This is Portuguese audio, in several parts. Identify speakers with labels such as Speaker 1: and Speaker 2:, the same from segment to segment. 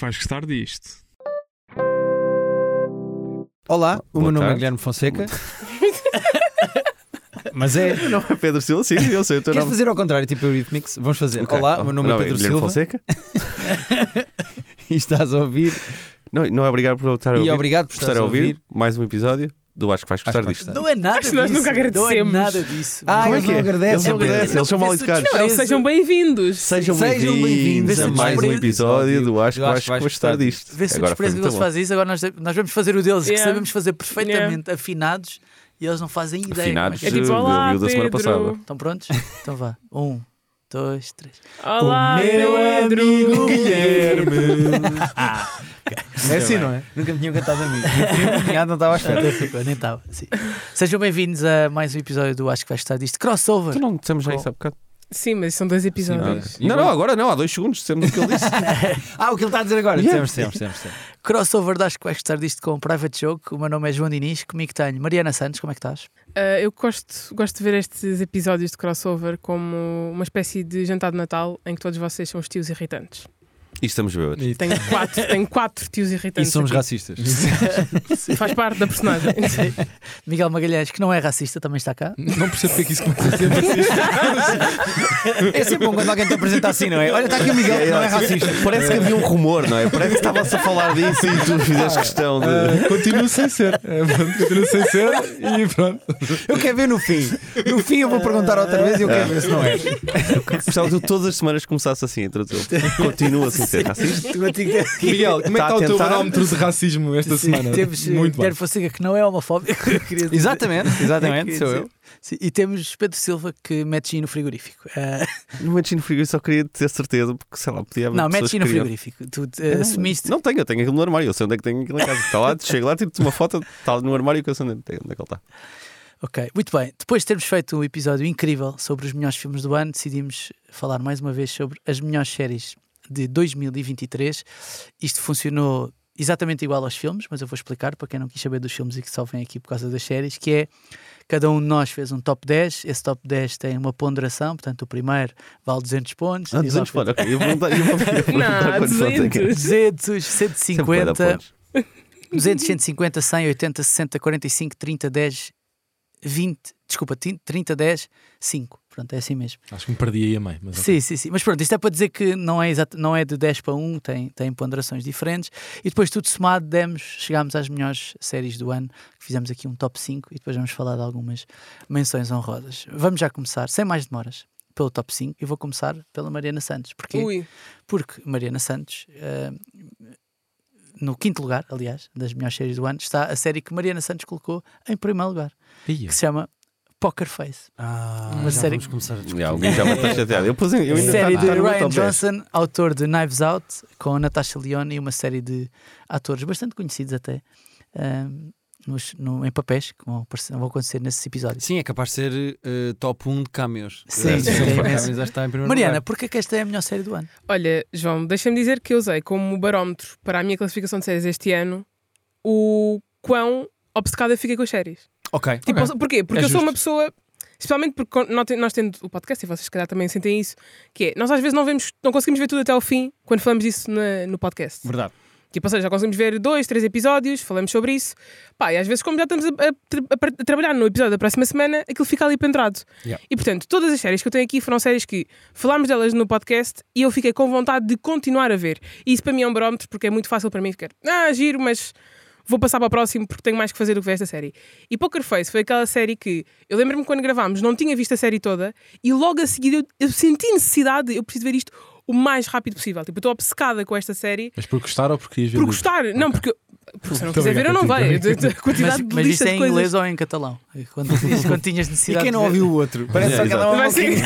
Speaker 1: vais gostar disto.
Speaker 2: Olá, o
Speaker 3: Boa
Speaker 2: meu nome é
Speaker 3: tarde.
Speaker 2: Guilherme Fonseca. Mas é.
Speaker 3: Não é Pedro Silva, sim, eu sei o teu
Speaker 2: Queres
Speaker 3: nome.
Speaker 2: fazer ao contrário, tipo Eurythmics? Vamos fazer.
Speaker 3: Ok.
Speaker 2: Olá, o meu nome
Speaker 3: Não,
Speaker 2: é Pedro
Speaker 3: Guilherme
Speaker 2: Silva
Speaker 3: Fonseca.
Speaker 2: e estás a ouvir.
Speaker 3: Não, não é obrigado por estar a
Speaker 2: E
Speaker 3: ouvir.
Speaker 2: obrigado por
Speaker 3: por estar a ouvir mais um episódio do Acho que vais
Speaker 2: Acho
Speaker 3: gostar
Speaker 2: que vais
Speaker 3: disto.
Speaker 2: gostar.
Speaker 4: Não é nada
Speaker 5: Acho
Speaker 4: disso.
Speaker 5: que nós nunca agradecemos.
Speaker 4: Não é nada disso.
Speaker 2: Ah,
Speaker 3: Como é
Speaker 2: eles
Speaker 3: que
Speaker 2: não
Speaker 3: é? Eles
Speaker 2: agradecem.
Speaker 3: não agradecem, eles são mal educados.
Speaker 5: Não,
Speaker 4: Preso.
Speaker 5: sejam bem-vindos.
Speaker 3: Sejam
Speaker 2: Sejam
Speaker 3: bem-vindos a mais um episódio do Acho que
Speaker 2: Eu
Speaker 3: vais gostar disto.
Speaker 4: Vê se o
Speaker 3: Agora foi
Speaker 4: desprezo que
Speaker 3: muito
Speaker 4: eles
Speaker 3: bom.
Speaker 4: fazem isso, agora nós, nós vamos fazer o deles, que
Speaker 5: Yeah.
Speaker 4: sabemos fazer perfeitamente afinados e eles não fazem ideia. como
Speaker 3: Afinados,
Speaker 4: é
Speaker 5: É
Speaker 4: que é.
Speaker 5: tipo,
Speaker 3: Do-
Speaker 5: olá,
Speaker 3: do- da semana
Speaker 5: Pedro.
Speaker 3: passada.
Speaker 4: Estão prontos? Então vá. Um, dois, três.
Speaker 5: Olá,
Speaker 4: O meu
Speaker 5: Pedro.
Speaker 4: amigo
Speaker 3: Guilherme.
Speaker 2: É assim, não é? Nunca me tinham cantado a mim. Nunca tinha- Não tá- estava à espera.
Speaker 4: Eu nem estava. sim. Sejam bem-vindos a mais um episódio do Acho que vais gostar disto. Crossover.
Speaker 3: Tu Então não dissemos já isso há bocado?
Speaker 5: Sim, mas são dois episódios.
Speaker 2: ok.
Speaker 3: Oh. Não, não, agora não, há dois segundos dissemos o que ele disse.
Speaker 2: Ah, o que ele está a dizer agora?
Speaker 3: Yeah.
Speaker 2: Sempre, sempre, sempre. sempre.
Speaker 4: Crossover do Acho que vais gostar disto com o Private Joke. O meu nome é João Diniz, comigo tenho Mariana Santos, como é que estás?
Speaker 5: Ah, eu gosto, gosto de ver estes episódios de crossover como uma espécie de jantar de Natal em que todos vocês são os tios irritantes.
Speaker 3: E estamos bêbados.
Speaker 5: Tenho quatro, tenho quatro tios
Speaker 2: E
Speaker 5: irritantes.
Speaker 2: somos
Speaker 5: aqui.
Speaker 2: racistas.
Speaker 5: Faz parte da personagem.
Speaker 4: Miguel Magalhães, que não é racista, também está cá.
Speaker 2: Não percebo porque é que isso começa a ser É sempre bom quando alguém te apresenta assim, não é? Olha, está aqui o Miguel, que não é racista.
Speaker 3: Parece que havia um rumor, não é? Parece que estava-se a falar disso e tu fizeste questão de.
Speaker 2: continuo É, sem ser. continuo É, sem ser e pronto. Eu quero ver no fim. No fim eu vou perguntar outra vez e eu quero ver se não é.
Speaker 3: Gostava que tu todas as semanas começasse assim a introdução. Continua assim a ser racista.
Speaker 6: Miguel, como é
Speaker 3: Está
Speaker 6: que está
Speaker 3: a
Speaker 6: o teu
Speaker 3: tentar?
Speaker 6: barómetro de racismo
Speaker 2: Tipo
Speaker 6: esta
Speaker 4: Sim,
Speaker 6: semana?
Speaker 4: Temos eh,
Speaker 6: Muito bem.
Speaker 4: Guilherme Fonseca, que não é homofóbico. eu queria dizer.
Speaker 2: Exatamente,
Speaker 4: Eu
Speaker 2: exatamente,
Speaker 4: queria
Speaker 2: sou
Speaker 4: dizer.
Speaker 2: eu.
Speaker 4: Sim, e temos Pedro Silva que mete gin no frigorífico. Ah,
Speaker 2: É
Speaker 3: No momento de frigorífico só queria ter certeza, porque sei lá, podia haver
Speaker 4: não, mete
Speaker 3: pessoas
Speaker 4: gin
Speaker 3: que
Speaker 4: no
Speaker 3: queriam-
Speaker 4: frigorífico. Tu eh,
Speaker 2: É,
Speaker 4: assumiste.
Speaker 3: Não tenho, eu tenho aquilo no armário. Eu sei onde é que tenho aquilo em casa. Está lá, chego lá, tipo-te uma foto, está no armário que eu sei onde é que onde é que ele está.
Speaker 4: Ok, muito bem. Depois de termos feito um episódio incrível sobre os melhores filmes do ano, decidimos falar mais uma vez sobre as melhores séries de 2023. Isto funcionou exatamente igual aos filmes, mas eu vou explicar para quem não quis saber dos filmes e que só vem aqui por causa das séries, que é cada um de nós fez um top 10, esse top 10 tem uma ponderação, portanto o primeiro vale 200 pontos,
Speaker 3: Ah,
Speaker 4: diz lá
Speaker 3: 200 pontos, ok. Eu vou perguntar, eu vou eu vou perguntar
Speaker 5: Não,
Speaker 3: quantos pontos é que é.
Speaker 5: 200.
Speaker 4: 200,
Speaker 3: Sempre vai dar
Speaker 4: 150,
Speaker 3: pontos.
Speaker 4: 200, 150, 100, 80, 60, 45, 30, 10, 20, desculpa, 30, 10, 5. Pronto, é assim mesmo.
Speaker 6: Acho que me perdi aí a mãe. Mas
Speaker 4: Sim, sim, sim. Mas pronto, isto é para dizer que não é, exato, não é de 10 para 1, tem, tem ponderações diferentes. E depois, tudo somado, demos, chegámos às melhores séries do ano, que fizemos aqui um top 5 e depois vamos falar de algumas menções honrosas. Vamos já começar, sem mais demoras, pelo top 5 e vou começar pela Mariana Santos. Porquê?
Speaker 5: Ui.
Speaker 4: Porque Mariana Santos, eh, no quinto lugar, aliás, das melhores séries do ano, está a série que Mariana Santos colocou em primeiro lugar, que se chama Poker Face.
Speaker 2: Ah,
Speaker 4: Uma série
Speaker 2: começar a
Speaker 3: Já, alguém já me está chateado. Eu, pus, eu ainda
Speaker 4: série
Speaker 3: está-
Speaker 4: de
Speaker 3: está no meu
Speaker 4: Ryan
Speaker 3: top dez.
Speaker 4: Johnson, autor de Knives Out, com a Natasha Leone e uma série de atores bastante conhecidos até ahm, nos- no- em papéis que vão, aparecer- vão acontecer nesses episódios.
Speaker 2: Sim, é capaz de ser eh, top 1 de cameos.
Speaker 4: Sim,
Speaker 2: Eh,
Speaker 4: sim,
Speaker 2: top 1 de
Speaker 4: é
Speaker 2: cameos,
Speaker 4: imenso.
Speaker 2: acho que está em primeiro
Speaker 4: Mariana,
Speaker 2: lugar.
Speaker 4: porquê que esta é a melhor série do ano?
Speaker 5: Olha, João, deixa-me dizer que eu usei como barómetro para a minha classificação de séries este ano o quão obcecada eu fiquei com as séries.
Speaker 2: Ok.
Speaker 5: Tipo,
Speaker 2: ok.
Speaker 5: Porquê? Porque
Speaker 2: É
Speaker 5: eu sou
Speaker 2: justo.
Speaker 5: uma pessoa, especialmente porque con- nós te- nós temos o podcast e vocês se calhar também sentem isso, que é, nós às vezes não vemos, não conseguimos ver tudo até ao fim quando falamos disso na- no podcast.
Speaker 2: Verdade.
Speaker 5: Tipo, ou seja, já conseguimos ver dois, três episódios, falamos sobre isso. Pá, e às vezes, como já estamos a, a tra- a par- a trabalhar no episódio da próxima semana, aquilo fica ali pendurado.
Speaker 2: Yeah.
Speaker 5: E portanto, todas as séries que eu tenho aqui foram séries que falámos delas no podcast e eu fiquei com vontade de continuar a ver. E isso para mim é um barómetro porque é muito fácil para mim ficar, ah, giro, mas vou passar para o próximo porque tenho mais que fazer do que ver esta série. E Poker Face foi aquela série que eu lembro-me quando gravámos, não tinha visto a série toda e logo a seguir eu, eu senti necessidade, eu preciso ver isto o mais rápido possível. Tipo, eu estou obcecada com esta série
Speaker 6: Mas por gostar ou por querias ver?
Speaker 5: por
Speaker 6: livro?
Speaker 5: gostar. Não, porque, porque se eu não
Speaker 6: Estou
Speaker 5: quiser ver, eu não
Speaker 6: bem
Speaker 5: vai.
Speaker 6: contigo.
Speaker 5: A quantidade
Speaker 4: Mas,
Speaker 5: de
Speaker 4: mas
Speaker 5: lista
Speaker 4: isto é
Speaker 5: de
Speaker 4: em
Speaker 5: coisas.
Speaker 4: inglês ou em catalão? Quando, tinhas- quando tinhas
Speaker 2: E
Speaker 4: necessidade
Speaker 2: quem não
Speaker 4: de ver.
Speaker 2: ouviu o outro? Parece só que ela é uma
Speaker 5: Vai ser-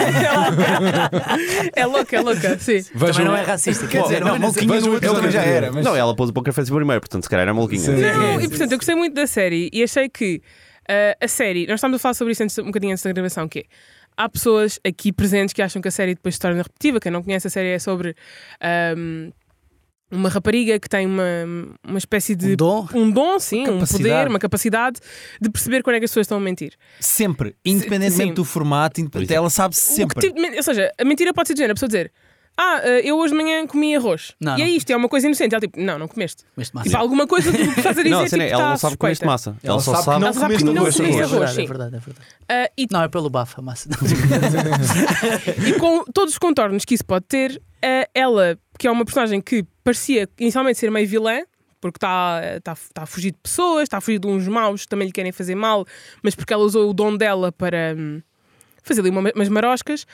Speaker 5: é louca, é louca, sim.
Speaker 4: Também
Speaker 6: Vejam-
Speaker 4: não é racista, quer
Speaker 2: Bom,
Speaker 4: dizer, não
Speaker 2: não,
Speaker 4: é nazista.
Speaker 2: maluquinha
Speaker 6: Vejam
Speaker 2: no
Speaker 6: o
Speaker 2: outro
Speaker 6: episódio
Speaker 2: também já
Speaker 6: anterior.
Speaker 2: era. Mas...
Speaker 3: Não, ela pôs o Poker Face primeiro, portanto, se calhar era maluquinha.
Speaker 6: Sim.
Speaker 5: Não, e portanto, eu gostei muito da série e achei que ah, a série, nós estávamos a falar sobre isso antes, um bocadinho antes da gravação, que é, há pessoas aqui presentes que acham que a série depois se torna repetitiva, quem não conhece a série é sobre ahm, uma rapariga que tem uma, uma espécie de
Speaker 4: Um dom.
Speaker 5: um dom, sim, um
Speaker 2: capacidade.
Speaker 5: poder, uma capacidade de perceber quando é que as pessoas estão a mentir.
Speaker 2: Sempre, independentemente
Speaker 5: Sim.
Speaker 2: do formato, independente- ela sabe
Speaker 5: O que
Speaker 2: sempre.
Speaker 5: tipo de men- ou seja, a mentira pode ser do género, a pessoa dizer ah, eh, eu hoje de manhã comi arroz.
Speaker 4: Não,
Speaker 5: e é
Speaker 4: não Ah,
Speaker 5: isto, é uma coisa inocente. Ela tipo, não, não comeste.
Speaker 4: Mas de
Speaker 5: Tipo,
Speaker 4: massa.
Speaker 5: alguma coisa que tu estás a dizer
Speaker 3: Não, a
Speaker 5: tipo,
Speaker 3: cena é, ela
Speaker 5: tá
Speaker 3: não sabe que comeste
Speaker 5: suspeita.
Speaker 3: massa. Ela só
Speaker 6: sabe que
Speaker 3: sabe.
Speaker 6: não
Speaker 5: Ela sabe que
Speaker 6: comeste
Speaker 5: não
Speaker 6: arroz.
Speaker 5: comeste
Speaker 4: é
Speaker 5: arroz,
Speaker 4: verdade,
Speaker 5: sim.
Speaker 4: é verdade, é verdade.
Speaker 5: Ah, e
Speaker 4: Não, é pelo bafo, a massa.
Speaker 5: e com todos os contornos que isso pode ter, eh, ela, que é uma personagem que parecia inicialmente ser meio vilã, porque está tá, tá a fugir de pessoas, está a fugir de uns maus que também lhe querem fazer mal, mas porque ela usou o dom dela para hum, fazer ali uma- umas maroscas,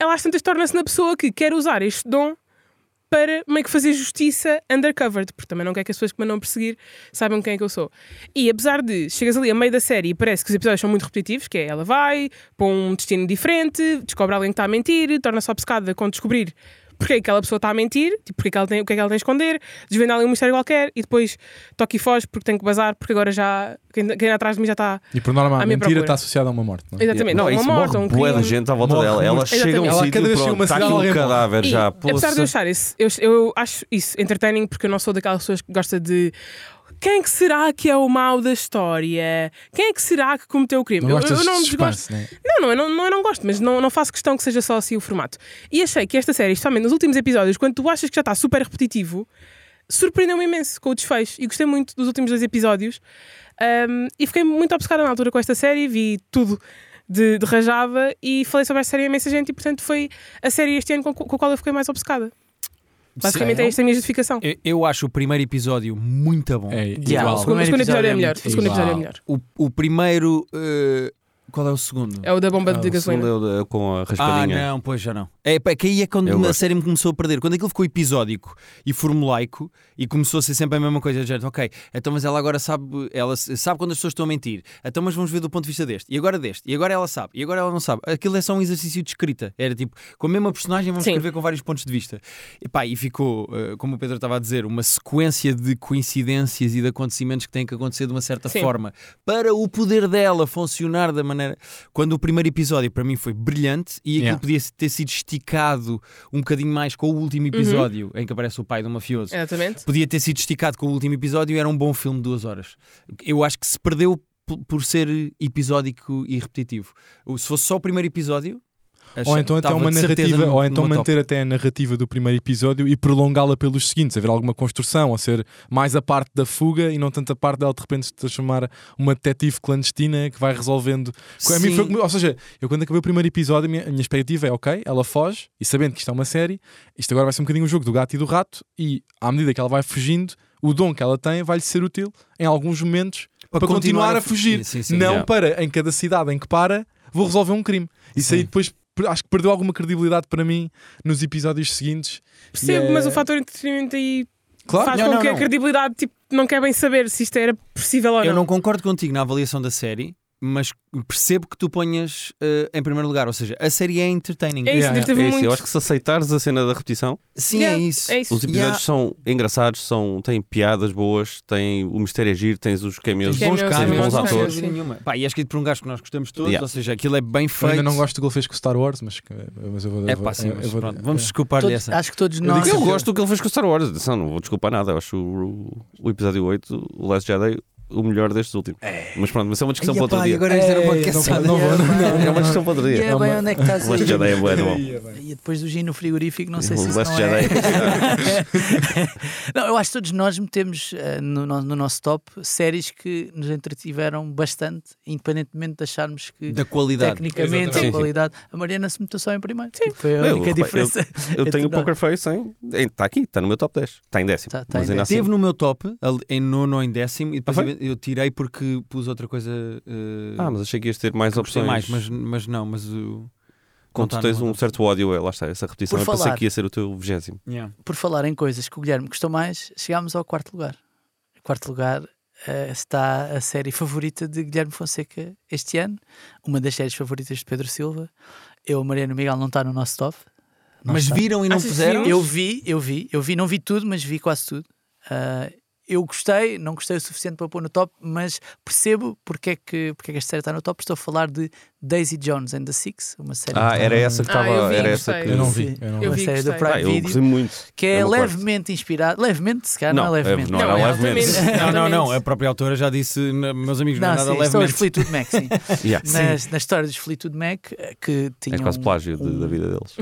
Speaker 5: ela às tantas torna-se na pessoa que quer usar este dom para meio que fazer justiça undercover, porque também não quer que as pessoas que me mandam perseguir saibam quem é que eu sou. E apesar de chegas ali a meio da série e parece que os episódios são muito repetitivos, que é ela vai para um destino diferente, descobre alguém que está a mentir, torna-se obcecada com descobrir porque é que aquela pessoa está a mentir, tipo, porque é que ela tem, o que é que ela tem a esconder, desvenda ali um mistério qualquer e depois toca e foge porque tem que bazar, porque agora já quem, quem é atrás de mim já está.
Speaker 6: E por norma,
Speaker 5: À
Speaker 6: a
Speaker 5: minha
Speaker 6: mentira
Speaker 5: procura.
Speaker 6: está associada a uma morte, não é?
Speaker 5: Exatamente,
Speaker 3: Não,
Speaker 5: ou uma
Speaker 3: isso
Speaker 5: morte, ou um
Speaker 3: morre bué de
Speaker 5: crime.
Speaker 3: gente à volta
Speaker 6: Morre
Speaker 3: dela. Ela
Speaker 6: muito.
Speaker 3: chega a um
Speaker 5: Exatamente.
Speaker 6: Ela cada
Speaker 3: sítio
Speaker 6: vez chega
Speaker 3: pronto,
Speaker 6: uma
Speaker 3: está
Speaker 6: cidade,
Speaker 3: aqui um
Speaker 6: alguém morre.
Speaker 3: cadáver
Speaker 5: E,
Speaker 3: já.
Speaker 5: Apesar de eu
Speaker 3: poça.
Speaker 5: achar isso, eu, eu acho isso entertaining porque eu não sou daquelas pessoas que gosta de quem que será que é o mau da história? Quem é que será que cometeu o crime?
Speaker 6: Não
Speaker 5: eu,
Speaker 6: gostas
Speaker 5: eu não
Speaker 6: de
Speaker 5: desgosto.
Speaker 6: suspense, né?
Speaker 5: Não, não, eu não, não, eu não gosto, mas não, não faço questão que seja só assim o formato. E achei que esta série, especialmente nos últimos episódios, quando tu achas que já está super repetitivo, surpreendeu-me imenso com o desfecho e gostei muito dos últimos dois episódios. Um, e fiquei muito obcecada na altura com esta série, vi tudo de, de rajada e falei sobre esta série a imensa gente e, portanto, foi a série este ano com, com a qual eu fiquei mais obcecada. Basicamente é esta a minha justificação.
Speaker 1: Eu, eu acho o primeiro episódio muito bom.
Speaker 6: É,
Speaker 4: Yeah.
Speaker 5: O
Speaker 6: igual.
Speaker 5: segundo, o segundo episódio é melhor.
Speaker 4: muito
Speaker 5: O segundo
Speaker 6: fixe.
Speaker 5: episódio é
Speaker 6: Uau.
Speaker 5: melhor.
Speaker 1: O, o primeiro. eh, qual é o segundo?
Speaker 5: É o da bomba
Speaker 6: Ah,
Speaker 5: de
Speaker 6: o
Speaker 5: gasolina.
Speaker 3: Segundo eu, eu com a
Speaker 1: Ah,
Speaker 3: raspadinha.
Speaker 1: não, pois já não. É, pá, que aí é quando
Speaker 3: Eu
Speaker 1: a
Speaker 3: gosto.
Speaker 1: série me começou a perder. Quando aquilo ficou episódico e formulaico e começou a ser sempre a mesma coisa, do género, ok, então mas ela agora sabe, ela s- sabe quando as pessoas estão a mentir. Então mas vamos ver do ponto de vista deste. E agora deste. E agora ela sabe. E agora ela não sabe. Aquilo é só um exercício de escrita. Era tipo, com a mesma personagem vamos
Speaker 5: Sim.
Speaker 1: escrever com vários pontos de vista. E pá, e ficou, eh, como o Pedro estava a dizer, uma sequência de coincidências e de acontecimentos que têm que acontecer de uma certa
Speaker 5: Sim.
Speaker 1: forma para o poder dela funcionar da maneira quando o primeiro episódio para mim foi brilhante e aquilo
Speaker 6: Yeah.
Speaker 1: podia ter sido esticado um bocadinho mais com o
Speaker 5: Uhum.
Speaker 1: último episódio em que aparece o pai do mafioso.
Speaker 5: Exatamente.
Speaker 1: Podia ter sido esticado com o último episódio e era um bom filme de duas horas. Eu acho que se perdeu p- por ser episódico e repetitivo. O- Se fosse só o primeiro episódio,
Speaker 6: Ou
Speaker 1: acha-
Speaker 6: então até
Speaker 1: estava
Speaker 6: uma
Speaker 1: de certeza
Speaker 6: narrativa,
Speaker 1: num-
Speaker 6: ou então
Speaker 1: numa
Speaker 6: manter até a narrativa do primeiro episódio e prolongá-la pelos seguintes, haver alguma construção, ou ser mais a parte da fuga e não tanto a parte dela de repente se transformar uma detetive clandestina que vai resolvendo. A mim
Speaker 1: Sim.
Speaker 6: foi como- ou seja, eu quando acabei o primeiro episódio, a minha, a minha expectativa é ok, ela foge, e sabendo que isto é uma série, isto agora vai ser um bocadinho o jogo do gato e do rato, e à medida que ela vai fugindo, o dom que ela tem vai lhe ser útil em alguns momentos para, continuar, a
Speaker 1: fu-
Speaker 6: fugir.
Speaker 1: Sim, sim,
Speaker 6: não
Speaker 3: yeah.
Speaker 6: para em cada cidade em que para, vou resolver um crime. Isso aí depois per- acho que perdeu alguma credibilidade para mim nos episódios seguintes.
Speaker 5: Percebo,
Speaker 6: Yeah.
Speaker 5: mas o fator entretenimento aí
Speaker 6: Claro,
Speaker 5: faz
Speaker 1: não,
Speaker 5: com
Speaker 1: não,
Speaker 5: que a
Speaker 1: não.
Speaker 5: credibilidade tipo, não quer bem saber se isto era possível ou
Speaker 1: Eu
Speaker 5: não.
Speaker 1: não concordo contigo na avaliação da série, mas percebo que tu ponhas eh, em primeiro lugar. Ou seja, a série é entertaining.
Speaker 5: É isso,
Speaker 6: Yeah,
Speaker 5: entreteve
Speaker 3: É isso,
Speaker 5: muito.
Speaker 3: eu acho que se aceitares a cena da repetição,
Speaker 1: Sim,
Speaker 5: Yeah,
Speaker 1: é isso.
Speaker 5: É isso.
Speaker 3: os episódios
Speaker 1: Yeah.
Speaker 3: são engraçados, são, têm piadas boas, têm o mistério é giro, tens os cameos.
Speaker 5: Tens bons
Speaker 3: cameos, bons
Speaker 1: não tem
Speaker 3: atores.
Speaker 1: dúvida nenhuma. Pá, e é escrito por um gajo que nós gostamos todos,
Speaker 3: Yeah.
Speaker 1: ou seja, aquilo é bem
Speaker 6: Eu
Speaker 1: feito.
Speaker 6: ainda não gosto do que ele fez com o Star Wars, mas, que- mas eu vou.
Speaker 1: É
Speaker 6: eu vou-
Speaker 1: pá, sim,
Speaker 6: eu
Speaker 1: mas
Speaker 6: vou-
Speaker 1: pronto, vamos
Speaker 6: é.
Speaker 1: desculpar-lhe
Speaker 4: Todos-
Speaker 1: essa.
Speaker 4: acho que todos
Speaker 6: digo
Speaker 4: nós.
Speaker 3: Eu gosto do que ele fez com Star Wars. Atenção, não vou desculpar nada. Eu acho o, o episódio 8, o Last Jedi, o melhor destes últimos. Mas pronto, mas é uma discussão para outro dia.
Speaker 1: agora isto
Speaker 5: É,
Speaker 1: era um podcast
Speaker 6: É, Não, não vou- não, não,
Speaker 3: É uma discussão para outro dia.
Speaker 4: Yeah, bem, onde é que estás
Speaker 3: O Last Jedi é bué de bom.
Speaker 4: E depois do gin no frigorífico, não sei se
Speaker 3: O
Speaker 4: isso
Speaker 3: Last
Speaker 4: não é.
Speaker 3: Jedi.
Speaker 4: Não, eu acho que todos nós metemos eh, no, no- no nosso top séries que nos entretiveram bastante, independentemente de acharmos que
Speaker 1: Da qualidade.
Speaker 4: tecnicamente,
Speaker 3: Sim,
Speaker 4: a
Speaker 3: sim.
Speaker 4: qualidade. A Mariana se meteu só em primeiro. Foi a
Speaker 3: Eu,
Speaker 4: única
Speaker 3: repare,
Speaker 4: diferença.
Speaker 3: Eu
Speaker 4: É
Speaker 3: tenho o
Speaker 4: tudo.
Speaker 3: Poker Face, hein? Está aqui, está no meu top 10. Está em décimo.
Speaker 4: Tá- tá
Speaker 3: mas
Speaker 4: em
Speaker 3: ainda assim.
Speaker 1: Teve no meu top, ali- em nono ou em décimo, e depois
Speaker 3: Ah,
Speaker 1: eu, eu tirei porque pus outra coisa. eh,
Speaker 3: Ah, mas achei que ias ter mais
Speaker 1: que gostei
Speaker 3: opções.
Speaker 1: mais, mas, mas não, mas o.
Speaker 3: Quando tu
Speaker 1: contar
Speaker 3: tens
Speaker 1: numa-
Speaker 3: um certo ódio, é, lá está, essa repetição.
Speaker 4: Por
Speaker 3: eu pensei
Speaker 4: falar.
Speaker 3: que ia ser o teu vigésimo.
Speaker 1: Yeah.
Speaker 4: Por falar em coisas que o Guilherme gostou mais, chegámos ao quarto lugar. O quarto lugar eh, está a série favorita de Guilherme Fonseca este ano, uma das séries favoritas de Pedro Silva. Eu, Mariana Miguel, não está no nosso top. Não
Speaker 1: Mas
Speaker 4: está.
Speaker 1: viram e não
Speaker 5: Achas que
Speaker 1: puseram?
Speaker 5: viram?
Speaker 4: Eu vi, eu vi, eu vi, não vi tudo, mas vi quase tudo. Ah, eu gostei, não gostei o suficiente para pôr no top, mas percebo porque é que, porque é que esta série está no top. Estou a falar de Daisy Jones and the Six, uma série
Speaker 3: Ah,
Speaker 4: que-
Speaker 3: era essa que
Speaker 5: Ah, eu
Speaker 3: estava.
Speaker 5: vi,
Speaker 3: era essa
Speaker 5: gostei.
Speaker 3: que.
Speaker 6: Eu
Speaker 4: Sim,
Speaker 6: não vi. Eu não vi.
Speaker 5: Eu
Speaker 4: uma
Speaker 5: vi,
Speaker 4: série do
Speaker 5: gostei.
Speaker 3: Ah,
Speaker 4: Prime
Speaker 3: eu
Speaker 4: Video
Speaker 3: gostei muito.
Speaker 4: que é
Speaker 3: Eu não quarto.
Speaker 4: levemente inspirado. Levemente, se calhar, não,
Speaker 3: Não,
Speaker 4: é levemente.
Speaker 3: não, era
Speaker 5: é
Speaker 3: levemente.
Speaker 5: altamente,
Speaker 1: Não, não, não.
Speaker 5: altamente.
Speaker 1: A própria autora já disse, na- meus amigos, não, é
Speaker 4: Não,
Speaker 1: nada
Speaker 4: sim, estou a
Speaker 1: levemente.
Speaker 4: Fleetwood Mac, sim.
Speaker 3: Yeah.
Speaker 4: na, na história dos Fleetwood Mac, eh, que tinham,
Speaker 3: É quase plágio de-
Speaker 4: um
Speaker 3: da vida deles.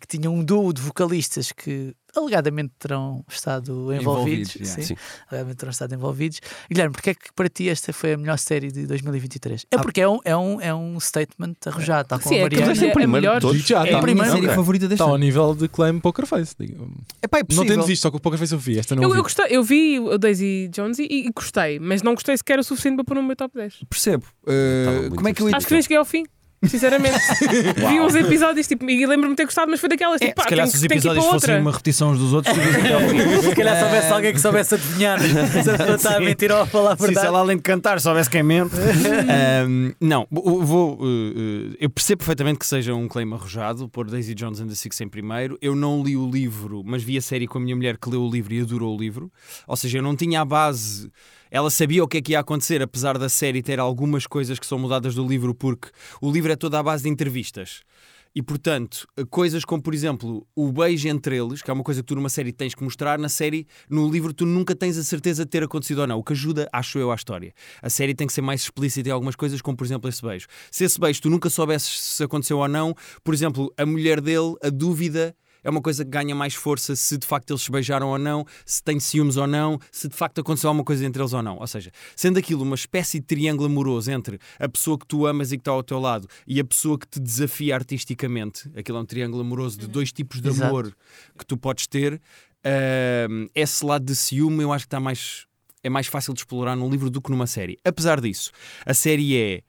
Speaker 4: que tinham um duo de vocalistas que alegadamente terão estado envolvidos.
Speaker 2: Envolvidos, yeah.
Speaker 4: sim,
Speaker 3: Sim.
Speaker 4: Alegadamente terão estado envolvidos. Guilherme, porque é que para ti esta foi a melhor série de 2023? É porque é um, é um, é um statement arrojado, está com
Speaker 5: Sim,
Speaker 4: a
Speaker 5: é que
Speaker 4: Mariana.
Speaker 5: tu
Speaker 3: em
Speaker 5: é
Speaker 3: primeiro
Speaker 5: melhor.
Speaker 3: de todos.
Speaker 6: Digo já, tá,
Speaker 4: É
Speaker 6: está
Speaker 4: a primeira
Speaker 2: série
Speaker 3: Ok.
Speaker 2: favorita deste
Speaker 6: está Tá ao
Speaker 2: ano.
Speaker 6: nível de Claim Poker Face. Digo,
Speaker 2: Epá, é
Speaker 6: Não tendo
Speaker 2: possível.
Speaker 6: visto, só que o Poker Face eu vi. Esta não
Speaker 5: Eu,
Speaker 6: vi.
Speaker 5: eu, gostei, eu vi o Daisy Jones e, e gostei, mas não gostei sequer o suficiente para pôr no meu top 10.
Speaker 2: Percebo.
Speaker 1: Eh,
Speaker 3: Estava
Speaker 2: Uh,
Speaker 3: muito
Speaker 2: como é que eu.
Speaker 5: Acho que nem cheguei ao fim, sinceramente. vi uns episódios tipo, e lembro-me de ter gostado, mas foi daquelas tipo, pá,
Speaker 1: Se calhar
Speaker 5: tenho
Speaker 1: se os
Speaker 5: que- tenho que ir
Speaker 1: episódios
Speaker 5: para
Speaker 1: fossem
Speaker 5: outra.
Speaker 1: uma repetição uns dos outros, tu vês
Speaker 4: É
Speaker 1: até ao fim.
Speaker 4: Se calhar se houvesse alguém que soubesse adivinhar se a pessoa está a mentir ou a falar a
Speaker 1: Sim, se
Speaker 4: verdade.
Speaker 1: ela além de cantar soubesse quem mente. Ahm, não, vou- vou, eh, eh, eu percebo perfeitamente que seja um claim arrojado pôr Daisy Jones and the Six em primeiro. Eu não li o livro, mas vi a série com a minha mulher que leu o livro e adorou o livro. Ou seja, eu não tinha a base. Ela sabia o que é que ia acontecer, apesar da série ter algumas coisas que são mudadas do livro, porque o livro é toda à base de entrevistas. E portanto, coisas como, por exemplo, o beijo entre eles, que é uma coisa que tu numa série tens que mostrar, na série, no livro, tu nunca tens a certeza de ter acontecido ou não, o que ajuda, acho eu, à história. A série tem que ser mais explícita em algumas coisas, como por exemplo esse beijo. Se esse beijo tu nunca soubesses se aconteceu ou não, por exemplo, a mulher dele, a dúvida. É uma coisa que ganha mais força se de facto eles se beijaram ou não, se tem ciúmes ou não, se de facto aconteceu alguma coisa entre eles ou não. Ou seja, sendo aquilo uma espécie de triângulo amoroso entre a pessoa que tu amas e que está ao teu lado e a pessoa que te desafia artisticamente, aquilo é um triângulo amoroso de dois tipos de
Speaker 4: Exato.
Speaker 1: amor que tu podes ter, ahm, esse lado de ciúme eu acho que está mais. É mais fácil de explorar num livro do que numa série. Apesar disso, a série é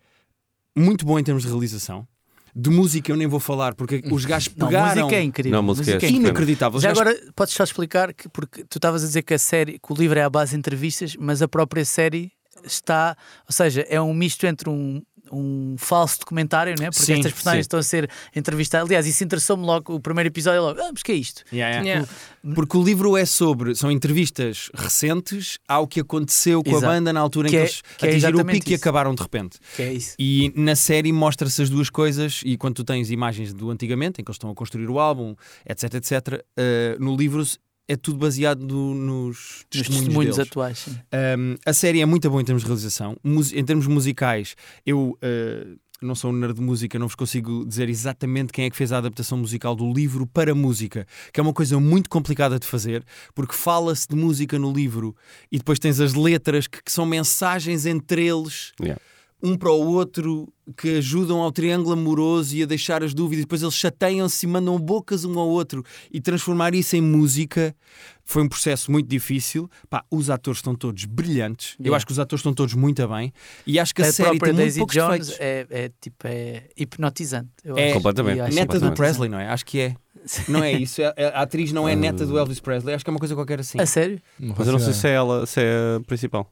Speaker 1: muito boa em termos de realização. De música eu nem vou falar, porque os gajos
Speaker 4: Não,
Speaker 1: pegaram
Speaker 4: a música é incrível.
Speaker 3: Não, a música é
Speaker 4: a música
Speaker 3: incrível.
Speaker 1: inacreditável. Os
Speaker 4: Já
Speaker 1: gajos-
Speaker 4: agora podes só explicar que porque tu estavas a dizer que a série, que o livro é à base de entrevistas, mas a própria série está, ou seja, é um misto entre um um falso documentário, não é? Porque
Speaker 1: Sim,
Speaker 4: estas personagens
Speaker 1: sim.
Speaker 4: estão a ser entrevistadas. Aliás, isso interessou-me logo o primeiro episódio, logo, ah, mas que é isto?
Speaker 1: Yeah, yeah.
Speaker 5: Yeah.
Speaker 1: Porque o livro é sobre, são entrevistas recentes ao que aconteceu com
Speaker 4: Exato.
Speaker 1: a banda na altura em
Speaker 4: Que
Speaker 1: que,
Speaker 4: é-
Speaker 1: eles
Speaker 4: que é
Speaker 1: atingiram o
Speaker 4: exatamente
Speaker 1: pico e
Speaker 4: isso.
Speaker 1: acabaram de repente.
Speaker 4: Que é isso?
Speaker 1: E na série mostra-se as duas coisas, e quando tu tens imagens do antigamente, em que eles estão a construir o álbum, etc, etc, eh, no livro é tudo baseado no- nos
Speaker 4: Nos
Speaker 1: testemunhos,
Speaker 4: testemunhos
Speaker 1: deles.
Speaker 4: atuais. sim.
Speaker 1: Um, a série é muito boa em termos de realização. Mus- em termos musicais, eu uh, não sou um nerd de música, não vos consigo dizer exatamente quem é que fez a adaptação musical do livro para a música, que é uma coisa muito complicada de fazer, porque fala-se de música no livro e depois tens as letras que, que são mensagens entre eles.
Speaker 3: Yeah.
Speaker 1: Um para o outro que ajudam ao triângulo amoroso e a deixar as dúvidas, depois eles chateiam-se e mandam bocas um ao outro e transformar isso em música foi um processo muito difícil. Pá, os atores estão todos brilhantes. Eu
Speaker 4: Yeah.
Speaker 1: acho que os atores estão todos muito bem. E acho que a,
Speaker 4: a
Speaker 1: série
Speaker 4: própria
Speaker 1: tem muito
Speaker 4: Daisy
Speaker 1: poucos
Speaker 4: Jones
Speaker 1: defeitos.
Speaker 4: é, é tipo é hipnotizante. eu
Speaker 1: É,
Speaker 4: acho.
Speaker 3: completamente.
Speaker 4: E acho
Speaker 1: Neta do
Speaker 3: Completamente.
Speaker 1: Presley, não é? Acho que é. Não é isso. É- é- A atriz não é neta do Elvis Presley. Acho que é uma coisa qualquer assim.
Speaker 4: A sério?
Speaker 3: Mas eu não sei se é ela, se é a principal.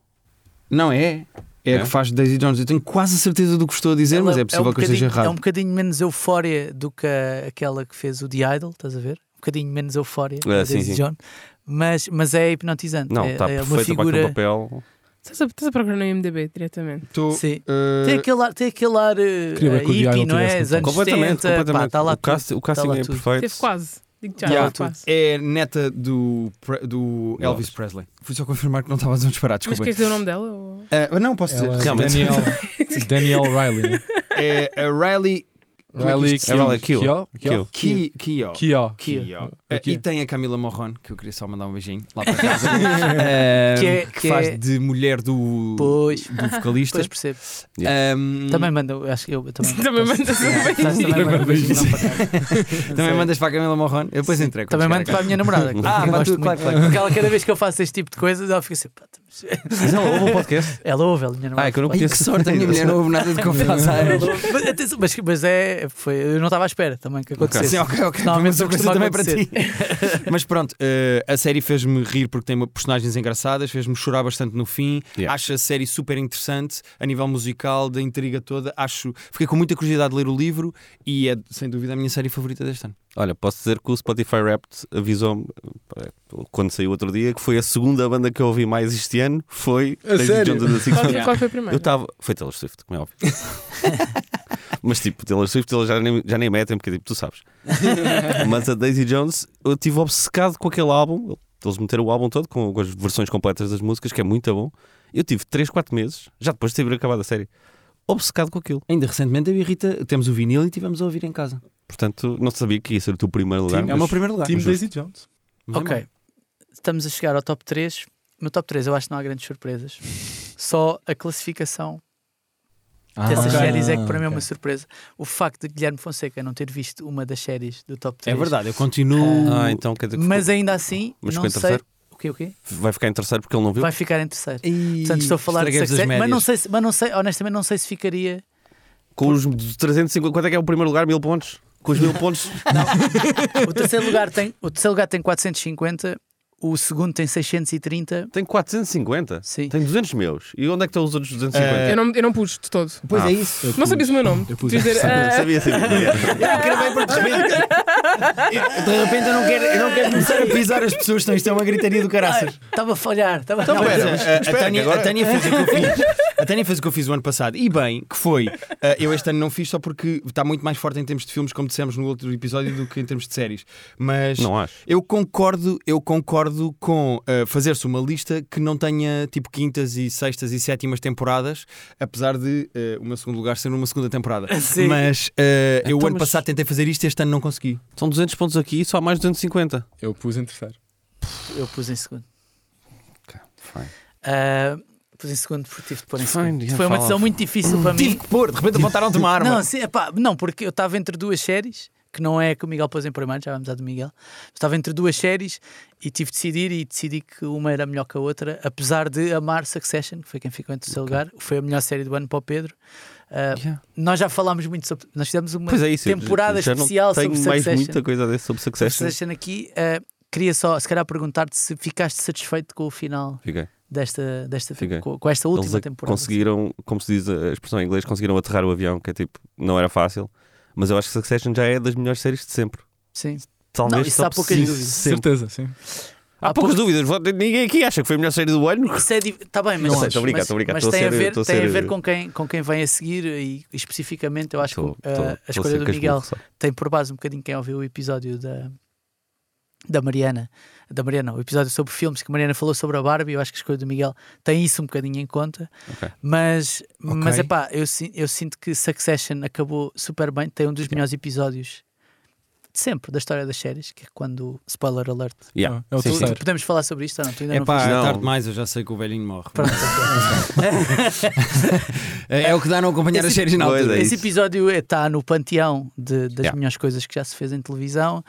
Speaker 1: Não é? É,
Speaker 3: É?
Speaker 1: a que faz Daisy Jones. Eu tenho quase a certeza do que estou a dizer,
Speaker 4: Ela
Speaker 1: mas é possível
Speaker 4: um
Speaker 1: que eu esteja
Speaker 4: bocadinho-
Speaker 1: errado.
Speaker 4: É um bocadinho menos eufória do que a- aquela que fez o The Idol, estás a ver? Um bocadinho menos eufória
Speaker 3: É,
Speaker 4: da
Speaker 3: sim,
Speaker 4: Daisy
Speaker 3: sim.
Speaker 4: Jones, mas, mas é hipnotizante.
Speaker 3: Não, tá
Speaker 4: é,
Speaker 3: está
Speaker 4: é uma
Speaker 3: perfeita para aquele
Speaker 4: figura.
Speaker 3: papel.
Speaker 5: Estás a, estás a procurar no IMDB diretamente.
Speaker 6: Estou,
Speaker 4: Sim.
Speaker 6: eh,
Speaker 4: Tem aquele ar, tem aquele ar eh,
Speaker 6: Queria ver que o The
Speaker 4: hippie,
Speaker 6: Idol
Speaker 4: não é?
Speaker 6: tivesse
Speaker 4: Os
Speaker 6: no
Speaker 4: anos
Speaker 6: top.
Speaker 3: Completamente,
Speaker 4: 70,
Speaker 3: completamente.
Speaker 4: pá, está lá
Speaker 3: o, cast,
Speaker 4: tudo.
Speaker 3: o casting
Speaker 4: Está lá
Speaker 3: é
Speaker 4: tudo.
Speaker 3: perfeito.
Speaker 5: Teve quase. Digo já,
Speaker 1: Yeah.
Speaker 5: teve quase.
Speaker 1: É neta do, Pre- do
Speaker 3: Não.
Speaker 1: Elvis Presley. Fui só confirmar que não estava a dizer um disparate,
Speaker 5: Mas
Speaker 1: desculpa.
Speaker 5: queres dizer o nome dela? ou-
Speaker 1: Ah, não, posso dizer.
Speaker 6: ela é
Speaker 3: Realmente.
Speaker 6: Daniel, Daniel Riley. né?
Speaker 1: É a Riley Como é que
Speaker 6: Riley
Speaker 1: isto se
Speaker 3: É ela,
Speaker 1: chama?
Speaker 3: Kill.
Speaker 6: Kio.
Speaker 3: Kill.
Speaker 1: Ki- Kio.
Speaker 6: Kio.
Speaker 1: Kio.
Speaker 6: É
Speaker 1: Eh,
Speaker 6: Kio.
Speaker 1: E tem a Camila Morrone, que eu queria só mandar um beijinho lá para casa, eh,
Speaker 4: Que é-
Speaker 1: que,
Speaker 4: que
Speaker 1: faz
Speaker 4: é-
Speaker 1: de mulher do,
Speaker 4: Pois,
Speaker 1: do vocalista.
Speaker 4: depois percebo.
Speaker 1: Ahm,
Speaker 4: Também manda, eu acho que eu também.
Speaker 5: Também
Speaker 4: posso-
Speaker 5: mandas um
Speaker 4: É,
Speaker 5: beijinho.
Speaker 4: também manda um beijinho lá para cá.
Speaker 1: também mandas para a Camila Morrone, eu depois
Speaker 4: Sim,
Speaker 1: entrego. quando
Speaker 4: Também
Speaker 1: chegar
Speaker 4: mando
Speaker 1: a
Speaker 4: para a minha namorada. que
Speaker 1: Ah,
Speaker 4: eu
Speaker 1: para
Speaker 4: gosto
Speaker 1: tu, claro,
Speaker 4: muito.
Speaker 1: claro.
Speaker 4: Porque ela, cada vez que eu faço este tipo de coisas, ela fica assim. pá, mas-
Speaker 3: Mas ela ouve o podcast.
Speaker 4: Ela ouve, ela minha namorada.
Speaker 3: Ah, é que eu não
Speaker 1: casa. Ai, que sorte, a minha mulher não houve nada de confiança.
Speaker 4: mas, atenção, mas- mas é. Foi, eu não estava à espera também que acontecesse.
Speaker 1: Sim, ok, ok.
Speaker 4: Normalmente
Speaker 1: Mas eu
Speaker 4: não
Speaker 1: gostei
Speaker 4: costuma
Speaker 1: também para ti. Mas pronto, eh, a série fez-me rir porque tem personagens engraçadas, fez-me chorar bastante no fim.
Speaker 3: Yeah.
Speaker 1: Acho a série super interessante a nível musical, da intriga toda. Acho, fiquei com muita curiosidade de ler o livro e é sem dúvida a minha série favorita deste ano.
Speaker 3: Olha, posso dizer que o Spotify Wrapped avisou-me eh, quando saiu outro dia que foi a segunda banda que eu ouvi mais este ano. Foi
Speaker 6: A sério?
Speaker 3: Jones and the Six
Speaker 5: Qual,
Speaker 3: Stone-
Speaker 5: qual foi a
Speaker 3: Eu
Speaker 5: primeira?
Speaker 3: estava. Foi Taylor Swift, como é óbvio. Mas tipo, Taylor Swift eles já nem, já nem metem, porque tipo, tu sabes. Mas a Daisy Jones, eu estive obcecado com aquele álbum. Eles meteram o álbum todo com, com as versões completas das músicas, que é muito bom. Eu tive 3, 4 meses, já depois de ter acabado a série, obcecado com aquilo.
Speaker 1: Ainda recentemente eu e a Rita temos o vinil e tivemos a ouvir em casa.
Speaker 3: Portanto, não sabia que ia ser o teu primeiro lugar.
Speaker 1: É o
Speaker 3: mas-
Speaker 1: meu primeiro lugar.
Speaker 6: Team
Speaker 1: Mas-
Speaker 6: Daisy Jones.
Speaker 1: mas é
Speaker 4: Ok, estamos a chegar ao top 3. No top 3 eu acho que não há grandes surpresas. Só a classificação
Speaker 1: Ah,
Speaker 4: dessas
Speaker 6: ok.
Speaker 4: séries é que para mim é
Speaker 6: ok.
Speaker 4: uma surpresa. O facto de Guilherme Fonseca não ter visto uma das séries do top
Speaker 1: mau.
Speaker 4: 3.
Speaker 1: É verdade, eu continuo.
Speaker 3: Ah, então quer dizer que
Speaker 4: Mas ainda assim,
Speaker 3: Mas
Speaker 4: não
Speaker 3: ficou em
Speaker 4: sei.
Speaker 3: terceiro?
Speaker 4: O quê, o quê?
Speaker 3: vai ficar em terceiro porque ele não viu.
Speaker 4: Vai ficar em terceiro.
Speaker 1: E...
Speaker 4: Portanto, estou a falar de
Speaker 1: estraguei-vos as
Speaker 4: Succession, mas não,
Speaker 1: médias.
Speaker 4: sei se- mas não sei, honestamente, não sei se ficaria.
Speaker 3: Com os 350, quanto é que é o primeiro lugar? Mil pontos? Com os mil pontos?
Speaker 4: O terceiro lugar tem, o terceiro lugar tem 450, o segundo tem 630.
Speaker 3: Tem 450?
Speaker 4: Sim.
Speaker 3: Tem 200 meus. E onde é que estão os outros 250?
Speaker 4: Eh,
Speaker 5: Eu não, eu não pus de todo.
Speaker 2: Pois
Speaker 3: Ah,
Speaker 2: é isso.
Speaker 5: Não sabias o meu nome.
Speaker 6: Eu pus
Speaker 5: Devias dizer,
Speaker 6: Alexander.
Speaker 5: ah,
Speaker 3: Sabia sim.
Speaker 1: De repente eu não quero, eu não quero começar a pisar as pessoas, senão isto é uma gritaria do caraças.
Speaker 4: Estava a falhar, estava
Speaker 1: Não,
Speaker 4: não,
Speaker 1: mas
Speaker 4: mas-
Speaker 1: a, a Tânia, a Tânia fez o que eu fiz. A Tânia fez o que eu fiz o ano passado. E bem, que foi. ah, eu este ano não fiz só porque está muito mais forte em termos de filmes, como dissemos no outro episódio, do que em termos de séries. Mas
Speaker 3: Não acho.
Speaker 1: eu concordo, eu concordo com ah, fazer-se uma lista que não tenha tipo quintas e sextas e sétimas temporadas, apesar de ah, o meu segundo lugar ser uma segunda temporada.
Speaker 4: Sim.
Speaker 1: Mas ah, eu
Speaker 3: Então,
Speaker 1: o ano
Speaker 3: mas-
Speaker 1: passado tentei fazer isto, este ano não consegui.
Speaker 3: São 200 pontos aqui e só mais 250.
Speaker 6: Eu pus em terceiro.
Speaker 4: Eu pus em segundo.
Speaker 3: Fine.
Speaker 4: Ah, pus em segundo porque tive de pôr em
Speaker 3: Fine,
Speaker 4: segundo.
Speaker 3: já
Speaker 4: Foi uma
Speaker 3: fala.
Speaker 4: decisão muito difícil para mim.
Speaker 1: Tive que pôr, de repente apontaram-te uma arma.
Speaker 4: Não, sim, epá, não, porque eu estava entre duas séries, que não é que o Miguel pôs em primeiro, já vamos à do Miguel. Estava entre duas séries e tive de decidir e decidi que uma era melhor que a outra, apesar de amar Succession, que foi quem ficou em terceiro lugar, foi a melhor série do ano para o Pedro. Ah,
Speaker 3: Yeah.
Speaker 4: Nós já falámos muito sobre. Nós fizemos uma
Speaker 3: Pois é isso. eu
Speaker 4: temporada
Speaker 3: já
Speaker 4: especial
Speaker 3: não tenho
Speaker 4: sobre
Speaker 3: mais
Speaker 4: Succession.
Speaker 3: muita coisa a dizer sobre Succession.
Speaker 4: Succession aqui. ah, queria só, se calhar, perguntar-te se ficaste satisfeito com o final
Speaker 3: Fiquei.
Speaker 4: desta, desta
Speaker 3: Fiquei.
Speaker 4: com, com esta última
Speaker 3: Eles é a-
Speaker 4: temporada.
Speaker 3: conseguiram, como se diz a expressão em inglês, conseguiram aterrar o avião, que é tipo, não era fácil. Mas eu acho que Succession já é das melhores séries de sempre.
Speaker 4: Sim.
Speaker 3: Talvez
Speaker 4: Não, isso
Speaker 3: top
Speaker 4: há poucas
Speaker 3: cinco
Speaker 4: dúvidas.
Speaker 3: de sempre.
Speaker 6: Certeza, sim.
Speaker 3: Há,
Speaker 4: Há
Speaker 3: poucas dúvidas. Ninguém aqui acha que foi a melhor série do ano.
Speaker 4: Isso é Está bem, mas,
Speaker 3: Não sei, tô brincado,
Speaker 4: mas,
Speaker 3: tô brincado,
Speaker 4: mas
Speaker 3: tô a
Speaker 4: tem, a
Speaker 3: ser-
Speaker 4: ver,
Speaker 3: tô a
Speaker 4: tem a
Speaker 3: ser-
Speaker 4: ver com quem, com quem vem a seguir e especificamente eu acho
Speaker 3: Tô-
Speaker 4: que uh,
Speaker 3: tô-
Speaker 4: a
Speaker 3: tô
Speaker 4: escolha
Speaker 3: ser
Speaker 4: do
Speaker 3: casmurro,
Speaker 4: Miguel
Speaker 3: sabe?
Speaker 4: tem por base um bocadinho quem ouviu o episódio da, da Mariana, da Mariana, o episódio sobre filmes que a Mariana falou sobre a Barbie, eu acho que a escolha do Miguel tem isso um bocadinho em conta,
Speaker 3: Ok.
Speaker 4: mas, mas
Speaker 1: Ok.
Speaker 4: epá, eu, sin- eu sinto que Succession acabou super bem, tem um dos melhores episódios de sempre da história das séries, que é quando, spoiler alert,
Speaker 3: Yeah.
Speaker 6: É o
Speaker 3: Sim, sim.
Speaker 6: terceiro.
Speaker 4: podemos falar sobre isto ou não? Tu ainda
Speaker 1: É
Speaker 4: não
Speaker 1: pá,
Speaker 4: viste?
Speaker 3: Não.
Speaker 1: tarde demais, eu já sei que o velhinho morre.
Speaker 4: Pronto.
Speaker 1: É, é o que dá a não acompanhar
Speaker 4: Esse
Speaker 1: as séries na
Speaker 3: Pois
Speaker 1: altura.
Speaker 3: é
Speaker 4: Esse
Speaker 3: isso.
Speaker 4: episódio está no panteão de- das
Speaker 3: Yeah.
Speaker 4: melhores coisas que já se fez em televisão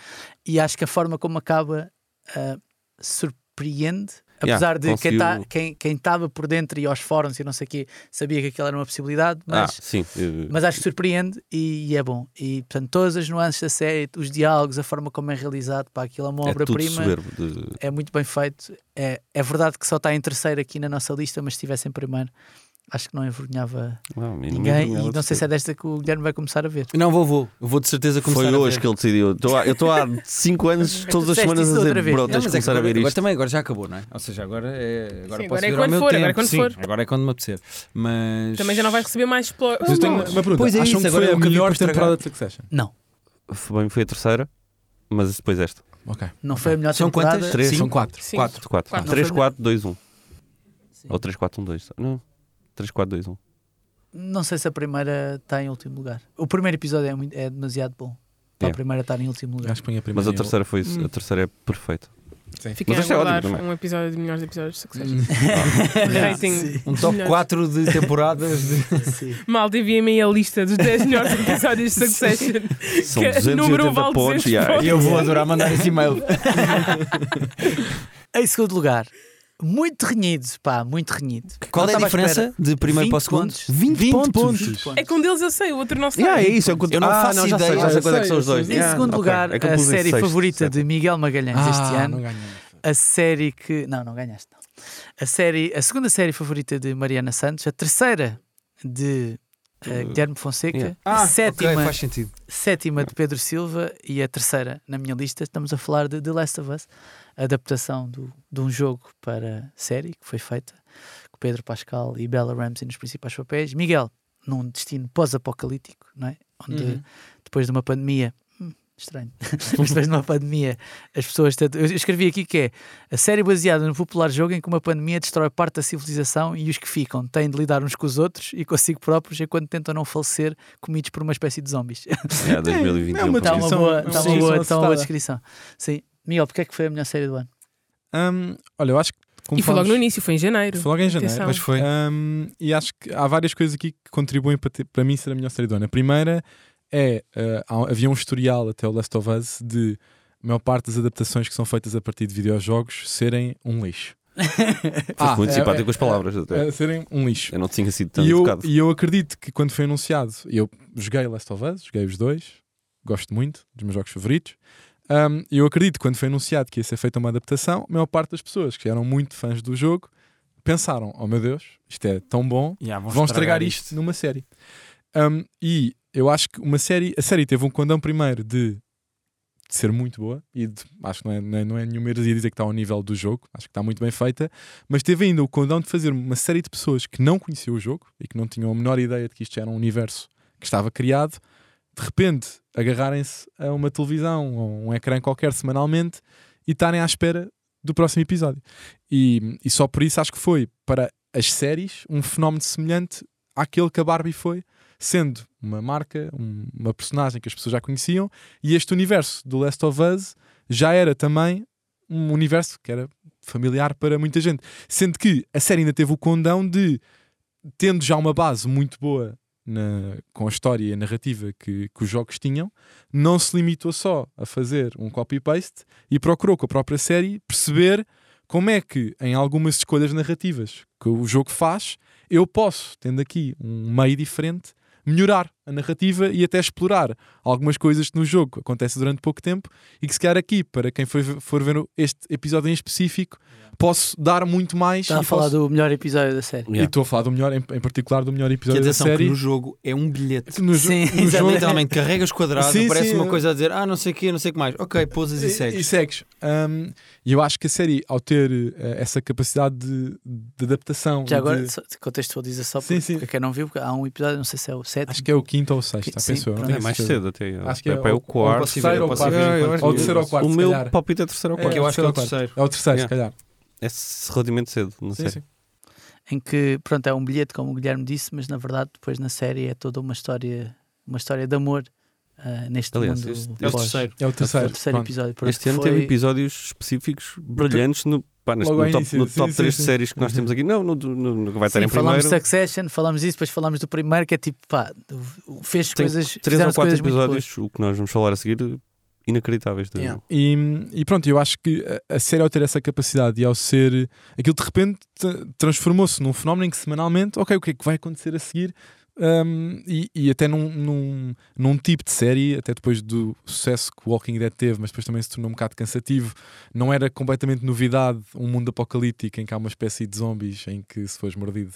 Speaker 4: e acho que a forma como acaba ah, surpreende.
Speaker 3: Yeah,
Speaker 4: Apesar de quem
Speaker 3: conseguiu-
Speaker 4: tá- quem quem estava por dentro e aos fóruns e não sei o quê sabia que aquilo era uma possibilidade,
Speaker 3: Ah,
Speaker 4: mas,
Speaker 3: sim. eh,
Speaker 4: mas acho que surpreende e, e é bom. E portanto, todas as nuances da série, os diálogos, a forma como é realizado, para aquilo é uma
Speaker 3: é tudo
Speaker 4: obra-prima,
Speaker 3: soberbo. de-
Speaker 4: é muito bem feito. É, é verdade que só está em terceiro aqui na nossa lista, mas se estivesse em primeiro, acho que não envergonhava
Speaker 3: Não, mim não me
Speaker 4: Ninguém,
Speaker 3: envergonhava
Speaker 4: e não
Speaker 3: de
Speaker 4: sei se é desta que o Guilherme vai começar a ver.
Speaker 1: Não, vou, vou. Eu Vou de certeza começar
Speaker 3: Foi
Speaker 1: a
Speaker 3: hoje
Speaker 1: ver.
Speaker 3: que ele decidiu. Estou há- Eu estou há 5 anos, todas as
Speaker 4: disseste
Speaker 3: semanas, a
Speaker 4: isso outra
Speaker 3: dizer:
Speaker 4: vez.
Speaker 3: Bro,
Speaker 1: Não,
Speaker 3: tens
Speaker 1: mas
Speaker 3: de
Speaker 1: é que
Speaker 3: começar a
Speaker 1: agora,
Speaker 3: ver
Speaker 1: agora
Speaker 3: isto.
Speaker 1: também, agora já acabou, não é? Ou seja, agora é. Agora
Speaker 5: Sim,
Speaker 1: posso
Speaker 5: agora é
Speaker 1: ver ao
Speaker 5: quando
Speaker 1: meu
Speaker 5: for, agora
Speaker 1: tempo.
Speaker 5: é quando
Speaker 1: Sim,
Speaker 5: for.
Speaker 1: Agora é quando me apetecer. Mas.
Speaker 5: Também já não vais receber mais explo-
Speaker 6: Mas eu tenho uma
Speaker 5: spoilers.
Speaker 6: pergunta.
Speaker 1: Pois é
Speaker 6: Acham
Speaker 1: isso,
Speaker 6: que
Speaker 1: agora
Speaker 6: foi
Speaker 1: eu
Speaker 6: a
Speaker 1: acabei
Speaker 6: melhor
Speaker 1: por estragar.
Speaker 6: temporada de Succession?
Speaker 4: Não,
Speaker 3: Foi bem, foi a terceira, mas depois esta.
Speaker 6: Ok.
Speaker 4: não foi a melhor
Speaker 1: São
Speaker 4: temporada.
Speaker 1: quantas?
Speaker 3: Três.
Speaker 1: Sim.
Speaker 6: São quatro.
Speaker 5: Sim.
Speaker 3: 4, 4.
Speaker 5: Quatro.
Speaker 3: 3,
Speaker 4: Não foi-
Speaker 3: 4, 2, 1. Ou 3, 4, 1, 2. Não. 3, 4, 2, 1.
Speaker 4: Não sei se a primeira está em último lugar. O primeiro episódio é, muito- é demasiado bom para
Speaker 3: Yeah.
Speaker 4: a primeira estar em último lugar.
Speaker 6: Acho que põe a primeira.
Speaker 3: Mas a terceira foi isso. A terceira é perfeita.
Speaker 5: Fiquem
Speaker 3: Mas
Speaker 5: a
Speaker 3: este é ótimo
Speaker 5: aguardar
Speaker 3: também.
Speaker 5: um episódio de melhores episódios de Succession.
Speaker 3: é.
Speaker 4: Yeah.
Speaker 5: Rating.
Speaker 1: Um top
Speaker 5: Melhor.
Speaker 1: 4 de temporadas. De...
Speaker 4: Sim.
Speaker 5: Mal devia-me a lista dos 10 melhores episódios de Succession.
Speaker 3: São
Speaker 5: Que número
Speaker 3: 280
Speaker 5: vale 200
Speaker 3: pontos. yeah.
Speaker 5: pontos.
Speaker 1: Eu vou adorar mandar esse e-mail.
Speaker 4: Em segundo lugar, muito renhido, pá, muito renhido.
Speaker 1: Qual
Speaker 4: Não
Speaker 1: é a
Speaker 4: estava à
Speaker 1: diferença
Speaker 4: espera.
Speaker 1: de primeiro
Speaker 4: 20
Speaker 1: para o segundo?
Speaker 4: pontos.
Speaker 1: 20,
Speaker 6: 20 pontos.
Speaker 5: É que um deles eu sei, o outro não sei.
Speaker 3: Yeah, é isso. é o que-
Speaker 1: Eu não
Speaker 3: Ah,
Speaker 1: faço
Speaker 3: já sei,
Speaker 1: ideia.
Speaker 3: já sei
Speaker 6: Eu
Speaker 3: quando é que
Speaker 6: sei,
Speaker 3: são os
Speaker 6: eu
Speaker 3: dois.
Speaker 6: sei.
Speaker 4: Em
Speaker 3: Yeah,
Speaker 4: segundo
Speaker 3: ok.
Speaker 4: lugar,
Speaker 3: É que eu
Speaker 4: a
Speaker 3: pus em
Speaker 4: série
Speaker 3: sexto,
Speaker 4: favorita
Speaker 3: sétimo.
Speaker 4: de Miguel Magalhães este
Speaker 6: Ah,
Speaker 4: ano.
Speaker 6: não ganhei.
Speaker 4: A série que. Não, não ganhaste. Não. A, série, a segunda série favorita de Mariana Santos, a terceira de eh, Guilherme Fonseca,
Speaker 3: Yeah.
Speaker 2: Ah,
Speaker 4: sétima,
Speaker 2: ok, faz sentido.
Speaker 4: sétima de Pedro Silva e a terceira na minha lista. Estamos a falar de The Last of Us, a adaptação do, de um jogo para série que foi feita com Pedro Pascal e Bella Ramsey nos principais papéis. Miguel, num destino pós-apocalíptico, não é? Onde
Speaker 6: Uhum.
Speaker 4: depois de uma pandemia. hum, Estranho, mas depois de uma pandemia, as pessoas. tentam- Eu escrevi aqui que é a série baseada no popular jogo em que uma pandemia destrói parte da civilização e os que ficam têm de lidar uns com os outros e consigo próprios enquanto tentam não falecer comidos por uma espécie de zombies.
Speaker 3: É, 2021.
Speaker 6: é uma
Speaker 4: Está uma
Speaker 6: descrição-
Speaker 4: boa,
Speaker 6: é uma
Speaker 4: está uma
Speaker 6: descrição
Speaker 4: boa, está uma boa
Speaker 6: acertada.
Speaker 4: descrição. Sim. Miguel, porque é que foi a melhor série do ano?
Speaker 6: Hum, olha, eu acho que. como
Speaker 5: E foi logo
Speaker 6: falamos-
Speaker 5: no início, foi em janeiro.
Speaker 6: Foi logo em janeiro.
Speaker 5: Atenção.
Speaker 2: Mas foi.
Speaker 6: Hum, e acho que há várias coisas aqui que contribuem para, ter- para mim ser a melhor série do ano. A primeira é: eh, há- havia um historial até o Last of Us de a maior parte das adaptações que são feitas a partir de videojogos serem um lixo. Ah,
Speaker 3: Foste muito
Speaker 6: é-
Speaker 3: simpático
Speaker 6: é-
Speaker 3: com as palavras. até.
Speaker 6: é, serem um lixo.
Speaker 3: Eu não tinha sido tão
Speaker 6: E eu,
Speaker 3: educado.
Speaker 6: e eu acredito que quando foi anunciado, eu joguei Last of Us, joguei os dois, gosto muito, dos meus jogos favoritos. Hum, eu acredito que quando foi anunciado que ia ser feita uma adaptação, a maior parte das pessoas que eram muito fãs do jogo pensaram: Oh meu Deus, isto é tão bom,
Speaker 2: Yeah,
Speaker 6: vão estragar isto, numa série. Um, e eu acho que uma série, a série teve um condão primeiro de, de ser muito boa, e de- acho que não é, não é, não é nenhuma heresia dizer que está ao nível do jogo, acho que está muito bem feita, mas teve ainda o condão de fazer uma série de pessoas que não conheciam o jogo e que não tinham a menor ideia de que isto era um universo que estava criado, de repente agarrarem-se a uma televisão ou um ecrã qualquer semanalmente e estarem à espera do próximo episódio. E, e só por isso acho que foi para as séries um fenómeno semelhante àquele que a Barbie foi, sendo uma marca, um- uma personagem que as pessoas já conheciam, e este universo do Last of Us já era também um universo que era familiar para muita gente. Sendo que a série ainda teve o condão de, tendo já uma base muito boa na- com a história e a narrativa que, que os jogos tinham, não se limitou só a fazer um copy-paste e procurou com a própria série perceber como é que, em algumas escolhas narrativas que o jogo faz, eu posso, tendo aqui um meio diferente, melhorar a narrativa e até explorar algumas coisas que no jogo acontecem durante pouco tempo e que se calhar aqui, para quem foi- for ver este episódio em específico, posso dar muito mais.
Speaker 4: Está Tá a
Speaker 6: e
Speaker 4: falar
Speaker 6: posso-
Speaker 4: do melhor episódio da série.
Speaker 6: E estou a falar do melhor, em, em particular, do melhor
Speaker 1: Que
Speaker 6: episódio da
Speaker 1: atenção,
Speaker 6: série.
Speaker 1: que no jogo é um bilhete.
Speaker 6: no jo-
Speaker 4: Sim, é
Speaker 6: no jogo, é um
Speaker 4: exatamente.
Speaker 1: Literalmente, carregas quadrado,
Speaker 6: Sim,
Speaker 1: parece
Speaker 6: sim,
Speaker 1: uma
Speaker 6: é.
Speaker 1: coisa a dizer, ah, não sei o quê, não sei o que mais. Ok, pousas e segues.
Speaker 6: Hum, e eu acho que a série, ao ter eh, essa capacidade de, de adaptação,
Speaker 4: Já
Speaker 6: e
Speaker 4: agora,
Speaker 6: de-
Speaker 4: só- contextualiza só
Speaker 6: Sim,
Speaker 4: porque,
Speaker 6: sim.
Speaker 4: para quem não viu, porque há um episódio, não sei se é o sétimo.
Speaker 6: acho que é o quinto ou o sexto,
Speaker 4: Que-
Speaker 6: já
Speaker 4: sim,
Speaker 6: penso eu, não
Speaker 4: pronto.
Speaker 6: tenho
Speaker 3: É mais
Speaker 6: certeza.
Speaker 3: cedo até.
Speaker 6: Acho que é
Speaker 3: é para
Speaker 6: o-
Speaker 3: o quarto.
Speaker 1: posso ir ver,
Speaker 6: Terceiro ou
Speaker 1: posso ir ver
Speaker 6: quarto. Ah,
Speaker 1: enquanto-
Speaker 6: Ou o terceiro ou o quarto,
Speaker 3: O
Speaker 6: se
Speaker 3: meu
Speaker 6: calhar.
Speaker 3: palpite é terceiro ou
Speaker 2: É que
Speaker 3: quarto.
Speaker 2: eu acho que é o
Speaker 6: quarto.
Speaker 2: terceiro.
Speaker 6: É o terceiro, se
Speaker 3: Yeah.
Speaker 6: calhar.
Speaker 3: É relativamente cedo, não
Speaker 6: Sim,
Speaker 3: sei.
Speaker 6: sim.
Speaker 4: em que pronto é um bilhete como o Guilherme disse mas na verdade depois na série é toda uma história uma história de amor ah, neste
Speaker 3: Aliás,
Speaker 4: mundo
Speaker 3: este-
Speaker 1: É o
Speaker 4: pós-
Speaker 1: terceiro.
Speaker 6: É o
Speaker 4: o
Speaker 6: terceiro.
Speaker 4: terceiro
Speaker 6: pronto.
Speaker 4: episódio pronto,
Speaker 3: Este ano
Speaker 4: foi-
Speaker 3: teve episódios específicos brilhantes no, pá, neste-
Speaker 6: Logo
Speaker 3: no
Speaker 6: ao
Speaker 3: top,
Speaker 6: início,
Speaker 3: no
Speaker 6: sim,
Speaker 3: top
Speaker 6: sim,
Speaker 3: 3
Speaker 6: sim.
Speaker 3: séries que nós temos aqui. Não, no, no- no que vai estar
Speaker 4: Sim,
Speaker 3: em
Speaker 4: falámos
Speaker 3: primeiro.
Speaker 4: de Succession falámos disso depois falámos do primeiro que é tipo pá do- fez
Speaker 3: Tem
Speaker 4: coisas
Speaker 3: 3 ou
Speaker 4: fizeram-se
Speaker 3: 4
Speaker 4: coisas muito boas.
Speaker 3: episódios, o que nós vamos falar a seguir, inacreditáveis. também.
Speaker 4: Yeah.
Speaker 6: E, e pronto, eu acho que a, a série ao ter essa capacidade e ao ser aquilo de repente t- transformou-se num fenómeno em que semanalmente, ok, o que é que vai acontecer a seguir? Um, e, e até num, num, num tipo de série, até depois do sucesso que Walking Dead teve, mas depois também se tornou um bocado cansativo, não era completamente novidade um mundo apocalíptico em que há uma espécie de zombies em que se fores mordido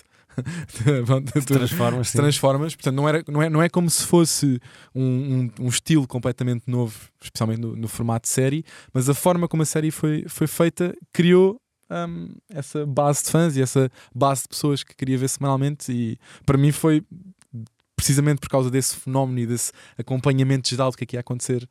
Speaker 6: pronto, tu-
Speaker 2: Transformas.
Speaker 6: se transformas, portanto, não, era, não, é, não é como se fosse um, um- um estilo completamente novo, especialmente no, no formato de série, mas a forma como a série foi, foi feita criou hum, essa base de fãs e essa base de pessoas que queria ver semanalmente, e para mim foi precisamente por causa desse fenómeno e desse acompanhamento geral do que é que ia acontecer.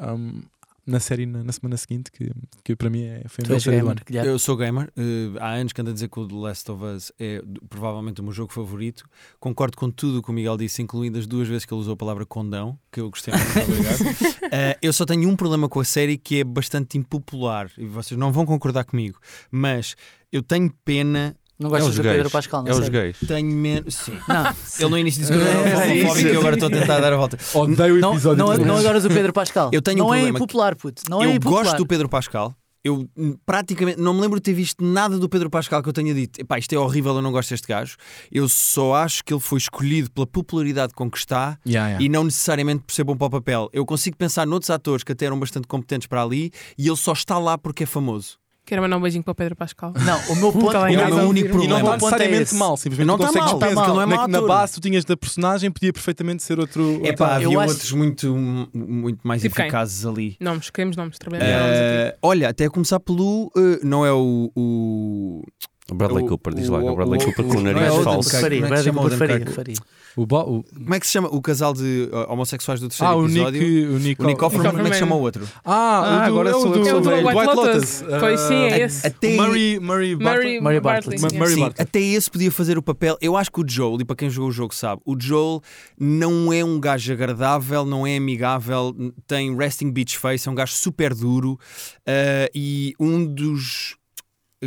Speaker 6: hum, na série na, na semana seguinte, que, que para mim é,
Speaker 4: Tu
Speaker 6: foi a melhor
Speaker 4: és
Speaker 3: um
Speaker 6: série do
Speaker 4: gamer,
Speaker 6: ano.
Speaker 4: Guilherme.
Speaker 1: Eu sou gamer, eh, há anos que ando a dizer que o The Last of Us é d- provavelmente o meu jogo favorito. Concordo com tudo o que o Miguel disse, incluindo as duas vezes que ele usou a palavra condão, que eu gostei muito, obrigado. Eh, eu só tenho um problema com a série que é bastante impopular e vocês não vão concordar comigo, mas eu tenho pena,
Speaker 4: não
Speaker 3: É
Speaker 4: gostas
Speaker 3: os
Speaker 4: do Pedro
Speaker 3: gays.
Speaker 4: Pascal não
Speaker 3: É os
Speaker 4: sei
Speaker 3: gays.
Speaker 1: tenho menos. Sim.
Speaker 4: não
Speaker 1: Ele no início disse que eu era homofóbico e eu agora estou a tentar dar a volta.
Speaker 6: Odeio o
Speaker 4: não,
Speaker 6: episódio
Speaker 4: não,
Speaker 6: três.
Speaker 4: não adoras o Pedro Pascal
Speaker 1: é Eu tenho um
Speaker 4: não é
Speaker 1: problema.
Speaker 4: impopular puto não é
Speaker 1: eu
Speaker 4: impopular
Speaker 1: gosto do Pedro Pascal. Eu hum, praticamente não me lembro de ter visto nada do Pedro Pascal que eu tenha dito. Epá, isto é horrível, eu não gosto deste gajo. Eu só acho que ele foi escolhido pela popularidade com que está
Speaker 6: Yeah, yeah.
Speaker 1: e não necessariamente por ser bom para o papel. Eu consigo pensar noutros atores que até eram bastante competentes para ali e ele só está lá porque é famoso.
Speaker 5: Quero mandar um beijinho para o Pedro Pascal.
Speaker 4: Não, o meu ponto
Speaker 5: lá em
Speaker 1: É
Speaker 4: não,
Speaker 1: o
Speaker 5: casa.
Speaker 1: meu único
Speaker 6: E
Speaker 1: problema.
Speaker 6: não
Speaker 4: meu
Speaker 6: está
Speaker 4: ponto é
Speaker 6: necessariamente
Speaker 4: esse.
Speaker 6: mal, simplesmente
Speaker 1: Não
Speaker 6: tu
Speaker 1: está
Speaker 6: consegues
Speaker 1: mal,
Speaker 6: pensar.
Speaker 1: porque não é
Speaker 6: na,
Speaker 1: mau
Speaker 6: na
Speaker 1: ator.
Speaker 6: base tu tinhas da personagem, podia perfeitamente ser outro.
Speaker 1: É pá,
Speaker 4: Então, Eu
Speaker 1: havia
Speaker 4: acho-
Speaker 1: outros muito, muito mais
Speaker 5: Tipo quem?
Speaker 1: eficazes ali.
Speaker 5: Nomes, queremos nomes, trabalhamos
Speaker 1: Eh,
Speaker 5: nomes aqui.
Speaker 1: olha, até a começar pelo. eh, não é o. o-
Speaker 3: O Bradley
Speaker 1: o-
Speaker 3: Cooper, diz
Speaker 1: o-
Speaker 3: lá. O Bradley
Speaker 1: o-
Speaker 3: Cooper com
Speaker 1: o-
Speaker 3: o
Speaker 1: não é
Speaker 3: nariz
Speaker 1: o- Como
Speaker 3: falso.
Speaker 1: é que
Speaker 4: Faria,
Speaker 1: se
Speaker 4: Bradley
Speaker 1: chama o
Speaker 4: Cooper faria,
Speaker 1: Dunkirk?
Speaker 4: faria.
Speaker 6: O Bo- o-
Speaker 1: Como é que se chama o casal de eh, homossexuais do terceiro
Speaker 6: Ah, o Nick.
Speaker 1: episódio?
Speaker 6: O Nick,
Speaker 1: O Nick Offerman,
Speaker 5: Nick
Speaker 1: como é que se chama o
Speaker 5: Offerman.
Speaker 1: outro?
Speaker 6: Ah,
Speaker 2: Ah,
Speaker 6: o do,
Speaker 2: agora
Speaker 6: é o
Speaker 2: sou eu
Speaker 6: do,
Speaker 2: que
Speaker 5: É o do
Speaker 2: White
Speaker 5: White Lotus. Pois sim, é
Speaker 6: Ah,
Speaker 5: esse.
Speaker 1: Até,
Speaker 6: Murray, Murray, Bartlett.
Speaker 5: Murray Bartley.
Speaker 4: Murray Bartley.
Speaker 5: sim.
Speaker 6: Murray
Speaker 1: sim,
Speaker 6: Bartlett.
Speaker 1: até esse podia fazer o papel. Eu acho que o Joel, e para quem jogou o jogo sabe, o Joel não é um gajo agradável, não é amigável, tem resting bitch face, é um gajo super duro. ah, e um dos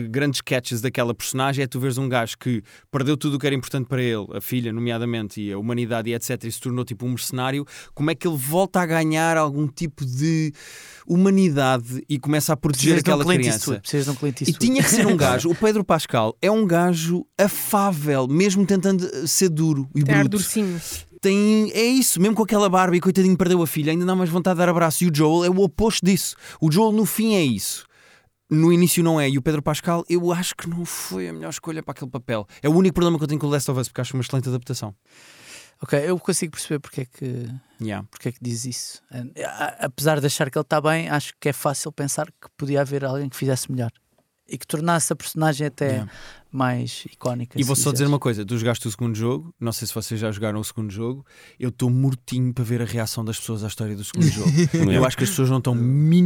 Speaker 1: grandes catches daquela personagem é tu veres um gajo que perdeu tudo o que era importante para ele, a filha, nomeadamente, e a humanidade, e etc., e se tornou tipo um mercenário, como é que ele volta a ganhar algum tipo de humanidade e começa a proteger
Speaker 4: Precisas de um
Speaker 1: aquela
Speaker 4: Clint
Speaker 1: criança?
Speaker 4: Eastwood, Precisas de um Clint
Speaker 1: E
Speaker 4: Eastwood.
Speaker 1: tinha que ser um gajo. O Pedro Pascal é um gajo afável, mesmo tentando eh, ser duro e
Speaker 5: Tem ar
Speaker 1: bruto.
Speaker 5: durcinho.
Speaker 1: Tem, é isso, mesmo com aquela barba e coitadinho perdeu a filha, ainda dá mais vontade de dar abraço. E o Joel é o oposto disso. O Joel no fim é isso. No início não é. E o Pedro Pascal, eu acho que não foi a melhor escolha para aquele papel. É o único problema que eu tenho com o Last of Us, porque acho uma excelente adaptação.
Speaker 4: Ok, eu consigo perceber porque é que,
Speaker 1: Yeah.
Speaker 4: porque é que diz isso. A- a- Apesar de achar que ele está bem, acho que é fácil pensar que podia haver alguém que fizesse melhor e que tornasse a personagem até
Speaker 1: Yeah.
Speaker 4: mais icónica.
Speaker 1: E
Speaker 4: se
Speaker 1: vou só
Speaker 4: quiseres.
Speaker 1: dizer uma coisa: tu jogaste o segundo jogo, não sei se vocês já jogaram o segundo jogo. Eu estou mortinho para ver a reação das pessoas à história do segundo jogo. Eu acho que as pessoas não estão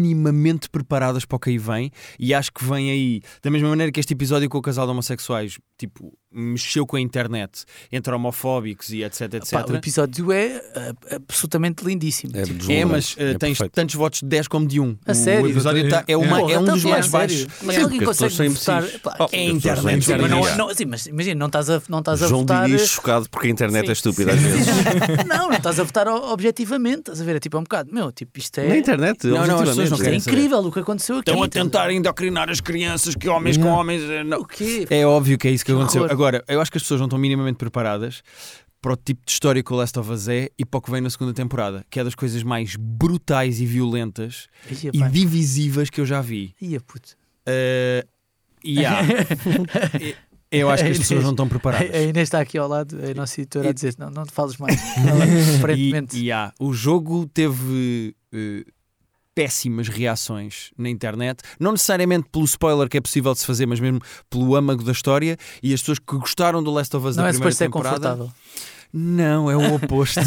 Speaker 1: minimamente preparadas para o que aí vem e acho que vem aí, da mesma maneira que este episódio com o casal de homossexuais, tipo, mexeu com a internet entre homofóbicos e etc, etc.
Speaker 4: Pá, o episódio é ah, absolutamente lindíssimo.
Speaker 3: É,
Speaker 1: é,
Speaker 3: deslumbrante,
Speaker 1: mas eh,
Speaker 3: é
Speaker 1: tens
Speaker 3: perfeito.
Speaker 1: tantos votos de 10 como de 1.
Speaker 4: A sério?
Speaker 1: O episódio tá- é, uma-
Speaker 4: Porra,
Speaker 1: é um
Speaker 4: então,
Speaker 1: dos
Speaker 4: pá,
Speaker 1: mais
Speaker 4: sério.
Speaker 1: baixos.
Speaker 4: Mas
Speaker 3: Sim,
Speaker 4: alguém
Speaker 3: porque as pessoas são
Speaker 4: consegue votar.
Speaker 3: imbecis.
Speaker 4: Pá,
Speaker 3: Oh,
Speaker 4: é
Speaker 3: as pessoas são
Speaker 4: internet.
Speaker 3: imbecis.
Speaker 4: Mas, não,
Speaker 3: Yeah.
Speaker 4: não, sim, mas imagina, não estás a, não estás a
Speaker 3: João
Speaker 4: votar.
Speaker 3: Diniz chocado porque a internet
Speaker 5: Sim,
Speaker 3: é estúpida às vezes.
Speaker 4: Não, não estás a votar o- objetivamente. Estás a ver? É tipo, é um bocado. Meu, tipo, isto é.
Speaker 3: Na internet,
Speaker 1: Não, não, as pessoas não
Speaker 3: objetivamente.
Speaker 4: É
Speaker 1: querem.
Speaker 4: incrível o que aconteceu aqui.
Speaker 1: Estão a tentar endocrinar as crianças que homens com homens. eh, não.
Speaker 4: O quê?
Speaker 1: É óbvio que é isso que, aconteceu.
Speaker 4: horror.
Speaker 1: Agora, eu acho que as pessoas não estão minimamente preparadas para o tipo de história que o Last of Us é e para o que vem na segunda temporada, que é das coisas mais brutais e violentas
Speaker 4: Ia,
Speaker 1: e
Speaker 4: pá.
Speaker 1: divisivas que eu já vi.
Speaker 4: Ia, puto.
Speaker 1: Uh, yeah. eu acho que
Speaker 4: É
Speaker 1: as pessoas não estão
Speaker 4: A
Speaker 1: preparadas.
Speaker 4: a Inês está aqui ao lado, a nossa editora, a dizer: não, não te fales mais. Ela,
Speaker 1: E,
Speaker 4: aparentemente.
Speaker 1: e há. O jogo teve eh, péssimas reações na internet, não necessariamente pelo spoiler que é possível de se fazer, mas mesmo pelo âmago da história e as pessoas que gostaram do Last of Us
Speaker 4: não
Speaker 1: da
Speaker 4: é
Speaker 1: primeira
Speaker 4: suposto ser
Speaker 1: temporada.
Speaker 4: confortável.
Speaker 1: Não, é o oposto.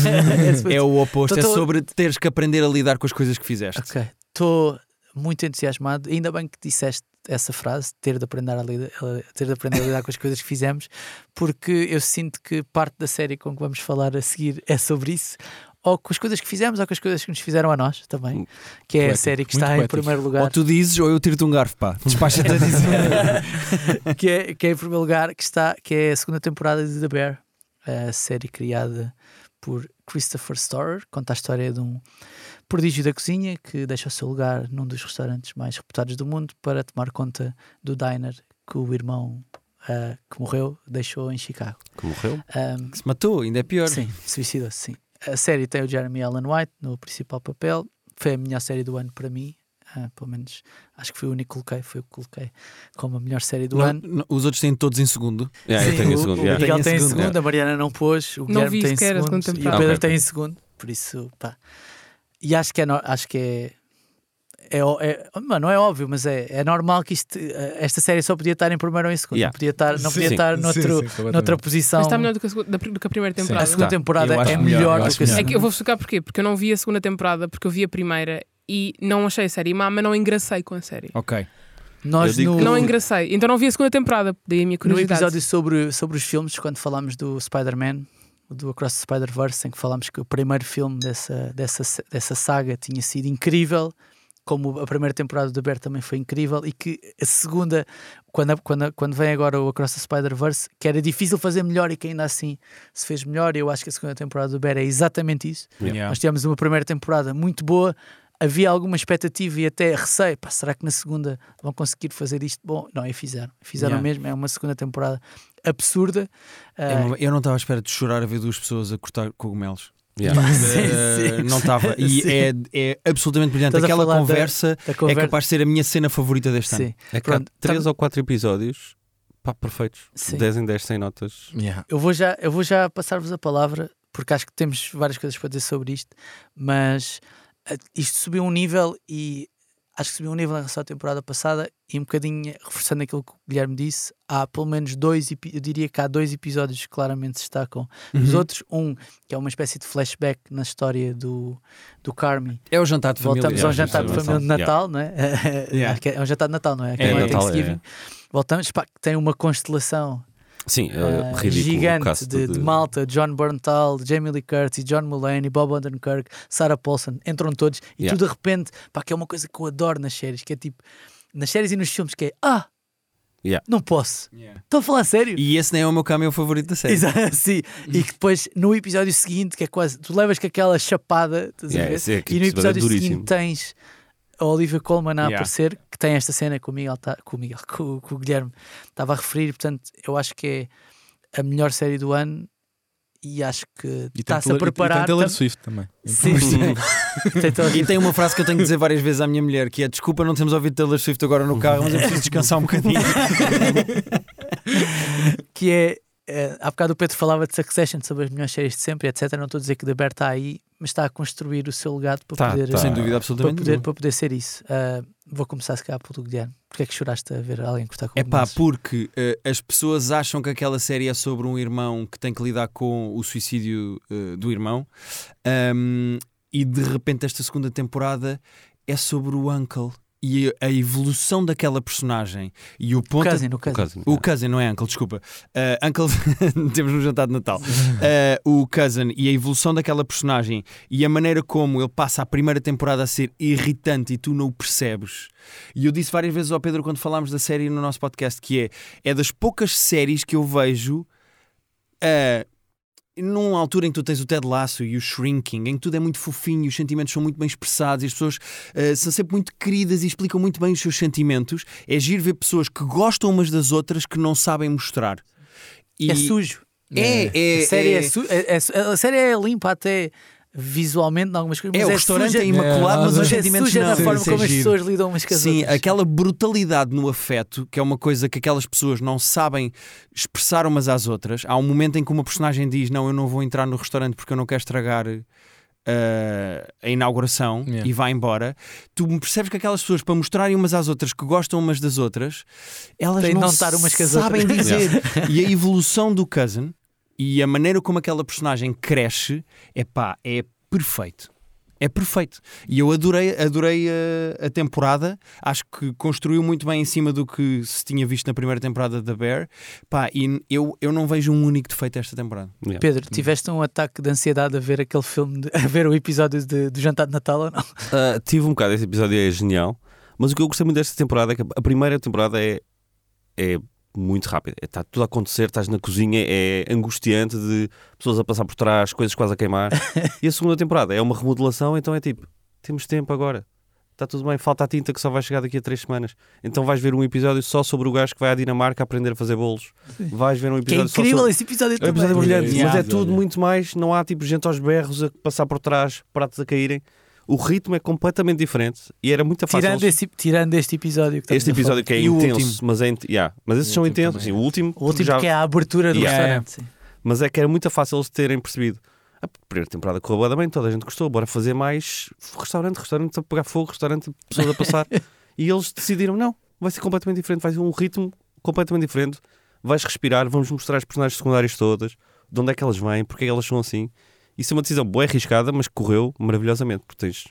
Speaker 1: é o oposto. É
Speaker 4: Tô- tô-
Speaker 1: sobre teres que aprender a lidar com as coisas que fizeste.
Speaker 4: Então, Ok, estou muito entusiasmado. Ainda bem que disseste essa frase, ter de, aprender a lidar, a- ter de aprender a lidar com as coisas que fizemos, porque eu sinto que parte da série com que vamos falar a seguir é sobre isso. Ou com as coisas que fizemos, ou com as coisas que nos fizeram a nós também, que é a
Speaker 6: Hum. Poético,
Speaker 4: série que
Speaker 6: muito
Speaker 4: está em
Speaker 6: poético.
Speaker 4: primeiro
Speaker 1: Ou
Speaker 4: lugar.
Speaker 1: tu dizes, ou eu tiro-te um garfo, pá.
Speaker 4: Hum.
Speaker 1: Despacha-te a dizer.
Speaker 4: que, é, que é em primeiro lugar, que, está, que é a segunda temporada de The Bear, a série criada por Christopher Storer, conta a história de um prodígio da cozinha que deixa o seu lugar num dos restaurantes mais reputados do mundo para tomar conta do diner que o irmão ah, que morreu deixou em Chicago.
Speaker 3: Que morreu.
Speaker 4: Ahm,
Speaker 1: Se matou, ainda é pior.
Speaker 4: Sim, suicidou-se, sim. A série tem o Jeremy Allen White no principal papel. Foi a melhor série do ano para mim. Ah, pelo menos acho que foi o único que coloquei, foi o que coloquei como a melhor série do
Speaker 1: Não-
Speaker 4: ano.
Speaker 1: não- os outros têm todos em segundo.
Speaker 3: Yeah, eu
Speaker 4: Sim,
Speaker 3: tenho
Speaker 4: o,
Speaker 3: o segundo.
Speaker 4: o
Speaker 3: yeah.
Speaker 4: Miguel
Speaker 1: Tenho
Speaker 4: tem em
Speaker 1: segundo.
Speaker 4: segundo, a Mariana não pôs, o Guilherme
Speaker 5: vi
Speaker 4: tem em
Speaker 5: sequer a
Speaker 4: segundo
Speaker 5: segunda
Speaker 4: e o
Speaker 5: temporada.
Speaker 4: Pedro
Speaker 3: Ah, ok.
Speaker 4: tem em segundo. Por isso, pá. E acho que é, no- acho que é, é, ó- é- mano, não é óbvio, mas é, é normal que isto, eh, esta série só podia estar em primeiro ou em segundo.
Speaker 3: Yeah.
Speaker 4: Não podia estar, não
Speaker 6: Sim,
Speaker 4: podia
Speaker 3: sim.
Speaker 4: estar
Speaker 6: Sim,
Speaker 4: noutro,
Speaker 6: sim, completamente.
Speaker 4: noutra posição.
Speaker 5: Mas está melhor do que a, segu- da- do que a primeira
Speaker 6: Sim.
Speaker 5: temporada.
Speaker 4: a segunda
Speaker 6: Está.
Speaker 4: temporada
Speaker 6: Eu acho
Speaker 4: é
Speaker 6: melhor,
Speaker 4: melhor
Speaker 6: eu
Speaker 4: do
Speaker 6: acho
Speaker 4: que a
Speaker 6: melhor.
Speaker 5: É
Speaker 4: segunda.
Speaker 5: que eu vou explicar porquê. Porque eu não vi a segunda temporada, porque eu vi a primeira e não achei a série má, mas não engracei com a série.
Speaker 1: Ok.
Speaker 4: Nós
Speaker 3: Eu digo
Speaker 4: no,
Speaker 3: que
Speaker 5: Não engracei. Então não vi a segunda temporada. Daí a minha
Speaker 4: no
Speaker 5: curiosidade.
Speaker 4: episódio sobre, sobre os filmes, quando falámos do Spider-Man, do Across the Spider-Verse, em que falámos que o primeiro filme dessa, dessa, dessa saga tinha sido incrível, como a primeira temporada do Bear também foi incrível, e que a segunda, quando, a- quando, a- quando vem agora o Across the Spider-Verse, que era difícil fazer melhor e que ainda assim se fez melhor, e eu acho que a segunda temporada do Bear é exatamente isso. Nós tivemos uma primeira temporada muito boa, havia alguma expectativa e até receio. Pá, será que na segunda vão conseguir fazer isto? Bom, não, e fizeram. Fizeram
Speaker 1: Yeah.
Speaker 4: mesmo. É uma segunda temporada absurda.
Speaker 1: É
Speaker 4: Ah,
Speaker 1: uma- Eu não estava à espera de chorar a ver duas pessoas a cortar cogumelos.
Speaker 3: Yeah.
Speaker 1: Eh,
Speaker 4: sim.
Speaker 1: Não estava. E
Speaker 4: Sim.
Speaker 1: é, é absolutamente brilhante.
Speaker 4: Estás a
Speaker 1: Aquela
Speaker 4: falar da-
Speaker 1: conversa,
Speaker 4: Da
Speaker 1: é
Speaker 4: conversa-
Speaker 1: capaz de ser a minha cena favorita deste ano.
Speaker 4: Sim.
Speaker 3: É que há
Speaker 4: Pronto,
Speaker 3: três
Speaker 4: tam-
Speaker 3: ou quatro episódios, pá, perfeitos.
Speaker 4: Sim.
Speaker 3: 10 em 10 sem notas.
Speaker 6: Yeah.
Speaker 4: Eu vou já, eu vou já passar-vos a palavra, porque acho que temos várias coisas para dizer sobre isto, mas eh, isto subiu um nível e acho que subiu um nível em relação à temporada passada e um bocadinho reforçando aquilo que o Guilherme disse, há pelo menos dois, epi- eu diria que há dois episódios que claramente se destacam.
Speaker 1: Uhum.
Speaker 4: Os outros, um que é uma espécie de flashback na história do, do Carmi.
Speaker 1: É o jantar de família.
Speaker 4: Voltamos ao
Speaker 3: Yeah,
Speaker 4: jantar de
Speaker 3: justo,
Speaker 4: família de
Speaker 3: Natal.
Speaker 4: Natal, não é?
Speaker 1: assim. Yeah.
Speaker 4: É um jantar de Natal, não é? Que
Speaker 1: É,
Speaker 4: não
Speaker 1: Natal,
Speaker 3: é,
Speaker 4: Thanksgiving. Voltamos, pá, que tem uma constelação
Speaker 3: Sim, é
Speaker 4: eh,
Speaker 3: ridículo. o
Speaker 4: gigante
Speaker 3: cast
Speaker 4: de, de Malta, John Berntal, Jamie Lee Curtis, John Mulaney, Bob Odenkirk, Sarah Paulson, entram todos e
Speaker 3: Yeah.
Speaker 4: tu de repente, pá, que é uma coisa que eu adoro nas séries, que é tipo, nas séries e nos filmes, que é, ah,
Speaker 3: Yeah.
Speaker 4: não posso, estou a falar a sério.
Speaker 1: E esse nem é o meu caminho favorito da série.
Speaker 4: Exato, sim. E que depois no episódio seguinte, que é quase, tu levas com aquela chapada, estás a
Speaker 3: Yeah,
Speaker 4: ver?
Speaker 3: esse é que-
Speaker 4: e no
Speaker 3: esse episódio é
Speaker 4: episódio
Speaker 3: duríssimo.
Speaker 4: seguinte tens a Olivia Colman a
Speaker 1: Yeah.
Speaker 4: aparecer, que tem esta cena que o Miguel, tá, com, o Miguel que, o, que o Guilherme estava a referir, portanto, eu acho que é a melhor série do ano e acho que
Speaker 6: E tem
Speaker 4: está-se a
Speaker 6: Taylor- e- E
Speaker 4: preparar.
Speaker 6: tem Taylor
Speaker 4: tam-
Speaker 6: Swift também.
Speaker 4: Sim, sim. Tem Taylor-
Speaker 1: E tem uma frase que eu tenho que dizer várias vezes à minha mulher que é desculpa não termos ouvido Taylor Swift agora no carro, mas eu preciso descansar um bocadinho.
Speaker 4: que é, eh, há bocado o Pedro falava de Succession sobre as melhores séries de sempre, etc. Não estou a dizer que The Bear está aí, mas está a construir o seu legado para
Speaker 3: Tá,
Speaker 4: poder
Speaker 3: tá.
Speaker 1: Sem dúvida,
Speaker 4: para
Speaker 1: absolutamente.
Speaker 4: poder, para poder ser isso. Ah, vou começar se calhar pelo Guilherme. Porquê é que choraste a ver alguém cortar com
Speaker 1: É pá, porque eh, as pessoas acham que aquela série é sobre um irmão que tem que lidar com o suicídio eh, do irmão, Ahm, e de repente esta segunda temporada é sobre o Uncle e a evolução daquela personagem e o
Speaker 4: no
Speaker 1: ponto. é
Speaker 4: caso, no
Speaker 3: O
Speaker 4: caso.
Speaker 3: cousin.
Speaker 1: O Cousin, não é Uncle, desculpa. Ah, uncle, temos um jantar de Natal. Ah, o Cousin e a evolução daquela personagem e a maneira como ele passa a primeira temporada a ser irritante e tu não o percebes. E eu disse várias vezes ao Pedro quando falámos da série no nosso podcast que é, é das poucas séries que eu vejo ah, numa altura em que tu tens o Ted Lasso e o Shrinking, em que tudo é muito fofinho, os sentimentos são muito bem expressados e as pessoas eh, são sempre muito queridas e explicam muito bem os seus sentimentos, é giro ver pessoas que gostam umas das outras que não sabem mostrar. E
Speaker 4: É sujo.
Speaker 1: É, é,
Speaker 4: a, série é,
Speaker 1: é-
Speaker 4: su- é- é su- a série é limpa até visualmente em algumas coisas.
Speaker 1: É,
Speaker 4: mas
Speaker 1: o
Speaker 4: é
Speaker 1: restaurante
Speaker 4: suja,
Speaker 1: é imaculado,
Speaker 6: É,
Speaker 1: mas os
Speaker 4: mas é
Speaker 1: sentimentos
Speaker 4: suja
Speaker 1: não.
Speaker 4: da
Speaker 6: Sim,
Speaker 4: forma
Speaker 6: isso é
Speaker 4: como as
Speaker 6: giro.
Speaker 4: pessoas lidam umas com as
Speaker 1: Sim,
Speaker 4: outras.
Speaker 1: aquela brutalidade no afeto, que é uma coisa que aquelas pessoas não sabem expressar umas às outras. Há um momento em que uma personagem diz: Não, eu não vou entrar no restaurante porque eu não quero estragar. eh, a inauguração
Speaker 6: Yeah.
Speaker 1: e vai embora, tu percebes que aquelas pessoas, para mostrarem umas às outras que gostam umas das outras, elas
Speaker 4: Tem de
Speaker 1: não,
Speaker 4: não estar umas com as
Speaker 1: sabem
Speaker 4: outras.
Speaker 1: dizer. e a evolução do cousin e a maneira como aquela personagem cresce é pá, é perfeito. É perfeito. E eu adorei, adorei eh, a, a temporada. Acho que construiu muito bem em cima do que se tinha visto na primeira temporada da Bear. Pá, e eu, eu não vejo um único defeito esta temporada.
Speaker 3: Yeah.
Speaker 4: Pedro, tiveste um ataque de ansiedade a ver aquele filme, de- a ver o episódio de- do jantar de Natal ou não?
Speaker 3: Ah, tive um bocado, esse episódio é genial. Mas o que eu gostei muito desta temporada é que a primeira temporada é, é muito rápida. Está tudo a acontecer, estás na cozinha, é angustiante de pessoas a passar por trás, coisas quase a queimar. e a segunda temporada é uma remodelação, então é tipo, temos tempo agora. Está tudo bem, falta a tinta que só vai chegar daqui a três semanas. Então vais ver um episódio só sobre o gajo que vai à Dinamarca aprender a fazer bolos. Vais ver um
Speaker 4: Que é
Speaker 3: episódio só
Speaker 4: incrível
Speaker 3: sobre...
Speaker 4: esse episódio
Speaker 3: É um episódio
Speaker 4: também.
Speaker 3: brilhante,
Speaker 1: Yeah.
Speaker 3: mas é tudo muito mais. Não há tipo gente aos berros a passar por trás, pratos a caírem. O ritmo é completamente diferente e era muito fácil.
Speaker 4: Tirando, esse, tirando este episódio que
Speaker 3: este
Speaker 4: estamos a falar.
Speaker 3: episódio que é
Speaker 1: E o
Speaker 3: intenso,
Speaker 1: último.
Speaker 3: mas, é, int- yeah, mas esses
Speaker 6: O
Speaker 3: são
Speaker 6: último
Speaker 3: intensos.
Speaker 6: também.
Speaker 3: Sim, o último,
Speaker 4: O último
Speaker 3: já-
Speaker 4: que é a abertura do
Speaker 3: Yeah.
Speaker 4: restaurante. sim.
Speaker 3: mas é que era muito fácil eles terem percebido. A primeira temporada correu bué da bem, toda a gente gostou. Bora fazer mais restaurante, restaurante a pegar fogo, restaurante, pessoas a passar. e eles decidiram: não, vai ser completamente diferente, vai ser um ritmo completamente diferente. Vais respirar, vamos mostrar as personagens secundárias todas, de onde é que elas vêm, porque é que elas são assim. Isso é uma decisão boa arriscada, mas que correu maravilhosamente, porque tens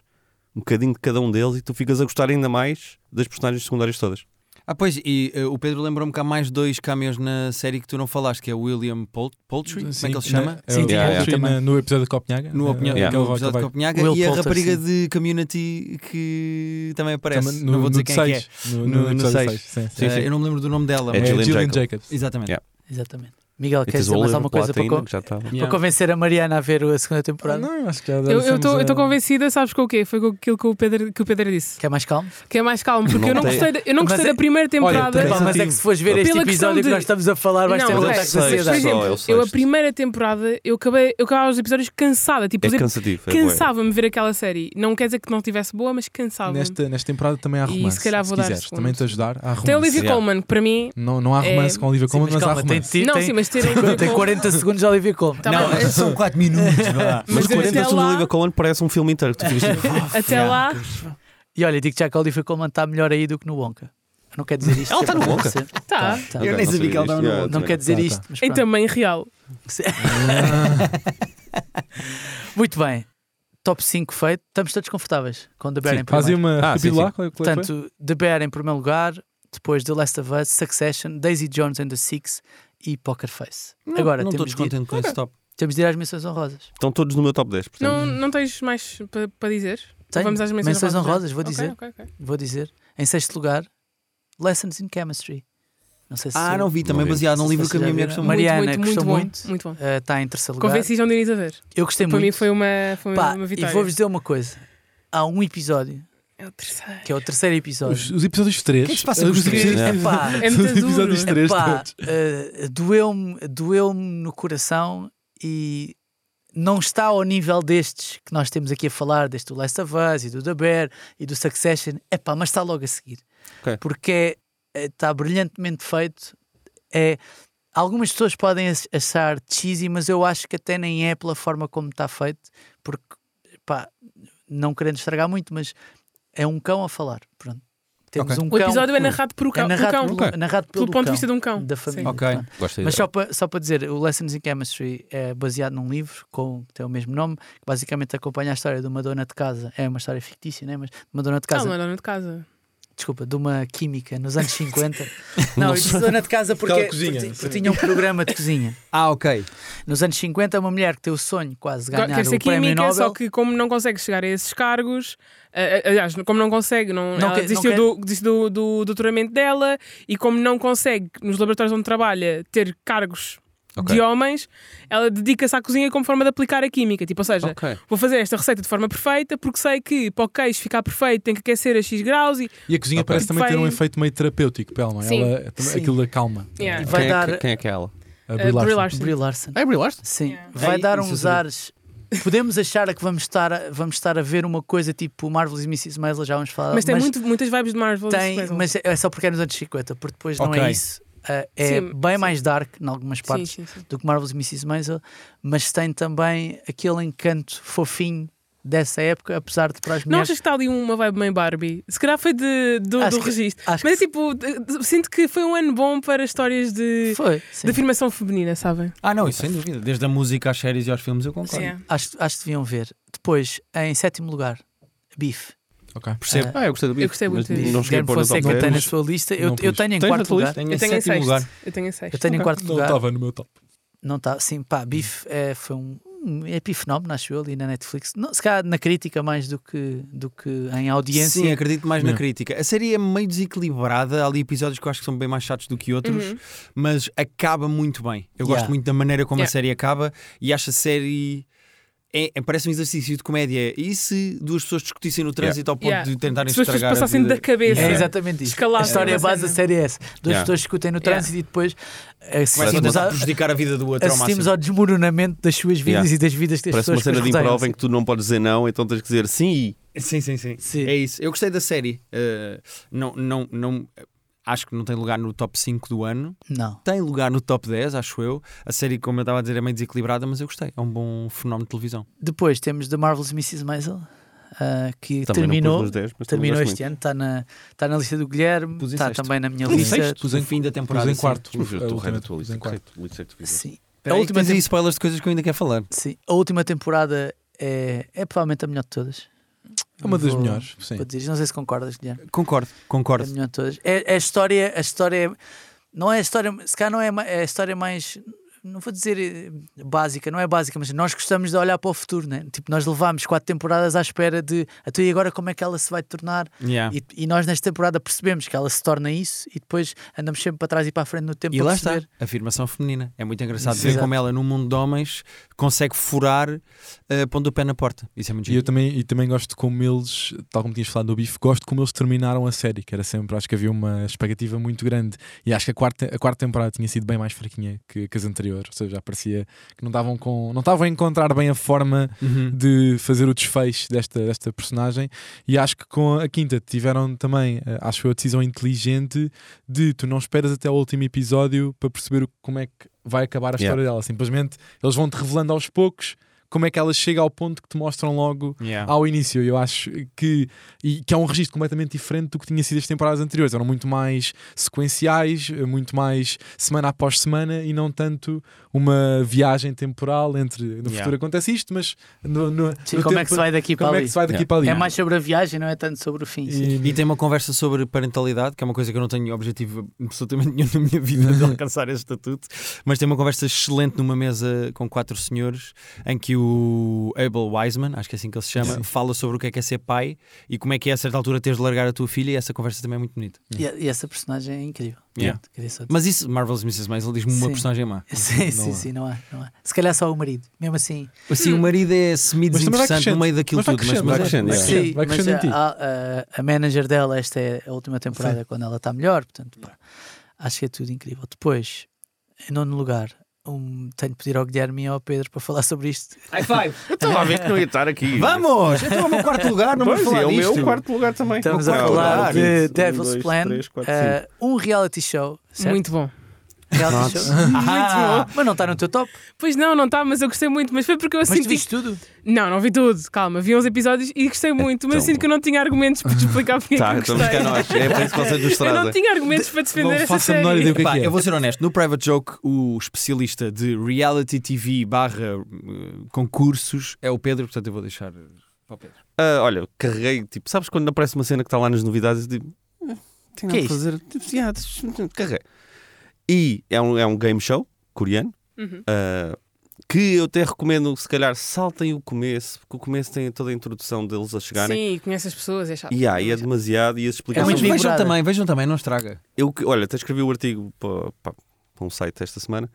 Speaker 3: um bocadinho de cada um deles e tu ficas a gostar ainda mais das personagens secundárias todas.
Speaker 1: Ah, pois, e eh, o Pedro lembrou-me que há mais dois cameos na série que tu não falaste, que é o William Pol Poultry, como é que ele se chama?
Speaker 6: É,
Speaker 4: Sim,
Speaker 6: o-
Speaker 3: tinha
Speaker 6: é,
Speaker 3: outro
Speaker 6: sim,
Speaker 4: também.
Speaker 6: na- no episódio de Copenhaga.
Speaker 1: No,
Speaker 6: É,
Speaker 1: opinião,
Speaker 6: é,
Speaker 1: no
Speaker 6: aquele
Speaker 1: episódio de
Speaker 6: vai-
Speaker 1: Copenhaga
Speaker 4: Will
Speaker 1: e a
Speaker 4: Poulter,
Speaker 1: rapariga
Speaker 4: sim.
Speaker 1: de Community que também aparece.
Speaker 6: também
Speaker 1: não vou dizer
Speaker 6: de
Speaker 1: quem é que
Speaker 6: seis,
Speaker 1: é.
Speaker 6: No,
Speaker 1: No- no
Speaker 6: episódio
Speaker 1: seis.
Speaker 6: seis, sim.
Speaker 3: Sim,
Speaker 1: Eh,
Speaker 3: sim.
Speaker 1: Eu não me lembro do nome dela.
Speaker 3: É
Speaker 1: mas-
Speaker 6: É
Speaker 3: Gillian
Speaker 6: Gillian
Speaker 3: Jacobs.
Speaker 6: Jacobs.
Speaker 1: Exatamente.
Speaker 3: Yeah.
Speaker 4: Exatamente. Miguel,
Speaker 3: E tens
Speaker 4: queres
Speaker 3: o
Speaker 4: dizer mais
Speaker 3: Oliver
Speaker 4: alguma
Speaker 3: Platt
Speaker 4: coisa para,
Speaker 3: ainda,
Speaker 4: con-
Speaker 3: que já tá- está.
Speaker 4: para convencer a Mariana a ver a segunda temporada?
Speaker 6: Não, acho que
Speaker 5: Eu estou convencida, sabes com o quê? Foi com aquilo que o Pedro, que o Pedro disse.
Speaker 4: Que é mais calmo?
Speaker 5: Que é mais calmo, porque
Speaker 3: Não
Speaker 5: eu não
Speaker 3: tem-
Speaker 5: gostei, da- eu não
Speaker 4: Mas
Speaker 5: gostei
Speaker 4: é-
Speaker 5: da primeira temporada.
Speaker 4: Pá, mas é que
Speaker 6: cansativo.
Speaker 4: se fores ver este
Speaker 5: Pela questão
Speaker 4: episódio que
Speaker 5: de-
Speaker 4: nós estamos a falar, vais
Speaker 5: Não,
Speaker 4: ter um
Speaker 5: mas é
Speaker 4: ataque de
Speaker 3: sexto,
Speaker 5: Por
Speaker 4: ansiedade.
Speaker 3: só,
Speaker 5: exemplo,
Speaker 3: é o
Speaker 5: eu a
Speaker 3: sexto.
Speaker 5: primeira temporada, eu, acabei, eu acabava os episódios cansada. Tipo,
Speaker 3: É
Speaker 5: os ep-
Speaker 3: cansativo. é bué.
Speaker 5: cansava-me ver aquela série. Não quer dizer que não estivesse boa, mas cansava-me.
Speaker 6: Nesta, nesta temporada também há
Speaker 5: E
Speaker 6: romance.
Speaker 5: se calhar vou dar
Speaker 6: quiseres,
Speaker 5: segundos.
Speaker 6: também te ajudar. Há romance.
Speaker 5: Tem a Olivia
Speaker 3: Yeah.
Speaker 5: Colman, que para mim.
Speaker 6: Não, não há romance
Speaker 5: É,
Speaker 6: com a Olivia
Speaker 4: Sim,
Speaker 6: Coleman,
Speaker 4: mas
Speaker 6: mas, há
Speaker 4: calma, tem,
Speaker 6: romance.
Speaker 4: tem,
Speaker 5: não,
Speaker 4: tem,
Speaker 5: sim, mas ter a Olivia
Speaker 4: tem
Speaker 5: Colman-
Speaker 4: 40 segundos de Olivier Colman.
Speaker 5: Tá
Speaker 2: Não,
Speaker 5: bem,
Speaker 2: esses são 4 minutos. vá.
Speaker 3: Mas
Speaker 5: Mas
Speaker 3: 40
Speaker 5: até
Speaker 3: segundos do
Speaker 5: lá,
Speaker 3: Oliver Cohen parece um filme inteiro. que tu viste.
Speaker 5: até lá
Speaker 4: E olha, digo já que a Olivia Colman está melhor aí do que no Wonka. Não quer dizer isto.
Speaker 3: Ela
Speaker 4: que é
Speaker 3: tá no
Speaker 4: para
Speaker 3: Wonka?
Speaker 4: acontecer.
Speaker 5: Tá.
Speaker 3: Ok,
Speaker 4: tá.
Speaker 2: nem
Speaker 3: não
Speaker 2: sabia que
Speaker 3: sabia
Speaker 2: ele estava
Speaker 3: disto.
Speaker 2: no-
Speaker 3: Yeah,
Speaker 4: Não
Speaker 3: também.
Speaker 4: quer dizer
Speaker 6: Tá, tá.
Speaker 4: isto. é. Mas
Speaker 5: em
Speaker 4: pronto.
Speaker 5: tamanho real.
Speaker 4: Muito bem. Top 5 feito. Estamos todos confortáveis com The Bear
Speaker 5: é
Speaker 4: em
Speaker 6: Fazem
Speaker 4: primeiro.
Speaker 6: uma
Speaker 3: Ah,
Speaker 6: rápido
Speaker 3: sim,
Speaker 6: lá. Qual é, qual é que foi?
Speaker 4: Portanto, The Bear em primeiro lugar, depois The Last of Us, Succession, Daisy Jones and the Six e Poker Face. Agora
Speaker 1: não estou
Speaker 4: temos, de,
Speaker 1: descontente com esse top.
Speaker 4: temos de ir às menções honrosas.
Speaker 3: Estão todos no meu top 10. portanto.
Speaker 5: Não, não tens mais para dizer?
Speaker 4: Tenho.
Speaker 5: Vamos às menções honrosas já?
Speaker 4: honrosas, vou
Speaker 5: Ok,
Speaker 4: dizer.
Speaker 5: ok, ok.
Speaker 4: Vou dizer. Em sexto lugar, Lessons in Chemistry. Não sei se
Speaker 1: Ah, não vi, também
Speaker 3: vi.
Speaker 1: baseado
Speaker 4: Não
Speaker 1: num
Speaker 4: sei
Speaker 1: livro
Speaker 4: se
Speaker 1: que a minha
Speaker 4: já
Speaker 1: mulher
Speaker 4: viram.
Speaker 1: gostou
Speaker 4: Mas-
Speaker 1: muito.
Speaker 4: Mariana,
Speaker 5: muito,
Speaker 4: gostou
Speaker 5: bom,
Speaker 4: muito.
Speaker 5: muito bom.
Speaker 4: eh, está em terceiro lugar.
Speaker 5: Convenci João Diniz a ver.
Speaker 4: Eu gostei
Speaker 5: Para
Speaker 4: muito.
Speaker 5: mim foi uma, foi
Speaker 4: Pá,
Speaker 5: uma
Speaker 4: e
Speaker 5: vitória.
Speaker 4: vou-vos dizer uma coisa. Há um episódio,
Speaker 5: É o terceiro.
Speaker 4: que é o terceiro episódio.
Speaker 6: Os, os episódios 3. O
Speaker 2: que é que se passa com os três?
Speaker 4: Epá,
Speaker 5: É
Speaker 6: São
Speaker 5: muito
Speaker 6: os episódios
Speaker 5: duro.
Speaker 6: 3
Speaker 4: Epá,
Speaker 6: todos.
Speaker 4: eh, doeu-me doeu no coração e não está ao nível destes que nós temos aqui a falar, deste do Last of Us e do The Bear e do Succession, epá, mas está logo a seguir.
Speaker 3: Ok.
Speaker 4: Porque é- está brilhantemente feito. É, algumas pessoas podem ach- achar cheesy, mas eu acho que até nem é pela forma como está feito, porque, epá, não querendo estragar muito, mas é um cão a falar. Pronto. Temos
Speaker 2: Ok.
Speaker 4: um
Speaker 5: O
Speaker 4: cão
Speaker 5: episódio é narrado por o cão.
Speaker 4: é
Speaker 5: por
Speaker 4: narrado,
Speaker 5: cão.
Speaker 4: pelo,
Speaker 6: Ok.
Speaker 4: narrado
Speaker 5: Pelo
Speaker 4: pelo,
Speaker 5: ponto de
Speaker 4: cão,
Speaker 5: vista de um cão.
Speaker 4: da família.
Speaker 1: Ok.
Speaker 4: pronto.
Speaker 3: Gosto
Speaker 4: Mas só para, só para dizer, o Lessons in Chemistry é baseado num livro com que tem o mesmo nome, que basicamente acompanha a história de uma dona de casa. É uma história fictícia, né? mas de uma dona de
Speaker 5: Ah,
Speaker 4: casa,
Speaker 5: não, não, de casa.
Speaker 4: desculpa, de uma química nos anos 50. não, eu disse dona de casa
Speaker 6: Porque
Speaker 4: porque,
Speaker 6: ela cozinha,
Speaker 4: porque, porque tinha um programa de cozinha.
Speaker 2: Ah, ok.
Speaker 4: Nos anos 50, uma mulher que tem o sonho quase de ganhar
Speaker 5: Quer ser
Speaker 4: o prémio
Speaker 5: química, é
Speaker 4: Nobel.
Speaker 5: só que como não consegue chegar a esses cargos, eh, eh, aliás, como não consegue, não,
Speaker 4: Não
Speaker 5: ela
Speaker 4: quer-
Speaker 5: desistiu
Speaker 4: não
Speaker 5: do, desistiu do, do doutoramento dela e como não consegue, nos laboratórios onde trabalha, ter cargos
Speaker 3: Ok.
Speaker 5: de homens, ela dedica-se à cozinha como forma de aplicar a química. Tipo, ou seja,
Speaker 3: Ok.
Speaker 5: vou fazer esta receita de forma perfeita porque sei que para o queijo ficar perfeito tem que aquecer a X graus e.
Speaker 6: E a cozinha
Speaker 3: Ok.
Speaker 6: parece também ter um
Speaker 5: Vai-
Speaker 6: efeito meio terapêutico para ela, não é?
Speaker 5: Sim.
Speaker 6: Ela também-
Speaker 4: Sim.
Speaker 6: Aquilo acalma.
Speaker 5: Yeah.
Speaker 4: Vai
Speaker 3: quem,
Speaker 4: dar-
Speaker 3: é, que- quem é que é ela?
Speaker 6: A
Speaker 5: Eh,
Speaker 6: Brie Larson.
Speaker 5: Brie Larson.
Speaker 4: Brie Larson.
Speaker 3: É Brie Larson?
Speaker 4: Sim,
Speaker 5: Yeah.
Speaker 4: vai
Speaker 1: Ei,
Speaker 4: dar
Speaker 1: isso eu
Speaker 4: uns
Speaker 1: sabia.
Speaker 4: ares. Podemos achar que vamos estar, a, vamos estar a ver uma coisa tipo Marvel's Mrs. Maisel, já vamos falar.
Speaker 5: Mas tem muito- muitas vibes de Marvel.
Speaker 4: Ah, tem,
Speaker 5: isso mesmo.
Speaker 4: mas é só porque é nos anos 50, porque depois não é
Speaker 2: Ok.
Speaker 4: isso. Ah, é
Speaker 5: Sim,
Speaker 4: bem
Speaker 5: sim.
Speaker 4: mais dark em algumas
Speaker 5: sim,
Speaker 4: partes
Speaker 5: sim, sim.
Speaker 4: do que Marvel's Mrs. Maisel, mas tem também aquele encanto fofinho dessa época, apesar de para as
Speaker 5: Não
Speaker 4: mulheres.
Speaker 5: achas que está ali uma vibe meio Barbie? Se calhar foi de, do,
Speaker 4: Acho
Speaker 5: do
Speaker 4: que-
Speaker 5: registro.
Speaker 4: acho
Speaker 5: Mas é
Speaker 4: que
Speaker 5: tipo, de- de- sinto que foi um ano bom para histórias de,
Speaker 4: foi. sim.
Speaker 5: de afirmação feminina, sabem? é.
Speaker 2: Ah, não, isso sem dúvida. Desde a música às séries e aos filmes eu concordo.
Speaker 4: Acho, acho que deviam ver. Depois, em sétimo lugar, Bife.
Speaker 6: Ok.
Speaker 3: Percebo. Ah, eu gostei do
Speaker 5: eu gostei muito
Speaker 3: mas
Speaker 5: disso.
Speaker 3: Não cheguei a
Speaker 4: Guilherme
Speaker 3: pôr no top
Speaker 4: Fonseca tem
Speaker 3: 10.
Speaker 4: na
Speaker 3: mas-
Speaker 4: sua lista. Eu,
Speaker 6: não
Speaker 4: eu
Speaker 6: pus.
Speaker 4: tenho em
Speaker 3: Tens na
Speaker 4: quarto
Speaker 3: tua
Speaker 4: lugar.
Speaker 2: Tenho
Speaker 5: Eu tenho em
Speaker 2: sétimo
Speaker 5: sexto.
Speaker 2: lugar.
Speaker 5: Eu tenho em sexto.
Speaker 4: Eu tenho em quarto
Speaker 6: Não
Speaker 4: lugar.
Speaker 6: estava no meu top.
Speaker 4: Não está, sim, pá, Bife é, foi um, um epifenómeno, acho eu, ali na Netflix. Não, se calhar na crítica mais do que, do que em audiência.
Speaker 1: Sim, acredito mais na
Speaker 6: Não.
Speaker 1: crítica. A série é meio desequilibrada, há ali episódios que eu acho que são bem mais chatos do que
Speaker 5: Uhum.
Speaker 1: outros, mas acaba muito bem. Eu
Speaker 4: Yeah.
Speaker 1: gosto muito da maneira como
Speaker 5: Yeah.
Speaker 1: a série acaba e acho a série. É, é- parece um exercício de comédia. E se duas pessoas discutissem no trânsito ao ponto
Speaker 5: Yeah.
Speaker 1: de tentarem
Speaker 5: Se as pessoas
Speaker 1: estragar a
Speaker 5: passassem
Speaker 1: vida?
Speaker 5: da cabeça.
Speaker 4: É exatamente isso.
Speaker 5: Escalado,
Speaker 4: a história
Speaker 5: é uma
Speaker 4: base da
Speaker 5: cena.
Speaker 4: série é essa. Duas
Speaker 3: Yeah.
Speaker 4: pessoas discutem no trânsito e depois
Speaker 1: Começam a
Speaker 4: assistimos,
Speaker 1: tentar
Speaker 4: ao-
Speaker 1: prejudicar a vida do outro ao
Speaker 4: assistimos
Speaker 1: máximo.
Speaker 4: ao desmoronamento das suas vidas
Speaker 3: Yeah.
Speaker 4: e das vidas das
Speaker 3: Parece uma
Speaker 4: pessoas
Speaker 3: cena de
Speaker 4: que as rodeiam.
Speaker 3: improva em que tu não podes dizer não, então tens que dizer sim e.
Speaker 1: Sim, sim, sim,
Speaker 4: Sim.
Speaker 1: É isso. Eu gostei da série. Uh, não, não, não, acho que não tem lugar no top 5 do ano.
Speaker 4: Não.
Speaker 1: Tem lugar no top 10, acho eu. A série, como eu estava a dizer, é meio desequilibrada, mas eu gostei. É um bom fenómeno de televisão.
Speaker 4: Depois temos The Marvel's Mrs. Maisel, ah,
Speaker 3: Também não
Speaker 4: que
Speaker 3: pus
Speaker 4: terminou,
Speaker 3: nos 10, mas também
Speaker 4: terminou
Speaker 3: gosto
Speaker 4: este ano, está na, está na lista do Guilherme,
Speaker 1: Pus em
Speaker 4: está
Speaker 1: sexto.
Speaker 4: também na minha
Speaker 1: Pus em
Speaker 4: lista.
Speaker 1: sexto, pus em fim da
Speaker 6: Pus
Speaker 1: temporada.
Speaker 6: em
Speaker 1: sim.
Speaker 6: quarto.
Speaker 3: Vamos ver,
Speaker 6: A
Speaker 3: tu
Speaker 6: última-
Speaker 3: reina a tua
Speaker 6: pus
Speaker 3: lista.
Speaker 6: em quarto.
Speaker 3: que lista que Tá, tu fizeste.
Speaker 4: Sim.
Speaker 1: Espera
Speaker 4: A
Speaker 1: aí,
Speaker 4: última
Speaker 1: tens aí
Speaker 4: tem-
Speaker 1: spoilers de coisas que eu ainda quero falar.
Speaker 4: Sim, a última temporada é, é provavelmente a melhor de todas.
Speaker 6: É uma das
Speaker 4: Vou-
Speaker 6: melhores. Sim.
Speaker 4: Vou dizer, não sei se concordas, Guilherme.
Speaker 1: Concordo,
Speaker 4: É a
Speaker 1: concordo.
Speaker 4: melhor de todas. É, é a história, a história não é a história, se calhar não é, ma- é a história mais não vou dizer eh, básica, não é básica, mas nós gostamos de olhar para o futuro, né? Tipo, nós levámos quatro temporadas à espera de até e agora como é que ela se vai tornar.
Speaker 6: É.
Speaker 1: Yeah.
Speaker 4: E, e nós nesta temporada percebemos que ela se torna isso e depois andamos sempre para trás e para a frente no tempo
Speaker 1: E
Speaker 4: a
Speaker 1: lá
Speaker 4: perceber.
Speaker 1: está, afirmação feminina. É muito engraçado
Speaker 4: Sim.
Speaker 1: ver
Speaker 4: Exato.
Speaker 1: como ela, num mundo de homens, consegue furar eh, pondo o pé na porta. Isso é muito
Speaker 6: E eu
Speaker 1: giro.
Speaker 6: também, e também gosto como eles, tal como tinhas falado no bife, gosto como eles terminaram a série, que era sempre, acho que havia uma expectativa muito grande. E acho que a quarta, a quarta temporada tinha sido bem mais fraquinha que, que as anteriores, ou seja, já parecia que não estavam com. não estavam a encontrar bem a forma
Speaker 1: Uhum.
Speaker 6: de fazer o desfecho desta, desta personagem. E acho que com a quinta tiveram também, eh, acho eu, a decisão inteligente de tu não esperas até o último episódio para perceber o- como é que vai acabar a
Speaker 3: Yeah.
Speaker 6: história dela. Simplesmente eles vão-te revelando aos poucos como é que ela chega ao ponto que te mostram logo
Speaker 1: Yeah.
Speaker 6: ao início. Eu acho que, e que é um registro completamente diferente do que tinha sido as temporadas anteriores. Eram muito mais sequenciais, muito mais semana após semana e não tanto uma viagem temporal entre no
Speaker 1: Yeah.
Speaker 6: futuro acontece isto, mas no, no-
Speaker 4: Sim,
Speaker 6: no
Speaker 4: como é
Speaker 6: tempo-
Speaker 4: que se vai daqui para
Speaker 6: como é
Speaker 4: ali?
Speaker 6: que se vai daqui
Speaker 3: Yeah.
Speaker 6: para ali?
Speaker 4: É mais sobre a viagem, não é tanto sobre o fim. sim.
Speaker 1: E
Speaker 6: E,
Speaker 1: tem uma conversa sobre parentalidade, que é uma coisa que eu não tenho objetivo absolutamente nenhum na minha vida de alcançar esse estatuto, mas tem uma conversa excelente numa mesa com quatro senhores em que o Abel Wiseman, acho que é assim que ele se chama,
Speaker 6: Sim.
Speaker 1: fala sobre o que é que é ser pai e como é que é a certa altura teres de largar a tua filha, e essa conversa também é muito bonita.
Speaker 4: E, e essa personagem é incrível.
Speaker 1: Yeah.
Speaker 4: Queria só dizer.
Speaker 1: Mas isso, Marvel's Mrs. Maisel diz-me uma
Speaker 4: Sim.
Speaker 1: personagem má.
Speaker 4: Sim,
Speaker 6: Não
Speaker 4: sim,
Speaker 6: há.
Speaker 4: sim, não há, não há. Se calhar só o marido, mesmo assim.
Speaker 1: Assim, o marido é
Speaker 6: Mas também vai
Speaker 1: semi-desinteressante
Speaker 6: crescendo.
Speaker 1: no meio daquilo
Speaker 6: Mas vai
Speaker 1: tudo, mas,
Speaker 6: crescendo,
Speaker 1: mas
Speaker 3: vai
Speaker 1: é.
Speaker 3: crescendo, yeah.
Speaker 6: Sim,
Speaker 4: Sim,
Speaker 6: vai
Speaker 4: mas
Speaker 6: crescendo em
Speaker 4: a,
Speaker 6: ti.
Speaker 4: a- a- a manager dela, esta é a última temporada quando ela está melhor, portanto, pá, acho que é tudo incrível. Depois, em nono lugar, um- tenho de pedir ao Guilherme e ao Pedro para falar sobre isto.
Speaker 1: High five!
Speaker 3: Estava a ver que não ia estar aqui.
Speaker 1: Vamos! Então é o meu quarto lugar, não vamos
Speaker 3: Pois,
Speaker 1: falar
Speaker 3: é o
Speaker 1: disto.
Speaker 3: meu quarto lugar também.
Speaker 4: Estamos
Speaker 3: Meu
Speaker 4: a
Speaker 3: quarto
Speaker 4: falar
Speaker 3: lugar.
Speaker 4: de
Speaker 3: Um,
Speaker 4: Devil's
Speaker 3: dois,
Speaker 4: Plan,
Speaker 3: três, quatro,
Speaker 4: eh, um reality show, certo?
Speaker 5: Muito bom.
Speaker 4: reality show.
Speaker 1: Ah,
Speaker 4: Mas não está no teu top,
Speaker 5: Pois não, não está, mas eu gostei muito. Mas foi porque eu
Speaker 4: mas
Speaker 5: senti.
Speaker 4: tu viste tudo.
Speaker 5: Não, não vi tudo. Calma, vi uns episódios e gostei muito, mas eu
Speaker 3: tão
Speaker 5: sinto que eu não tinha argumentos para te explicar porque
Speaker 3: Tá,
Speaker 5: é que eu
Speaker 3: estamos
Speaker 5: gostei.
Speaker 3: cá nós. É por isso que vocês nos
Speaker 5: Eu não
Speaker 3: trazem.
Speaker 5: tinha argumentos para
Speaker 6: não
Speaker 5: defender essa
Speaker 6: faço a menor
Speaker 5: série.
Speaker 6: ideia o que é
Speaker 1: Pá,
Speaker 6: que é.
Speaker 1: eu vou ser honesto, no Private Joke, o especialista de reality TV barra eh, concursos é o Pedro, portanto eu vou deixar eh, para o Pedro.
Speaker 3: Ah, olha, carreguei, tipo, sabes quando aparece uma cena que está lá nas novidades, eu digo, "Hum, tenho
Speaker 4: Que é
Speaker 3: nada a fazer, tipo, "Ya, deixa- carreguei. E é um, é um game show coreano
Speaker 5: Uhum.
Speaker 3: ah, que eu até recomendo, se calhar, saltem o começo, porque o começo tem toda a introdução deles a chegarem.
Speaker 5: Sim, conhece as pessoas, é chato.
Speaker 3: E aí é demasiado e as
Speaker 4: É
Speaker 3: explicações.
Speaker 4: muito
Speaker 1: Mas vejam
Speaker 4: vibrada.
Speaker 1: também, vejam também, não estraga.
Speaker 3: eu, que- olha, até escrevi o artigo para, para- para um site esta semana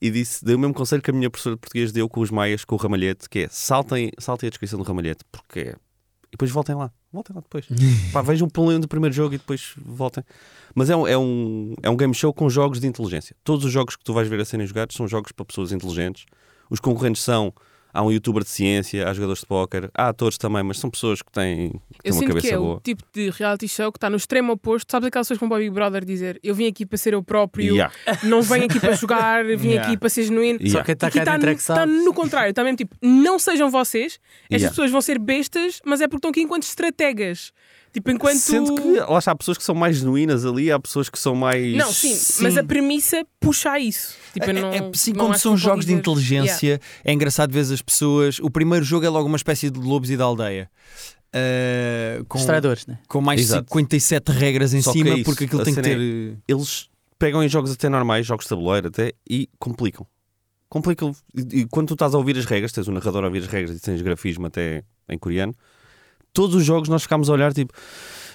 Speaker 3: e disse, dei o mesmo conselho que a minha professora de português deu com os maias, com o ramalhete, que é saltem, saltem a descrição do ramalhete, porque é. E depois voltem lá, voltem lá depois. Pá, vejam pelo menos o primeiro jogo e depois voltem. Mas é um, é, um, é um game show com jogos de inteligência. Todos os jogos que tu vais ver a serem jogados são jogos para pessoas inteligentes. Os concorrentes são. Há um youtuber de ciência, há jogadores de póquer, há atores também, mas são pessoas que têm, que
Speaker 5: Eu
Speaker 3: têm uma
Speaker 5: sinto que
Speaker 3: cabeça
Speaker 5: é
Speaker 3: boa.
Speaker 5: o tipo de reality show que está no extremo oposto. Sabes aquelas pessoas que vão para o Big Brother dizer eu vim aqui para ser eu próprio,
Speaker 3: Yeah,
Speaker 5: não venho aqui para jogar, vim
Speaker 1: Yeah.
Speaker 5: aqui para ser genuíno.
Speaker 3: yeah.
Speaker 4: Só quem está
Speaker 5: Aqui
Speaker 4: cá
Speaker 5: está
Speaker 4: dentro
Speaker 5: no,
Speaker 4: é que sabe.
Speaker 5: está no contrário, está mesmo tipo, não sejam vocês, estas
Speaker 3: Yeah.
Speaker 5: pessoas vão ser bestas, mas é porque estão aqui enquanto estrategas. Tipo, enquanto.
Speaker 3: Sendo que é lá está, há pessoas que são mais genuínas ali, há pessoas que são mais.
Speaker 5: Não, sim, mas a premissa puxa a isso. Tipo, eu não,
Speaker 1: é, é, sim,
Speaker 5: não
Speaker 1: como
Speaker 5: acho
Speaker 1: são
Speaker 6: assim
Speaker 5: que eu
Speaker 1: jogos de
Speaker 5: consigo-
Speaker 1: inteligência, é engraçado ver as pessoas. O primeiro jogo é logo uma espécie de lobos e da aldeia. Eh, com,
Speaker 4: Mostradores, né?
Speaker 1: com mais
Speaker 3: Exato.
Speaker 1: 57 regras em
Speaker 3: Só que é
Speaker 1: cima,
Speaker 3: isso,
Speaker 1: porque aquilo
Speaker 3: a
Speaker 1: tem que
Speaker 3: cena é-
Speaker 1: ter. eh,
Speaker 3: Eles pegam em jogos até normais, jogos de tabuleiro até, e complicam. Complicam. E, e quando tu estás a ouvir as regras, tens o narrador a ouvir as regras e tens grafismo até em coreano, todos os jogos nós ficámos a olhar tipo.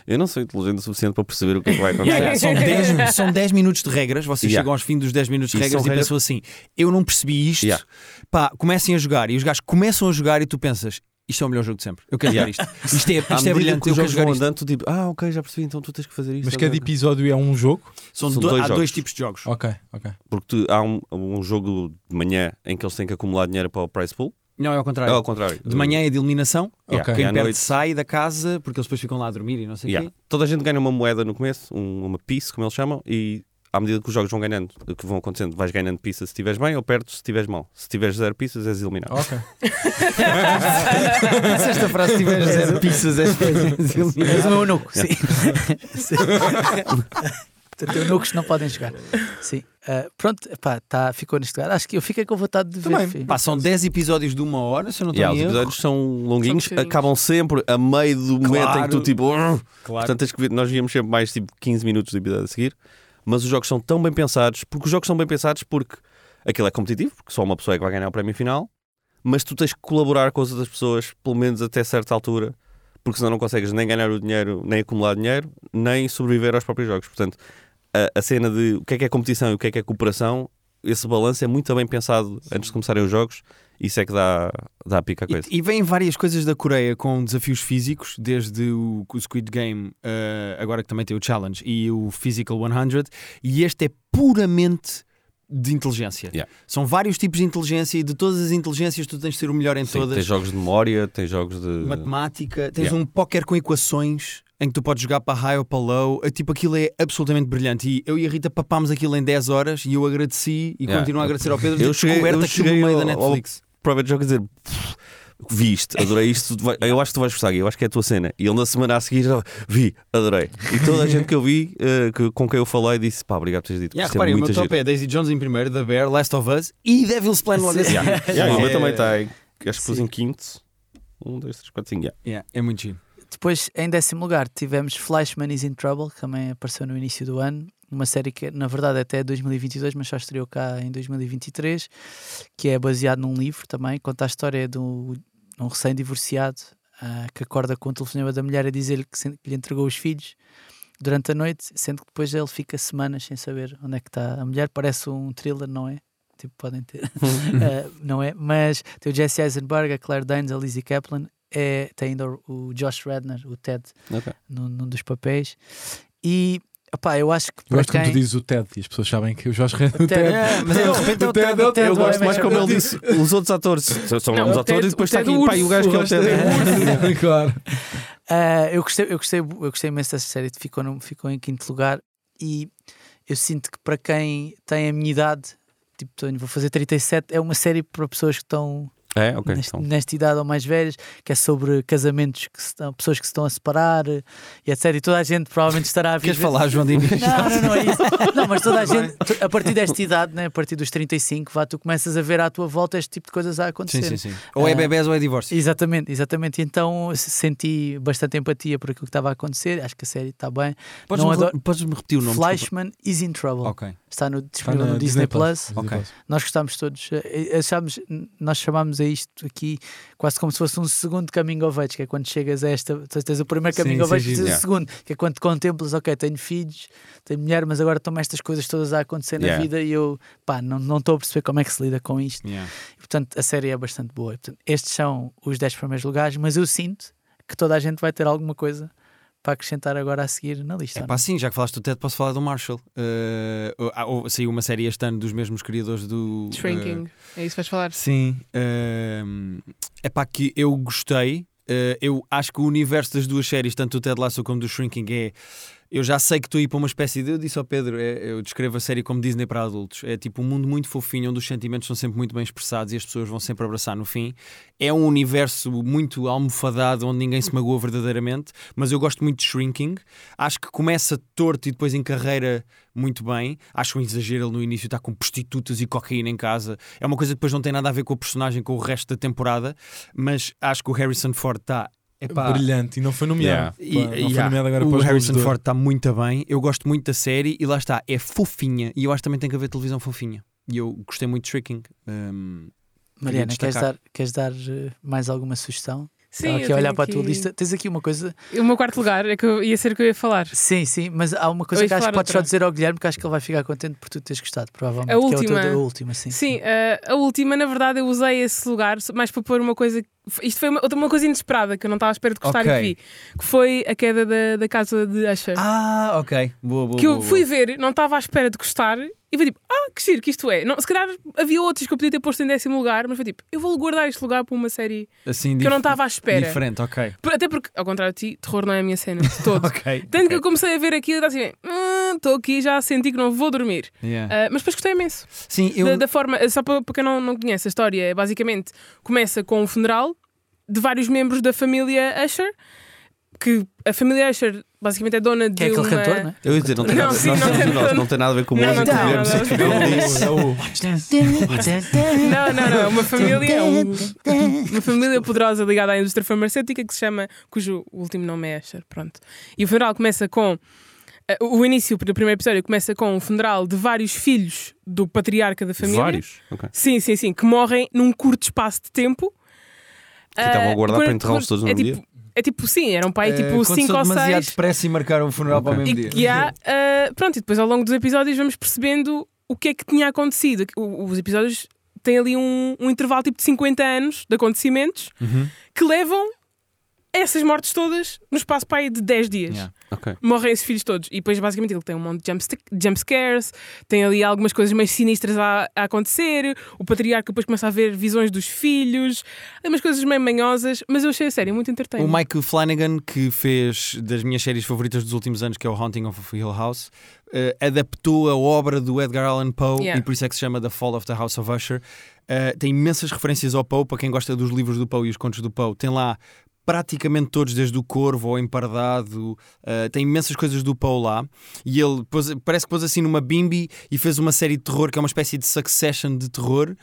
Speaker 3: Eu não sou inteligente o suficiente para perceber o que é que vai acontecer.
Speaker 1: Yeah, são, 10, são 10 minutos de regras, vocês
Speaker 3: Yeah.
Speaker 1: chegam aos fins dos 10 minutos de
Speaker 3: E
Speaker 1: regras e
Speaker 3: são regras-
Speaker 1: pensam assim: eu não percebi isto.
Speaker 3: Yeah.
Speaker 1: Pá, comecem a jogar e os gajos começam a jogar e tu pensas: isto é o melhor jogo de sempre, eu quero
Speaker 3: Yeah.
Speaker 1: jogar isto. Isto é,
Speaker 3: À
Speaker 1: isto é
Speaker 3: medida
Speaker 1: brilhante,
Speaker 3: que
Speaker 1: eu quero
Speaker 3: os jogos
Speaker 1: jogar
Speaker 3: vão
Speaker 1: isto.
Speaker 3: andando, tu tipo, ah, ok, já percebi, então tu tens que fazer isto.
Speaker 6: mas cada
Speaker 3: ok.
Speaker 6: episódio é um jogo.
Speaker 1: São,
Speaker 3: são
Speaker 1: do-
Speaker 3: dois
Speaker 1: há dois
Speaker 3: jogos.
Speaker 1: tipos de jogos.
Speaker 6: Ok, ok.
Speaker 3: Porque tu- há um, um jogo de manhã em que eles têm que acumular dinheiro para o prize pool.
Speaker 1: Não, é ao
Speaker 3: É
Speaker 1: contrário.
Speaker 3: ao contrário.
Speaker 1: De manhã é de eliminação,
Speaker 3: Yeah,
Speaker 6: Ok.
Speaker 3: e
Speaker 1: quem
Speaker 3: à
Speaker 1: perde
Speaker 3: noite-
Speaker 1: sai da casa porque eles depois ficam lá a dormir e não sei o
Speaker 3: Yeah.
Speaker 1: quê.
Speaker 3: Toda a gente ganha uma moeda no começo, um- uma piece, como eles chamam, e à medida que os jogos vão ganhando, que vão acontecendo, vais ganhando pizza se estiveres bem ou perdes se estiveres mal. Se tiveres zero pizzas, és eliminado.
Speaker 6: Ok.
Speaker 1: Se esta frase tiver zero pizzas, és
Speaker 4: És
Speaker 1: eliminado.
Speaker 4: um eunuco, sim. Sim. Portanto, eunucos não podem jogar. Sim. Ah, pronto, pá, tá, ficou neste lugar. Acho que eu fiquei com vontade de ver.
Speaker 6: Também.
Speaker 4: filho.
Speaker 1: Pá, são 10 episódios de uma hora, se eu não estou
Speaker 3: Yeah,
Speaker 1: em
Speaker 3: os
Speaker 1: erro.
Speaker 3: episódios são longuinhos,
Speaker 5: São pequeninos.
Speaker 3: acabam sempre a meio do momento em que
Speaker 1: Claro.
Speaker 3: tu tipo. "Urgh".
Speaker 1: Claro.
Speaker 3: Portanto, tens que ver- nós víamos sempre mais tipo 15 minutos de episódio a seguir, mas os jogos são tão bem pensados, porque os jogos são bem pensados porque aquilo é competitivo, porque só uma pessoa é que vai ganhar o prémio final, mas tu tens que colaborar com as outras pessoas, pelo menos até certa altura, porque senão não consegues nem ganhar o dinheiro, nem acumular dinheiro, nem sobreviver aos próprios jogos. Portanto, a, a cena de o que é que é competição e o que é que é cooperação, esse balanço é muito bem pensado antes de começarem os jogos, isso é que dá, dá pica à coisa.
Speaker 1: E, e vêm várias coisas da Coreia com desafios físicos, desde o, o Squid Game, eh, agora que também tem o Challenge, e o Physical 100, e este é puramente de inteligência.
Speaker 3: Yeah.
Speaker 1: São vários tipos de inteligência e de todas as inteligências tu tens de ser o melhor em
Speaker 3: Sim,
Speaker 1: todas.
Speaker 3: Tem jogos de memória, tem jogos de.
Speaker 1: matemática, tens
Speaker 3: Yeah.
Speaker 1: um póquer com equações em que tu podes jogar para high ou para low. Eh, Tipo, aquilo é absolutamente brilhante. E eu e a Rita papámos aquilo em 10 horas e eu agradeci e
Speaker 3: Yeah.
Speaker 1: continuo a agradecer ao Pedro
Speaker 3: Eu
Speaker 1: ter
Speaker 3: cheguei-
Speaker 1: descoberto
Speaker 3: eu
Speaker 1: aquilo no
Speaker 3: cheguei
Speaker 1: meio da
Speaker 3: ao- ao-
Speaker 1: Netflix.
Speaker 3: Prova de jogo a dizer. "Pff, Vi isto, adorei isto. tu vai- Eu acho que tu vais gostar, Gui, eu acho que é a tua cena. E ele na semana a seguir já, vi, adorei. E toda a gente que eu vi, eh, que, com quem eu falei, disse: pá, obrigado por teres dito.
Speaker 1: Yeah,
Speaker 3: isto
Speaker 1: reparem,
Speaker 3: é
Speaker 1: o
Speaker 3: muito
Speaker 1: meu top
Speaker 3: giro.
Speaker 1: é Daisy Jones em primeiro, The Bear, Last of Us e Devil's Plan logo a seguir.
Speaker 3: Yeah, o meu
Speaker 1: É-
Speaker 3: também tá. está, em- acho que pus em quinto. Um, dois, três, quatro, cinco. yeah.
Speaker 1: Yeah, é muito giro.
Speaker 4: Depois, em décimo lugar, tivemos Flashman is in Trouble, que também apareceu no início do ano. Uma série que, na verdade, até 2022, mas só estreou cá em 2023, que é baseado num livro também. Conta a história de um, de um recém-divorciado ah, que acorda com o telefonema da mulher a dizer-lhe que, sen- que lhe entregou os filhos durante a noite, sendo que depois ele fica semanas sem saber onde é que está a mulher. Parece um thriller, não é? Tipo, podem ter. Ah, não é? Mas tem o Jesse Eisenberg, a Claire Danes, a Lizzie Kaplan é, tem ainda o- o Josh Redner, o Ted,
Speaker 3: Ok.
Speaker 4: num, num dos papéis. E, opá, eu acho que
Speaker 6: Eu
Speaker 4: para
Speaker 6: gosto quando tu
Speaker 4: quem...
Speaker 6: dizes o TED e as pessoas sabem que o Jorge Renan o
Speaker 4: Ted.
Speaker 6: TED.
Speaker 4: É, mas é, de repente
Speaker 5: Então,
Speaker 4: é o
Speaker 6: O Ted
Speaker 4: Ted,
Speaker 6: é
Speaker 4: o
Speaker 6: o
Speaker 4: Ted,
Speaker 3: Eu
Speaker 4: do
Speaker 3: gosto
Speaker 4: How I
Speaker 3: mais
Speaker 4: Met
Speaker 3: como
Speaker 4: Your
Speaker 3: ele
Speaker 4: Mother.
Speaker 3: disse, os outros atores são são
Speaker 5: Não,
Speaker 3: nomes
Speaker 5: o
Speaker 3: atores
Speaker 5: Ted-
Speaker 3: e depois
Speaker 5: o
Speaker 3: está
Speaker 5: Ted
Speaker 3: aqui, pá, e o gajo que é o Ted.
Speaker 6: claro.
Speaker 4: Ah, eu, gostei, eu, gostei, eu gostei imenso dessa série, ficou, no, ficou em quinto lugar. E eu sinto que para quem tem a minha idade, tipo, tenho- vou fazer 37, é uma série para pessoas que estão
Speaker 3: É, ok.
Speaker 4: neste-
Speaker 3: então.
Speaker 4: nesta idade ou mais velhas, que é sobre casamentos que se estão, pessoas que se estão a separar eh, e etc. E toda a gente provavelmente estará a viver.
Speaker 1: Queres falar, João Dinis?
Speaker 4: Não, não, não é isso. Não, mas toda a gente, tu- a partir desta idade, né, a partir dos 35, vá, tu começas a ver à tua volta este tipo de coisas a acontecer.
Speaker 1: sim, sim, sim. Ou é
Speaker 4: Ah.
Speaker 1: bebés ou é divórcio.
Speaker 4: Exatamente, exatamente. Então se- senti bastante empatia por aquilo que estava a acontecer. Acho que a série está bem.
Speaker 1: Podes-me
Speaker 4: não adoro-
Speaker 1: podes repetir o nome? desculpa?
Speaker 4: Flashman is in trouble.
Speaker 1: Ok.
Speaker 4: Está no,
Speaker 6: Está
Speaker 4: disponível
Speaker 6: na
Speaker 4: no Disney, Plus.
Speaker 1: Ok.
Speaker 4: Nós gostámos todos. eh, Achámos, nós chamámos a isto aqui quase como se fosse um segundo caminho of age, que é quando chegas a esta. tu Tens o primeiro
Speaker 6: Sim,
Speaker 4: caminho of
Speaker 6: sim,
Speaker 4: age,
Speaker 6: sim.
Speaker 4: tens o
Speaker 3: Yeah.
Speaker 4: segundo, que é quando te contemplas, ok, tenho filhos, tenho mulher, mas agora estão estas coisas todas a acontecer na
Speaker 3: Yeah.
Speaker 4: vida e eu, pá, não não estou a perceber como é que se lida com isto.
Speaker 1: Yeah.
Speaker 4: E, portanto, a série é bastante boa. E, portanto, estes são os 10 primeiros lugares, mas eu sinto que toda a gente vai ter alguma coisa para acrescentar agora a seguir na
Speaker 1: É
Speaker 4: lista. não
Speaker 1: pá, sim, já que falaste do Ted, posso falar do Marshall. Eh, ah, ou- saiu uma série este ano dos mesmos criadores do. eh,
Speaker 5: Shrinking. É isso que vais falar.
Speaker 1: Sim. É pá, que eu gostei. Eh, eu acho que o universo das duas séries, tanto do Ted Lasso como do Shrinking, é. Eu já sei que estou a ir para uma espécie de. Eu disse ao Pedro, é- eu descrevo a série como Disney para adultos. É tipo um mundo muito fofinho, onde os sentimentos são sempre muito bem expressados e as pessoas vão sempre abraçar no fim. É um universo muito almofadado, onde ninguém se magoa verdadeiramente. Mas eu gosto muito de Shrinking. Acho que começa torto e depois em carreira muito bem. Acho um exagero ele no início está com prostitutas e cocaína em casa. É uma coisa que depois não tem nada a ver com o personagem, com o resto da temporada, mas acho que o Harrison Ford está. Epá,
Speaker 6: Brilhante. E não foi nomeado.
Speaker 1: e-
Speaker 6: Pá, não foi
Speaker 1: yeah,
Speaker 6: nomeado agora
Speaker 1: o
Speaker 6: para os
Speaker 1: Harrison
Speaker 6: Globos de Ouro.
Speaker 1: Ford está muito bem. Eu gosto muito da série e lá está, é fofinha. E eu acho que também tem que haver televisão fofinha. E eu gostei muito de Tricking. Hum, Queria
Speaker 4: Mariana, queres
Speaker 1: destacar.
Speaker 4: dar, queres dar eh, mais alguma sugestão?
Speaker 5: Sim,
Speaker 4: Estava
Speaker 5: eu
Speaker 4: aqui a olhar
Speaker 5: tenho
Speaker 4: para a tua
Speaker 5: aqui-
Speaker 4: lista. Tens aqui uma coisa.
Speaker 5: O meu quarto lugar é que eu ia ser o que eu ia falar.
Speaker 4: Sim, sim, mas há uma coisa
Speaker 5: Eu ia
Speaker 4: que acho que
Speaker 5: falar
Speaker 4: podes só
Speaker 5: outra.
Speaker 4: dizer ao Guilherme que acho que ele vai ficar contente por tu teres gostado, provavelmente.
Speaker 5: A
Speaker 4: Que é
Speaker 5: última.
Speaker 4: outra- a última, sim.
Speaker 5: Sim, eh, a última, na verdade, eu usei esse lugar mais para pôr uma coisa. Isto foi uma, outra- uma coisa inesperada que eu não estava à espera de gostar
Speaker 1: Ok.
Speaker 5: e que vi, que foi a queda da, da casa de Usher.
Speaker 1: Ah, ok. Boa, boa.
Speaker 5: que eu
Speaker 1: boa,
Speaker 5: fui
Speaker 1: boa.
Speaker 5: ver, não estava à espera de gostar e foi tipo, ah, que giro que isto é. Não, se calhar havia outros que eu podia ter posto em décimo lugar, mas foi tipo, eu vou guardar este lugar para uma série
Speaker 1: Assim,
Speaker 5: que eu não estava à espera.
Speaker 1: Diferente, ok.
Speaker 5: Por- Até porque, ao contrário de ti, terror não é a minha cena de todo.
Speaker 1: Ok.
Speaker 5: Tanto que eu comecei a ver aquilo e estava assim, "Hum, estou aqui, já senti que não vou dormir.
Speaker 1: Yeah.
Speaker 5: Ah, mas depois gostei imenso.
Speaker 1: Sim, eu.
Speaker 5: Da, da forma, só para, para quem não, não conhece a história, é basicamente começa com um funeral de vários membros da família Usher, que a família Usher basicamente é dona de
Speaker 4: Que é aquele
Speaker 5: uma...
Speaker 4: cantor, não é?
Speaker 3: Eu ia dizer, não tem
Speaker 5: Não,
Speaker 3: nada
Speaker 5: sim,
Speaker 3: não
Speaker 5: não
Speaker 3: somos
Speaker 5: tem
Speaker 3: nós,
Speaker 5: nada.
Speaker 3: não tem nada a ver com o tipo,
Speaker 5: Não,
Speaker 3: músico.
Speaker 5: não tem nada a ver. Não, não, não. é Uma família, um- uma família poderosa ligada à indústria farmacêutica que se chama, cujo último nome é Asher. Pronto. E o funeral começa com eh, o início do primeiro episódio começa com um funeral de vários filhos do patriarca da família.
Speaker 3: Vários. Ok.
Speaker 5: Sim, sim, sim, que morrem num curto espaço de tempo. Que
Speaker 3: estavam a guardar para enterrá-los todos no
Speaker 5: é
Speaker 3: mesmo
Speaker 5: tipo, é tipo, sim, eram para aí
Speaker 1: eh,
Speaker 5: tipo
Speaker 2: Aconteceu
Speaker 5: 5 ou
Speaker 2: demasiado
Speaker 5: 6.
Speaker 2: depressa e marcaram
Speaker 1: um
Speaker 2: o funeral para o
Speaker 5: E,
Speaker 2: mesmo dia.
Speaker 5: que há, ah, pronto, e depois ao longo dos episódios vamos percebendo o que é que tinha acontecido. O- os episódios têm ali um, um intervalo tipo de 50 anos de acontecimentos
Speaker 3: Uhum.
Speaker 5: que levam a essas mortes todas no espaço para aí de 10 dias.
Speaker 2: Yeah.
Speaker 3: Ok.
Speaker 5: Morrem esses filhos todos. E depois, basicamente, ele tem um monte de jump sta- jump scares, tem ali algumas coisas mais sinistras a, a acontecer. O patriarca depois começa a ver visões dos filhos, umas coisas meio manhosas. Mas eu achei a série muito
Speaker 1: O
Speaker 5: entretenida.
Speaker 1: Mike Flanagan, que fez das minhas séries favoritas dos últimos anos, que é o Haunting of Hill House, eh, adaptou a obra do Edgar Allan Poe
Speaker 5: Yeah.
Speaker 1: e por isso é que se chama The Fall of the House of Usher. Eh, tem imensas referências ao Poe, para quem gosta dos livros do Poe e os contos do Poe, tem lá praticamente todos, desde o Corvo ao Empardado, eh, tem imensas coisas do Poe lá. E ele pôs- parece que pôs assim numa bimbi e fez uma série de terror que é uma espécie de succession de terror.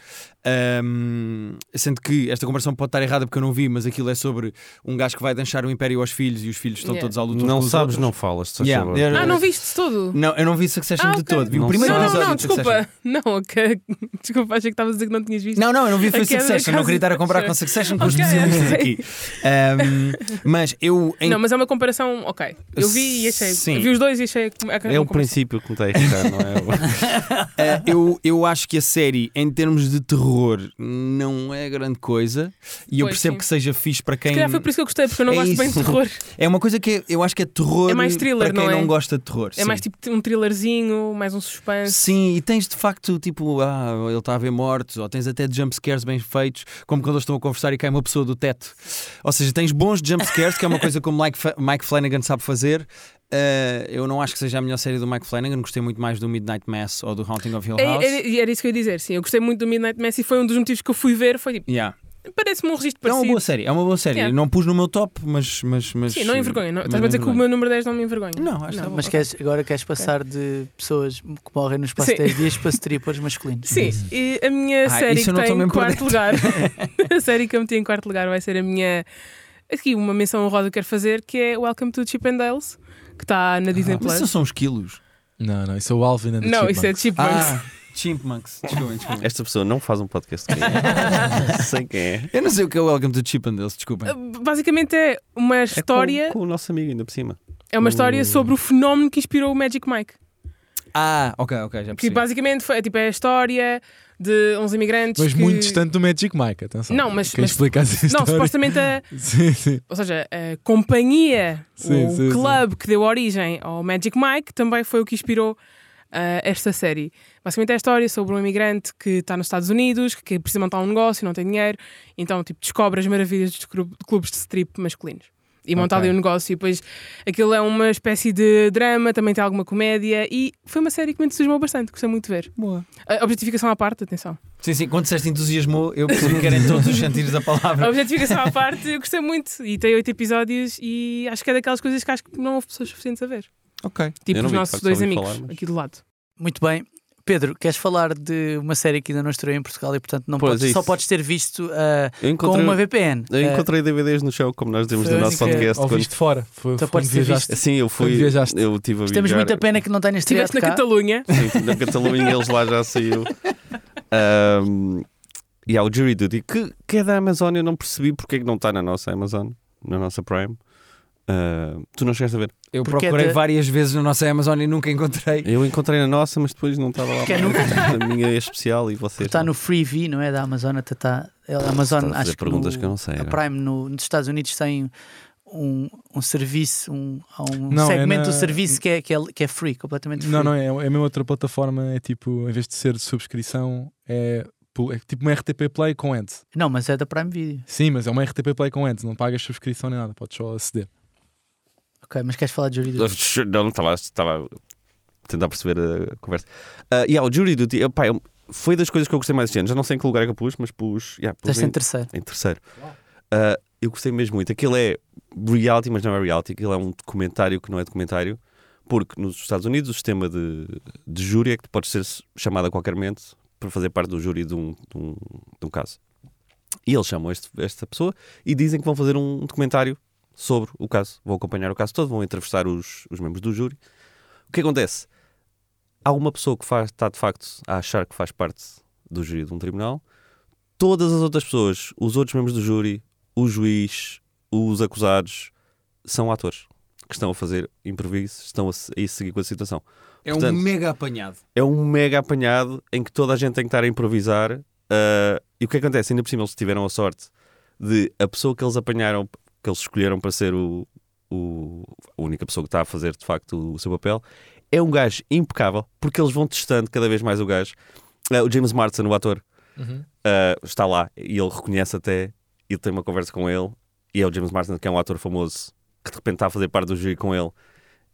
Speaker 1: Ahm, sendo que esta comparação pode estar errada porque eu não vi, mas aquilo é sobre um gajo que vai deixar o império aos filhos e os filhos estão
Speaker 5: Yeah.
Speaker 1: todos à luta. uns
Speaker 3: Não
Speaker 1: com os
Speaker 3: sabes,
Speaker 1: outros.
Speaker 3: não falas. se faz
Speaker 1: Yeah.
Speaker 3: favor.
Speaker 1: Yeah.
Speaker 5: Ah, não viste todo?
Speaker 1: Não, eu não vi Succession
Speaker 5: Ah,
Speaker 1: de
Speaker 5: ok.
Speaker 1: todo. Vi o
Speaker 3: Não
Speaker 1: primeiro
Speaker 5: não, não,
Speaker 1: episódio
Speaker 5: não,
Speaker 1: de Succession.
Speaker 5: desculpa. Não, ok. Desculpa, achei que estavas a dizer que não tinhas visto.
Speaker 1: Não, não, eu não vi foi
Speaker 5: Aquela
Speaker 1: Succession. Não
Speaker 5: casa-
Speaker 1: queria estar a comparar com Succession com os
Speaker 5: Ok,
Speaker 1: especialistas
Speaker 5: ok.
Speaker 1: aqui. Ahm, mas eu. em-
Speaker 5: Não, mas é uma comparação, ok. Eu vi e achei.
Speaker 1: Sim.
Speaker 5: Vi os dois e achei. que- que
Speaker 3: É
Speaker 5: uma
Speaker 4: assim?
Speaker 3: o
Speaker 5: comparação.
Speaker 3: princípio que me está a irritar, não é?
Speaker 1: Uh, eu, eu acho que a série, em termos de terror, não é grande coisa. E eu
Speaker 5: Pois,
Speaker 1: percebo
Speaker 5: sim.
Speaker 1: que seja fixe para
Speaker 5: Se
Speaker 1: quem.
Speaker 5: calhar foi por isso que eu gostei, porque eu não
Speaker 1: É
Speaker 5: gosto bem de
Speaker 1: isso.
Speaker 5: terror.
Speaker 1: É uma coisa que é- eu acho que é terror
Speaker 5: É mais thriller,
Speaker 1: para quem
Speaker 5: não é?
Speaker 1: não, gosta de terror.
Speaker 5: É
Speaker 1: sim.
Speaker 5: mais tipo um thrillerzinho, mais um suspense.
Speaker 1: Sim, e tens de facto tipo, ah, ele está a ver mortos, ou tens até jumpscares bem feitos, como quando eles estão a conversar e cai uma pessoa do teto. Ou seja, tens bons jumpscares, que é uma coisa que o Mike, Fa- Mike Flanagan sabe fazer. Uh, eu não acho que seja a melhor série do Mike Flanagan, gostei muito mais do Midnight Mass ou do Haunting of Hill
Speaker 5: É-
Speaker 1: House.
Speaker 5: Era, era isso que eu ia dizer, sim. Eu gostei muito do Midnight Mass e foi um dos motivos que eu fui ver. Foi tipo,
Speaker 1: Yeah.
Speaker 5: parece-me um registro
Speaker 1: É uma
Speaker 5: parecido.
Speaker 1: boa série, é uma boa série.
Speaker 5: Yeah.
Speaker 1: Não pus no meu top, mas. mas, mas
Speaker 5: Sim, não envergonha. Não,
Speaker 1: mas
Speaker 5: estás a dizer que o meu
Speaker 1: envergonha.
Speaker 5: número 10 não me envergonha.
Speaker 1: Não, acho que tá bom.
Speaker 4: Mas queres, agora queres passar de pessoas que morrem no espaço de
Speaker 5: Sim.
Speaker 4: 10 dias para strippers masculinos.
Speaker 5: Sim, e a minha
Speaker 1: Ah,
Speaker 5: série
Speaker 1: isso
Speaker 5: que
Speaker 1: eu não
Speaker 5: está
Speaker 1: estou
Speaker 5: em
Speaker 1: mesmo por
Speaker 5: quarto lugar. a série que eu meti em quarto lugar vai ser a minha. Aqui, uma menção honrosa que eu quero fazer, que é Welcome to Chip and Dale's, que está na Disney
Speaker 1: Ah, Mas
Speaker 5: Plus.
Speaker 1: isso é são os quilos.
Speaker 6: Não, não, isso é o Alvin and the
Speaker 5: Não, isso é
Speaker 6: Chipmunks.
Speaker 5: Chipmunks.
Speaker 1: Ah, Chipmunks. Desculpem, desculpem.
Speaker 3: Esta pessoa não faz um podcast comigo. Não sei quem é.
Speaker 1: Eu não sei o que é o Welcome to Chip and Dale's, desculpem.
Speaker 5: Basicamente é uma história,
Speaker 3: É com, com o nosso amigo ainda por cima.
Speaker 5: é uma
Speaker 1: Oh.
Speaker 5: história sobre o fenómeno que inspirou o Magic Mike.
Speaker 1: Ah, ok, ok, já
Speaker 5: Que
Speaker 1: percebi.
Speaker 5: basicamente foi, é, tipo, é a história de uns imigrantes
Speaker 6: Mas
Speaker 5: que...
Speaker 6: muito distante do Magic Mike, atenção.
Speaker 5: Não, mas-
Speaker 6: Quem
Speaker 5: mas-
Speaker 6: explica essa
Speaker 5: Não,
Speaker 6: história?
Speaker 5: supostamente a,
Speaker 6: Sim, sim.
Speaker 5: ou seja, a companhia,
Speaker 6: Sim,
Speaker 5: o
Speaker 6: sim,
Speaker 5: clube que deu origem ao Magic Mike também foi o que inspirou ah, esta série. Basicamente é a história sobre um imigrante que está nos Estados Unidos, que que precisa montar um negócio e não tem dinheiro, então tipo, descobre as maravilhas dos cru- clubes de strip masculinos. E monta ali um negócio, e depois aquilo é uma espécie de drama, também tem alguma comédia, e foi uma série que me entusiasmou bastante, gostei muito de ver.
Speaker 1: Boa.
Speaker 5: A objetificação à parte, atenção.
Speaker 1: Sim, sim, quando disseste entusiasmou, eu percebi que era em todos os sentidos da
Speaker 5: A
Speaker 1: palavra.
Speaker 5: objetificação à parte, eu gostei muito. E tem oito episódios e acho que é daquelas coisas que acho que não houve pessoas suficientes a ver.
Speaker 1: ok.
Speaker 5: Tipo
Speaker 3: Eu não
Speaker 5: os
Speaker 3: vi,
Speaker 5: nossos
Speaker 3: de facto, só
Speaker 5: dois
Speaker 3: ouvi
Speaker 5: amigos
Speaker 3: falar, mas-
Speaker 5: aqui do lado.
Speaker 4: Muito bem. Pedro, queres falar de uma série que ainda não estreou em Portugal e, portanto, não
Speaker 3: Pois,
Speaker 4: podes-
Speaker 3: é
Speaker 4: só
Speaker 3: isso.
Speaker 4: podes ter visto ah,
Speaker 3: Eu
Speaker 4: com
Speaker 3: encontrei,
Speaker 4: uma VPN.
Speaker 3: eu
Speaker 4: Ah,
Speaker 3: encontrei DVDs no show, como nós dizemos no
Speaker 4: Foi assim
Speaker 3: nosso
Speaker 4: incrível.
Speaker 3: podcast.
Speaker 6: Ouviste fora. Foi,
Speaker 4: Então
Speaker 6: foi um
Speaker 4: pode ser
Speaker 6: viajaste.
Speaker 3: Quando... Sim, eu
Speaker 6: Quando
Speaker 3: fui.
Speaker 6: viajaste.
Speaker 3: Eu tive a
Speaker 4: temos
Speaker 3: viajar.
Speaker 4: muita pena que não tenhas estreado
Speaker 5: Estiveste na
Speaker 4: cá.
Speaker 5: Catalunha.
Speaker 3: Sim, na Catalunha eles lá já saiu. Ahm, e há o Jury Duty, que, que é da Amazon, eu não percebi porque é que não está na nossa Amazon, na nossa Prime. Ah, tu não chegaste a ver?
Speaker 1: Eu
Speaker 4: Porque é
Speaker 1: procurei
Speaker 4: de-
Speaker 1: várias vezes na nossa Amazon e nunca encontrei.
Speaker 3: Eu encontrei na nossa, mas depois não estava lá.
Speaker 4: Que é no-
Speaker 3: A minha é especial e vocês.
Speaker 4: Está
Speaker 3: não.
Speaker 4: no Freevee, não é? Da Amazon. Até está, é a Amazon,
Speaker 3: Estás a fazer
Speaker 4: acho que
Speaker 3: perguntas
Speaker 4: no-
Speaker 3: que eu não sei. é.
Speaker 4: A
Speaker 3: agora.
Speaker 4: Prime no- nos Estados Unidos tem um, um serviço, um, há um
Speaker 6: Não, é
Speaker 4: segmento
Speaker 6: na-
Speaker 4: do serviço que é, que, é, que é free, completamente free.
Speaker 6: Não, não, é, é mesmo outra plataforma. É tipo, em vez de ser de subscrição, é, pu- é tipo uma RTP Play com ads.
Speaker 4: Não, mas é da Prime Video.
Speaker 6: Sim, mas é uma RTP Play com ads. Não pagas subscrição nem nada, podes só aceder.
Speaker 4: Ok, mas queres falar de Jury Duty?
Speaker 3: Não, não estava, estava a tentar perceber a conversa. Ah, e há o Jury Duty, eh, pá, eu- foi das coisas que eu gostei mais este ano. Já não sei em que lugar é que eu pus, mas pus, yeah, pus
Speaker 4: Estás
Speaker 3: em,
Speaker 4: em terceiro.
Speaker 3: em terceiro. Ah, eu gostei mesmo muito. Aquilo é reality, mas não é reality. Aquilo é um documentário que não é documentário. Porque nos Estados Unidos o sistema de, de júri é que tu podes ser chamado a qualquer momento para fazer parte do júri de um, de um, de um caso. E eles chamam este- esta pessoa e dizem que vão fazer um documentário sobre o caso. Vão acompanhar o caso todo, vão entrevistar os, os membros do júri. O que acontece? Há uma pessoa que faz, está de facto a achar que faz parte do júri de um tribunal, todas as outras pessoas, os outros membros do júri, o juiz, os acusados, são atores que estão a fazer improviso, estão a, se- a ir seguir com a situação.
Speaker 1: É
Speaker 3: Portanto-
Speaker 1: um mega apanhado.
Speaker 3: É um mega apanhado em que toda a gente tem que estar a improvisar. ah, e o que acontece? Ainda por cima, eles tiveram a sorte de a pessoa que eles apanharam, que eles escolheram para ser o, o- a única pessoa que está a fazer de facto o seu papel, é um gajo impecável, porque eles vão testando cada vez mais o gajo. Ah, o James Martin, o ator, ah, está lá e ele reconhece até e tem uma conversa com ele. E é o James Martin, que é um ator famoso, que de repente está a fazer parte do júri com ele.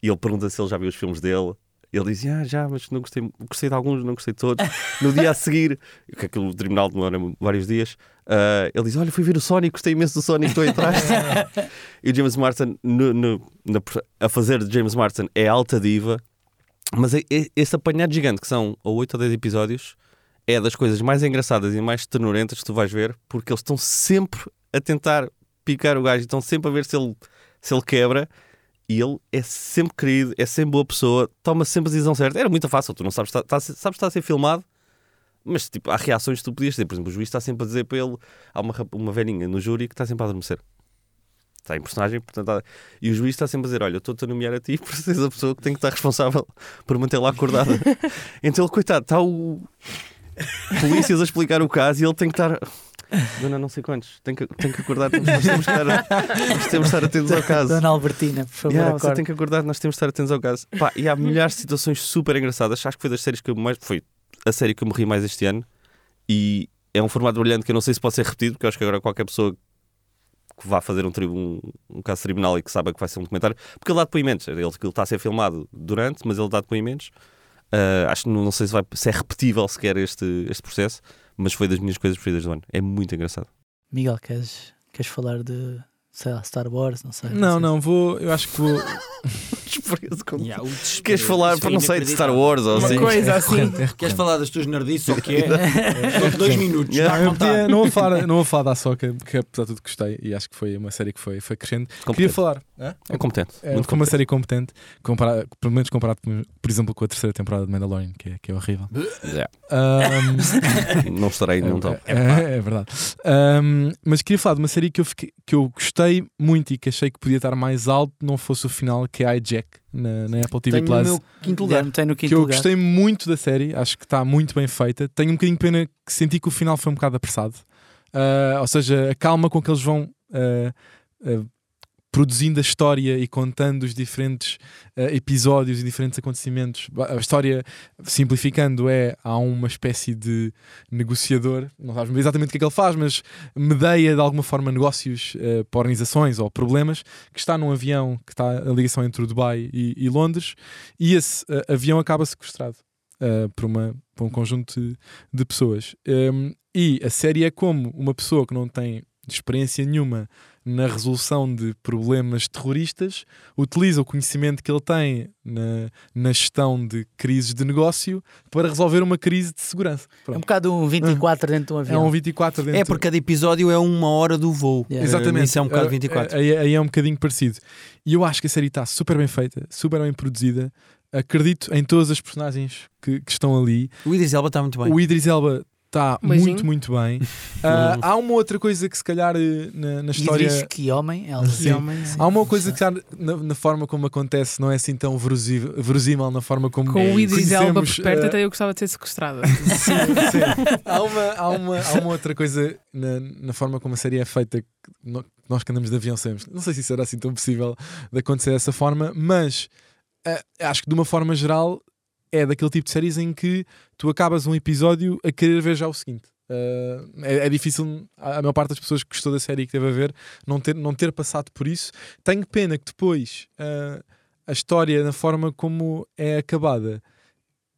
Speaker 3: E ele pergunta se ele já viu os filmes dele. Ele diz: Ah, já, mas não gostei, gostei de alguns, não gostei de todos. No dia a seguir, que aquilo tribunal demora vários dias, ah, ele diz: Olha, fui ver o Sonic, gostei imenso do Sonic, estou aí atrás. e o James Martin, no- no- na pro- a fazer de James Martin, é alta diva. Mas é- é- esse apanhado gigante, que são ou 8 ou 10 episódios, é das coisas mais engraçadas e mais tenorentas que tu vais ver, porque eles estão sempre a tentar picar o gajo, estão sempre a ver se ele, se ele quebra. E ele é sempre querido, é sempre boa pessoa, toma sempre a decisão certa. Era muito fácil, tu não sabes, tá, tá, sabes que está a ser filmado, mas tipo, há reações que tu podias ter. Por exemplo, o juiz está sempre a dizer para ele: há uma, rap- uma velhinha no júri que está sempre a adormecer. Está em personagem, portanto, há- e o juiz está sempre a dizer: Olha, eu estou-te a nomear a ti por seres a pessoa que tem que estar responsável por mantê-la acordada. então ele, coitado, está o, polícias a explicar o caso e ele tem que estar. Dona, não sei quantos, tem que, tem que acordar, temos, nós temos que estar, nós temos que estar atentos ao caso.
Speaker 4: Dona Albertina, por favor,
Speaker 3: Yeah, você
Speaker 4: acorde.
Speaker 3: tem que acordar, nós temos de estar atentos ao caso. Pá, e há milhares de situações super engraçadas. Acho que foi das séries que eu mais. Foi a série que eu me ri mais este ano. E é um formato brilhante que eu não sei se pode ser repetido, porque eu acho que agora qualquer pessoa que vá fazer um, tribu- um, um caso de tribunal e que saiba que vai ser um documentário. Porque ele dá depoimentos. Ele, ele está a ser filmado durante, mas ele dá depoimentos. Ah, acho que não, não sei se, vai, se é repetível sequer este, este processo, mas foi das minhas coisas preferidas do ano. É muito engraçado.
Speaker 4: Miguel, queres, queres falar de, sei lá, Star Wars?
Speaker 5: Ah,
Speaker 4: Não sei. assim.
Speaker 6: Não,
Speaker 4: sei.
Speaker 6: não, vou. Eu acho que vou.
Speaker 3: Desprezo com-
Speaker 1: Yeah, o desespero.
Speaker 3: Queres falar,
Speaker 1: Isso é
Speaker 3: não sei, de Star
Speaker 1: inacreditável.
Speaker 3: Wars ou
Speaker 5: Uma
Speaker 3: assim?
Speaker 5: coisa assim.
Speaker 1: Queres falar das tuas nerdices ou o que é? Só dois minutos,
Speaker 3: Yeah.
Speaker 1: está a
Speaker 6: Eu podia-
Speaker 1: contar.
Speaker 6: não, vou falar, não vou falar da Soca, porque apesar de tudo gostei e acho que foi uma série que foi, foi crescendo. Queria
Speaker 3: Competente.
Speaker 6: falar. Hã?
Speaker 3: É competente. muito
Speaker 6: É, foi uma
Speaker 3: competente.
Speaker 6: série competente, compara- pelo menos comparado, com, por exemplo, com a terceira temporada de Mandalorian, que é, que é horrível.
Speaker 3: Yeah.
Speaker 6: Ahm,
Speaker 3: Não estarei num top.
Speaker 6: É, é, é verdade. Ahm, mas queria falar de uma série que eu, fiquei- que eu gostei muito e que achei que podia estar mais alto, não fosse o final, que é Hijack, na, na Apple TV
Speaker 1: Tenho
Speaker 6: Plus.
Speaker 1: no meu quinto lugar.
Speaker 4: Guilherme tem no quinto
Speaker 6: Que eu
Speaker 4: lugar.
Speaker 6: gostei muito da série, acho que está muito bem feita. Tenho um bocadinho de pena que senti que o final foi um bocado apressado. Ah, ou seja, a calma com que eles vão ah, ah, produzindo a história e contando os diferentes ah, episódios e diferentes acontecimentos. A história, simplificando, é há uma espécie de negociador, não sabes exatamente o que é que ele faz, mas medeia de alguma forma negócios ah, para organizações ou problemas, que está num avião que está a ligação entre o Dubai e- e Londres e esse eh, avião acaba sequestrado eh, por, uma, por um conjunto de, de pessoas. Em, e a série é como uma pessoa que não tem experiência nenhuma na resolução de problemas terroristas utiliza o conhecimento que ele tem na, na gestão de crises de negócio para resolver uma crise de
Speaker 4: É
Speaker 6: segurança.
Speaker 4: um
Speaker 6: Pronto.
Speaker 4: bocado um 24 dentro de um
Speaker 6: É
Speaker 4: avião.
Speaker 6: um 24 dentro
Speaker 1: É, porque cada episódio é uma hora do voo.
Speaker 4: Yeah.
Speaker 6: Exatamente.
Speaker 1: Isso é um bocado
Speaker 6: Eh,
Speaker 1: 24.
Speaker 6: Aí, aí é um bocadinho parecido. E eu acho que a série está super bem feita, super bem produzida. Acredito em todas as personagens que- que estão ali.
Speaker 1: O Idris Elba está muito bem.
Speaker 6: O Idris Elba está
Speaker 5: Um beijinho.
Speaker 6: muito, muito bem. Ah, há uma outra coisa que, se calhar, eh, na, na história.
Speaker 4: Idris, que homem, ela
Speaker 6: Sim.
Speaker 4: que homem. sim.
Speaker 6: Há uma coisa que, se calhar, na, na forma como acontece, não é assim tão verosível, verosímil na forma como.
Speaker 4: É,
Speaker 5: Com o Idris Elba
Speaker 6: conhecemos,
Speaker 5: por perto,
Speaker 6: eh,
Speaker 5: até eu gostava de ser sequestrada.
Speaker 6: Sim, sim. Há, uma, há, uma, há uma outra coisa na, na forma como a série é feita que no- nós que andamos de avião sabemos. Não sei se isso era assim tão possível de acontecer dessa forma, mas ah, acho que de uma forma geral é daquele tipo de séries em que tu acabas um episódio a querer ver já o seguinte. Ah, é, é difícil, a a maior parte das pessoas que gostou da série e que teve a ver, não ter, não ter passado por isso. Tenho pena que depois ah, a história, na forma como é acabada,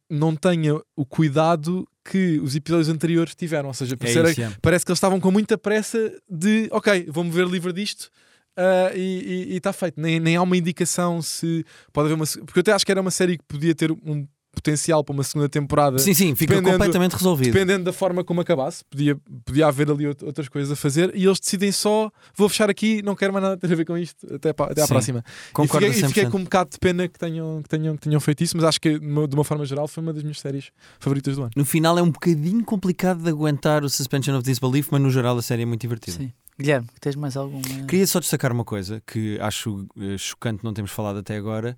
Speaker 6: não tenha o cuidado que os episódios anteriores tiveram. Ou seja,
Speaker 1: É
Speaker 6: por ser-
Speaker 1: isso, é.
Speaker 6: parece que eles estavam com muita pressa de ok, vou-me ver livre disto. ah, e está feito, nem, nem há uma indicação se pode haver uma. se- Porque eu até acho que era uma série que podia ter um, potencial para uma segunda temporada.
Speaker 1: Sim, sim, fica
Speaker 6: Dependendo-
Speaker 1: completamente resolvido.
Speaker 6: Dependendo da forma como acabasse, podia, podia haver ali out- outras coisas a fazer e eles decidem só: vou fechar aqui, não quero mais nada ter a ver com isto, até, pa- até à
Speaker 1: Sim.
Speaker 6: próxima.
Speaker 1: Concordo
Speaker 6: e fiquei, e fiquei
Speaker 1: 100%.
Speaker 6: com um bocado de pena que tenham, que, tenham, que tenham feito isso, mas acho que de uma de uma forma geral foi uma das minhas séries favoritas do ano.
Speaker 1: No final é um bocadinho complicado de aguentar o Suspension of Disbelief, mas no geral a série é muito divertida.
Speaker 4: Sim. Guilherme, tens mais alguma?
Speaker 1: Queria só destacar uma coisa que acho eh, chocante não termos falado até agora.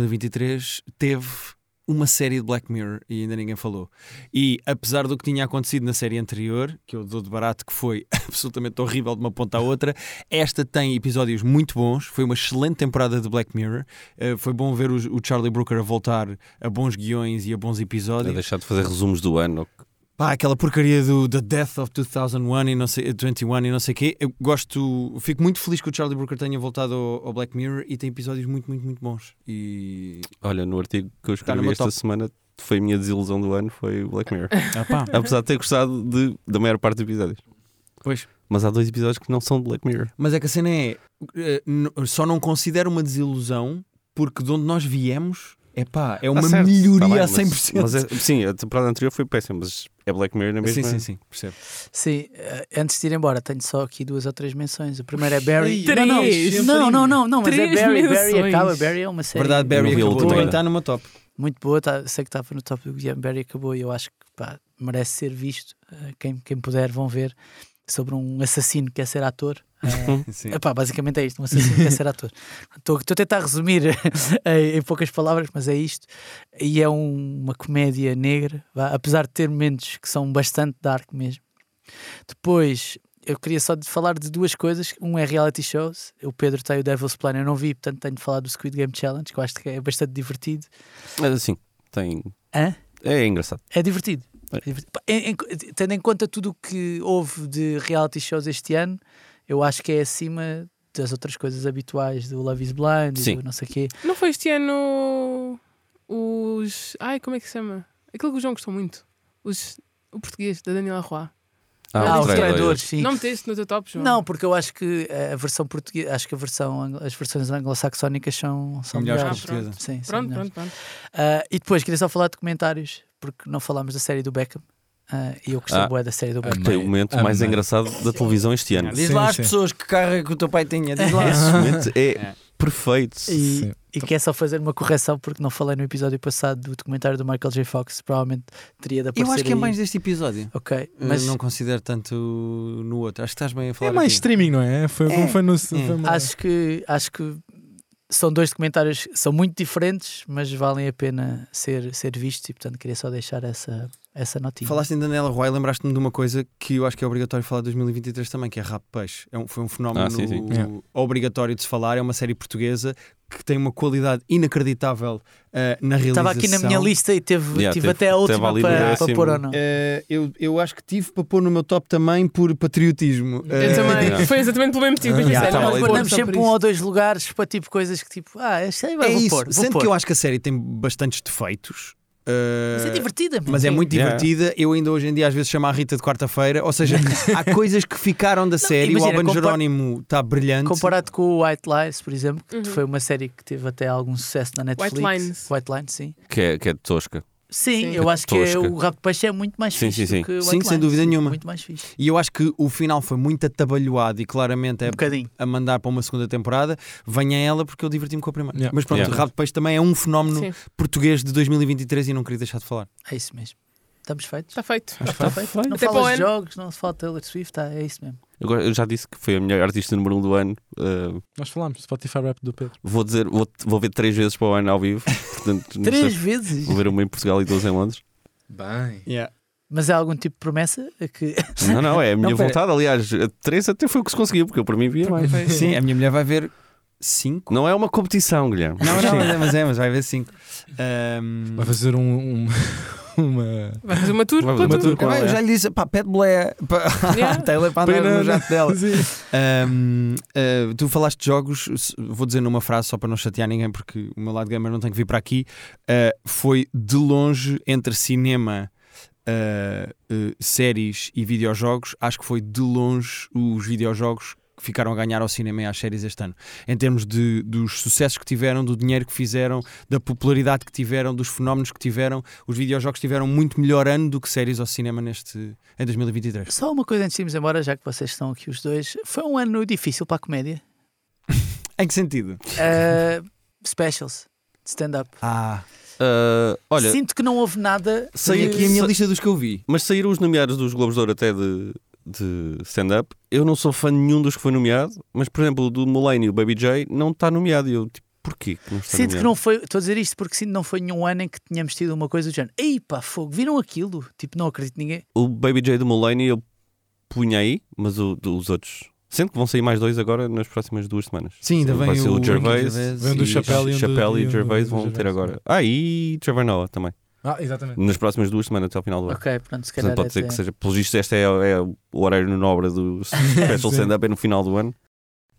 Speaker 1: 2023 teve uma série de Black Mirror e ainda ninguém falou. E apesar do que tinha acontecido na série anterior, que eu dou de barato que foi absolutamente horrível de uma ponta à outra, esta tem episódios muito bons. Foi uma excelente temporada de Black Mirror. Eh, foi bom ver o, o Charlie Brooker a voltar a bons guiões e a bons
Speaker 3: A
Speaker 1: episódios.
Speaker 3: deixar de fazer resumos do ano.
Speaker 1: Pá, aquela porcaria do The Death of 2001 e não sei, 21 e não sei o quê. Eu gosto, fico muito feliz que o Charlie Brooker tenha voltado ao, ao Black Mirror e tem episódios muito, muito, muito bons. E.
Speaker 3: Olha, no artigo que eu
Speaker 1: no
Speaker 3: escrevi
Speaker 1: meu
Speaker 3: esta
Speaker 1: top.
Speaker 3: semana foi a minha desilusão do ano, foi o Black Mirror.
Speaker 1: Ah, pá.
Speaker 3: Apesar de ter gostado de, da maior parte dos episódios.
Speaker 1: Pois.
Speaker 3: Mas há dois episódios que não são de Black Mirror.
Speaker 1: Mas é que a cena é. eh, n- Só não considero uma desilusão porque de onde nós viemos, é pá, é uma
Speaker 3: Tá certo, tá bem,
Speaker 1: melhoria a
Speaker 3: mas-
Speaker 1: 100%.
Speaker 3: Mas, é- sim, a temporada anterior foi péssima, mas é Black Mirror na
Speaker 1: Sim,
Speaker 3: mesma.
Speaker 1: sim, sim, percebo.
Speaker 4: Sim, eh, antes de ir embora, tenho só aqui duas ou três menções. O primeiro é Barry.
Speaker 5: Três!
Speaker 4: Não, não, não, não, não, não, mas é
Speaker 5: Três
Speaker 4: Barry. Barry
Speaker 5: menções.
Speaker 4: acaba. Barry é uma série
Speaker 1: Verdade, Barry
Speaker 3: Eu não vi a
Speaker 1: acabou
Speaker 3: última
Speaker 1: também
Speaker 3: ainda.
Speaker 1: está numa top.
Speaker 4: muito boa. tá- sei que estava no top do Guilherme. Barry acabou e eu acho que pá, merece ser visto. Eh, quem, quem puder, vão ver. Sobre um assassino que quer ser ator. Eh,
Speaker 1: Sim.
Speaker 4: Epá, basicamente é isto, um assassino quer ser ator. Estou estou a tentar resumir eh, em, em poucas palavras, mas é isto. E é um- uma comédia negra, vá, apesar de ter momentos que são bastante dark mesmo. Depois, eu queria só de falar de duas coisas. Um é reality shows. O Pedro tem o Devil's Plan, eu não vi, portanto tenho de falar do Squid Game Challenge, que eu acho que é bastante divertido.
Speaker 3: Mas assim, tem.
Speaker 4: Hã?
Speaker 3: É engraçado.
Speaker 4: É divertido.
Speaker 3: É.
Speaker 4: É divertido. Pá, em- em- tendo em conta tudo o que houve de reality shows este ano, eu acho que é acima das outras coisas habituais do Love is Blind e
Speaker 3: Sim.
Speaker 4: do não sei o quê.
Speaker 5: Não foi este ano os. Ai, como é que se chama? Aquilo que o João gostou muito. Os... O português, da Daniela Roy.
Speaker 4: Ah,
Speaker 5: Ah,
Speaker 4: os
Speaker 5: os
Speaker 4: traidores, sim.
Speaker 5: Não
Speaker 4: Não,
Speaker 5: meteste no teu top, João?
Speaker 4: porque eu acho que a versão portuguesa, acho que a versão, anglo- as versões anglo-saxónicas são, são
Speaker 1: Melhores
Speaker 4: melhores.
Speaker 1: que a
Speaker 5: Ah, pronto.
Speaker 1: portuguesa.
Speaker 4: Sim, são
Speaker 5: Pronto,
Speaker 4: melhores.
Speaker 5: pronto, pronto.
Speaker 4: Ah, e depois queria só falar de comentários, porque não falámos da série do Beckham. Ah, e eu gostei
Speaker 3: Ah.
Speaker 4: bué da série do Beckham.
Speaker 3: Tem o momento mais
Speaker 6: Amei.
Speaker 3: engraçado da televisão este ano.
Speaker 1: Diz
Speaker 6: Sim,
Speaker 1: lá às
Speaker 6: sim.
Speaker 1: pessoas que carro é que o teu pai tinha, diz lá.
Speaker 3: Esse momento é
Speaker 1: É.
Speaker 3: perfeito.
Speaker 4: E,
Speaker 6: Sim.
Speaker 4: e quer só fazer uma correção porque não falei no episódio passado do documentário do Michael J. Fox, provavelmente teria de aparecer.
Speaker 1: Eu acho que é
Speaker 4: aí.
Speaker 1: mais deste episódio.
Speaker 4: Ok,
Speaker 1: Mas
Speaker 4: mas
Speaker 1: Eh, não considero tanto no outro. Acho que estás bem a falar.
Speaker 6: É mais
Speaker 1: aqui.
Speaker 6: streaming, não é? Foi, Não foi no. Foi uma-
Speaker 4: acho que acho que são dois documentários que são muito diferentes, mas valem a pena ser, ser vistos e portanto queria só deixar essa, essa notinha.
Speaker 1: Falaste em Daniela Roy, lembraste-me de uma coisa que eu acho que é obrigatório falar de 2023 também, que é Rap Peixe. É um- foi um fenómeno
Speaker 3: Ah, sim, sim.
Speaker 6: Yeah.
Speaker 1: obrigatório de se falar. É uma série portuguesa que tem uma qualidade inacreditável eh, na realização.
Speaker 4: Estava aqui na minha lista e teve,
Speaker 3: Yeah,
Speaker 4: tive
Speaker 3: teve-
Speaker 4: até a
Speaker 3: teve
Speaker 4: última
Speaker 3: ali no
Speaker 4: para, para
Speaker 3: décimo.
Speaker 4: pôr ou não.
Speaker 1: Eh, eu, eu acho que tive para pôr no meu top também por patriotismo.
Speaker 5: Eu
Speaker 1: Eh,
Speaker 5: também.
Speaker 4: É.
Speaker 3: Yeah.
Speaker 5: Foi exatamente pelo mesmo motivo. que eu
Speaker 1: Yeah,
Speaker 5: pensei,
Speaker 1: tá
Speaker 5: não,
Speaker 4: Nós
Speaker 1: ali.
Speaker 5: vou pôr
Speaker 4: guardamos
Speaker 5: só por
Speaker 4: sempre um
Speaker 5: isto.
Speaker 4: ou dois lugares para tipo coisas que tipo, ah, este aí vai
Speaker 1: É
Speaker 4: vou
Speaker 1: isso.
Speaker 4: pôr. Vou
Speaker 1: Sendo
Speaker 4: pôr.
Speaker 1: que eu acho que a série tem bastantes defeitos. eh,
Speaker 4: Mas é divertida, mesmo.
Speaker 1: Mas é muito
Speaker 3: Yeah.
Speaker 1: divertida. Eu ainda hoje em dia às vezes chamo a Rita de quarta-feira. Ou seja, há coisas que ficaram da série.
Speaker 4: imagina,
Speaker 1: o Alban
Speaker 4: compar-
Speaker 1: Jerónimo está brilhante.
Speaker 4: Comparado com o White Lies, por exemplo, que
Speaker 5: Uhum.
Speaker 4: foi uma série que teve até algum sucesso na Netflix.
Speaker 5: White Lines.
Speaker 4: White Lines, sim.
Speaker 3: Que é, que é tosca.
Speaker 4: Sim,
Speaker 5: Sim.
Speaker 4: eu acho que
Speaker 3: Tosca.
Speaker 4: o Rabo de Peixe é muito mais
Speaker 3: Sim, sim,
Speaker 4: fixe do
Speaker 3: sim.
Speaker 4: que o White
Speaker 1: Sim, sem
Speaker 4: Lines.
Speaker 1: dúvida nenhuma.
Speaker 4: Muito mais fixe.
Speaker 1: E eu acho que o final foi muito atabalhoado e claramente é
Speaker 4: Um bocadinho.
Speaker 1: a mandar para uma segunda temporada. Venha ela porque eu diverti-me com a primeira.
Speaker 6: Yeah.
Speaker 1: Mas pronto,
Speaker 3: Yeah.
Speaker 1: o Rabo de Peixe também é um fenómeno
Speaker 5: Uhum. Sim,
Speaker 1: português de 2023 e não queria deixar de falar.
Speaker 4: É isso mesmo. Estamos
Speaker 1: Tá
Speaker 4: feitos.
Speaker 5: está tá feito.
Speaker 4: Está tá feito. Não
Speaker 5: Até para o
Speaker 4: falas de
Speaker 5: ano.
Speaker 4: jogos, não se fala de Taylor Swift, tá, é isso mesmo.
Speaker 3: Agora, eu já disse que foi a melhor artista número um do ano. Uh,
Speaker 6: Nós falámos do Spotify Rap do Pedro.
Speaker 3: vou dizer, vou, vou ver três vezes para o ano ao vivo. Portanto, não
Speaker 4: Três
Speaker 3: sei.
Speaker 4: vezes.
Speaker 3: Vou ver uma em Portugal e duas em Londres.
Speaker 6: Bem.
Speaker 4: Mas há algum tipo de promessa a que
Speaker 3: Não, não, é a minha
Speaker 4: Não, pera.
Speaker 3: vontade. Aliás, a três até foi o que se conseguiu, porque eu para mim via mais.
Speaker 1: Sim, a minha mulher vai ver 5.
Speaker 3: Não é uma competição, Guilherme.
Speaker 1: Não, não, mas é, mas é, mas vai ver 5.
Speaker 6: Vai fazer um, um- uma.
Speaker 5: Vai fazer uma tour?
Speaker 3: Vai
Speaker 5: pela
Speaker 3: fazer
Speaker 5: tour.
Speaker 3: uma tour com ela.
Speaker 1: eu já lhe disse, pá, pede boleia para
Speaker 5: Yeah.
Speaker 1: a Taylor para andar
Speaker 6: é? Pena,
Speaker 1: no jato dela.
Speaker 6: Sim.
Speaker 1: Ahm, ah, tu falaste de jogos, s- vou dizer numa frase só para não chatear ninguém, porque o meu lado gamer não tem que vir para aqui. Ah, foi de longe entre cinema, ah, ah, séries e videojogos. Acho que foi de longe os videojogos que ficaram a ganhar ao cinema e às séries este ano. Em termos de, dos sucessos que tiveram, do dinheiro que fizeram, da popularidade que tiveram, dos fenómenos que tiveram, os videojogos tiveram muito melhor ano do que séries ao cinema neste, em 2023.
Speaker 4: Só uma coisa antes de irmos embora, já que vocês estão aqui os dois. Foi um ano difícil para a comédia.
Speaker 1: Em que sentido?
Speaker 4: Ah, specials, de stand-up.
Speaker 1: Ah,
Speaker 3: Ah, olha,
Speaker 4: Sinto que não houve nada.
Speaker 1: tenho
Speaker 3: saiu-
Speaker 1: aqui a minha
Speaker 3: sa-
Speaker 1: lista dos que eu vi.
Speaker 3: mas saíram os nomeados dos Globos de Ouro até de, de stand-up. Eu não sou fã de nenhum dos que foi nomeado, mas por exemplo, o do Mulaney e o Baby J não está nomeado. E eu, tipo, porquê que não está
Speaker 4: Sinto que
Speaker 3: nomeado?
Speaker 4: não foi. Estou a dizer isto porque sinto que não foi nenhum ano em que tínhamos tido uma coisa do género. Ei pá, fogo, viram aquilo? Tipo, não acredito ninguém.
Speaker 3: O Baby J do Mulaney eu punha aí, mas o, os outros. Sendo que vão sair mais dois agora nas próximas duas semanas.
Speaker 1: Sim, ainda
Speaker 3: Vai
Speaker 1: vem
Speaker 3: ser
Speaker 1: o,
Speaker 3: o Gervais
Speaker 6: Vem do
Speaker 3: e
Speaker 6: Chappelle e um do-
Speaker 3: Chappelle
Speaker 6: e
Speaker 3: e
Speaker 6: um do-
Speaker 3: Gervais
Speaker 6: do
Speaker 3: vão ter
Speaker 6: Gervais.
Speaker 3: agora. Ah, e Trevor Noah também.
Speaker 6: Ah, exatamente.
Speaker 3: Nas próximas duas semanas até ao final do ano.
Speaker 4: Ok, pronto, se calhar.
Speaker 3: Portanto, pode
Speaker 4: até-
Speaker 3: ser que seja. Pelo visto, este é, é o horário nobre do Special
Speaker 6: Sim.
Speaker 3: Stand-Up, é no final do ano.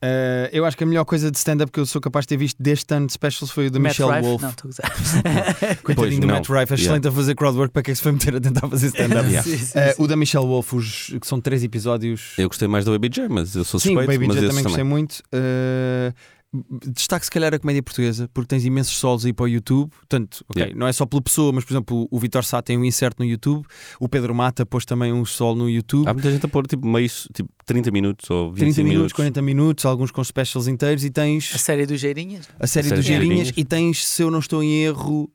Speaker 1: Uh, eu acho que a melhor coisa de stand-up que eu sou capaz de ter visto deste ano de specials foi o da
Speaker 4: Matt
Speaker 1: Michelle
Speaker 4: Rife?
Speaker 1: Wolf.
Speaker 4: Não, estou a gozar.
Speaker 1: Coitadinho
Speaker 3: Pois,
Speaker 1: do
Speaker 3: não.
Speaker 1: Matt Rife, é excelente a fazer crowdwork para que é que se foi meter a tentar fazer stand-up.
Speaker 3: Yeah.
Speaker 4: Sim, sim,
Speaker 1: Uh,
Speaker 4: sim.
Speaker 1: o da Michelle Wolf, os, que são três episódios.
Speaker 3: Eu gostei mais do Baby J, mas eu sou
Speaker 1: Sim,
Speaker 3: suspeito.
Speaker 1: o Baby
Speaker 3: mas
Speaker 1: J
Speaker 3: esse
Speaker 1: também gostei muito. Uh, destaque se calhar a comédia portuguesa, porque tens imensos solos aí para o YouTube. Portanto, ok,
Speaker 3: Yeah.
Speaker 1: não é só pela pessoa, mas por exemplo, o Vitor Sá tem um insert no YouTube, o Pedro Mata pôs também um solo no YouTube.
Speaker 3: Há muita gente a pôr tipo, meio, tipo 30 minutos ou 20
Speaker 1: 30 minutos, 40 minutos, alguns com specials inteiros e tens
Speaker 4: A série dos Geirinhas?
Speaker 1: a série,
Speaker 3: A série
Speaker 1: dos
Speaker 3: dos
Speaker 1: Geirinhas
Speaker 3: Geirinhas.
Speaker 1: e tens, se eu não estou em erro,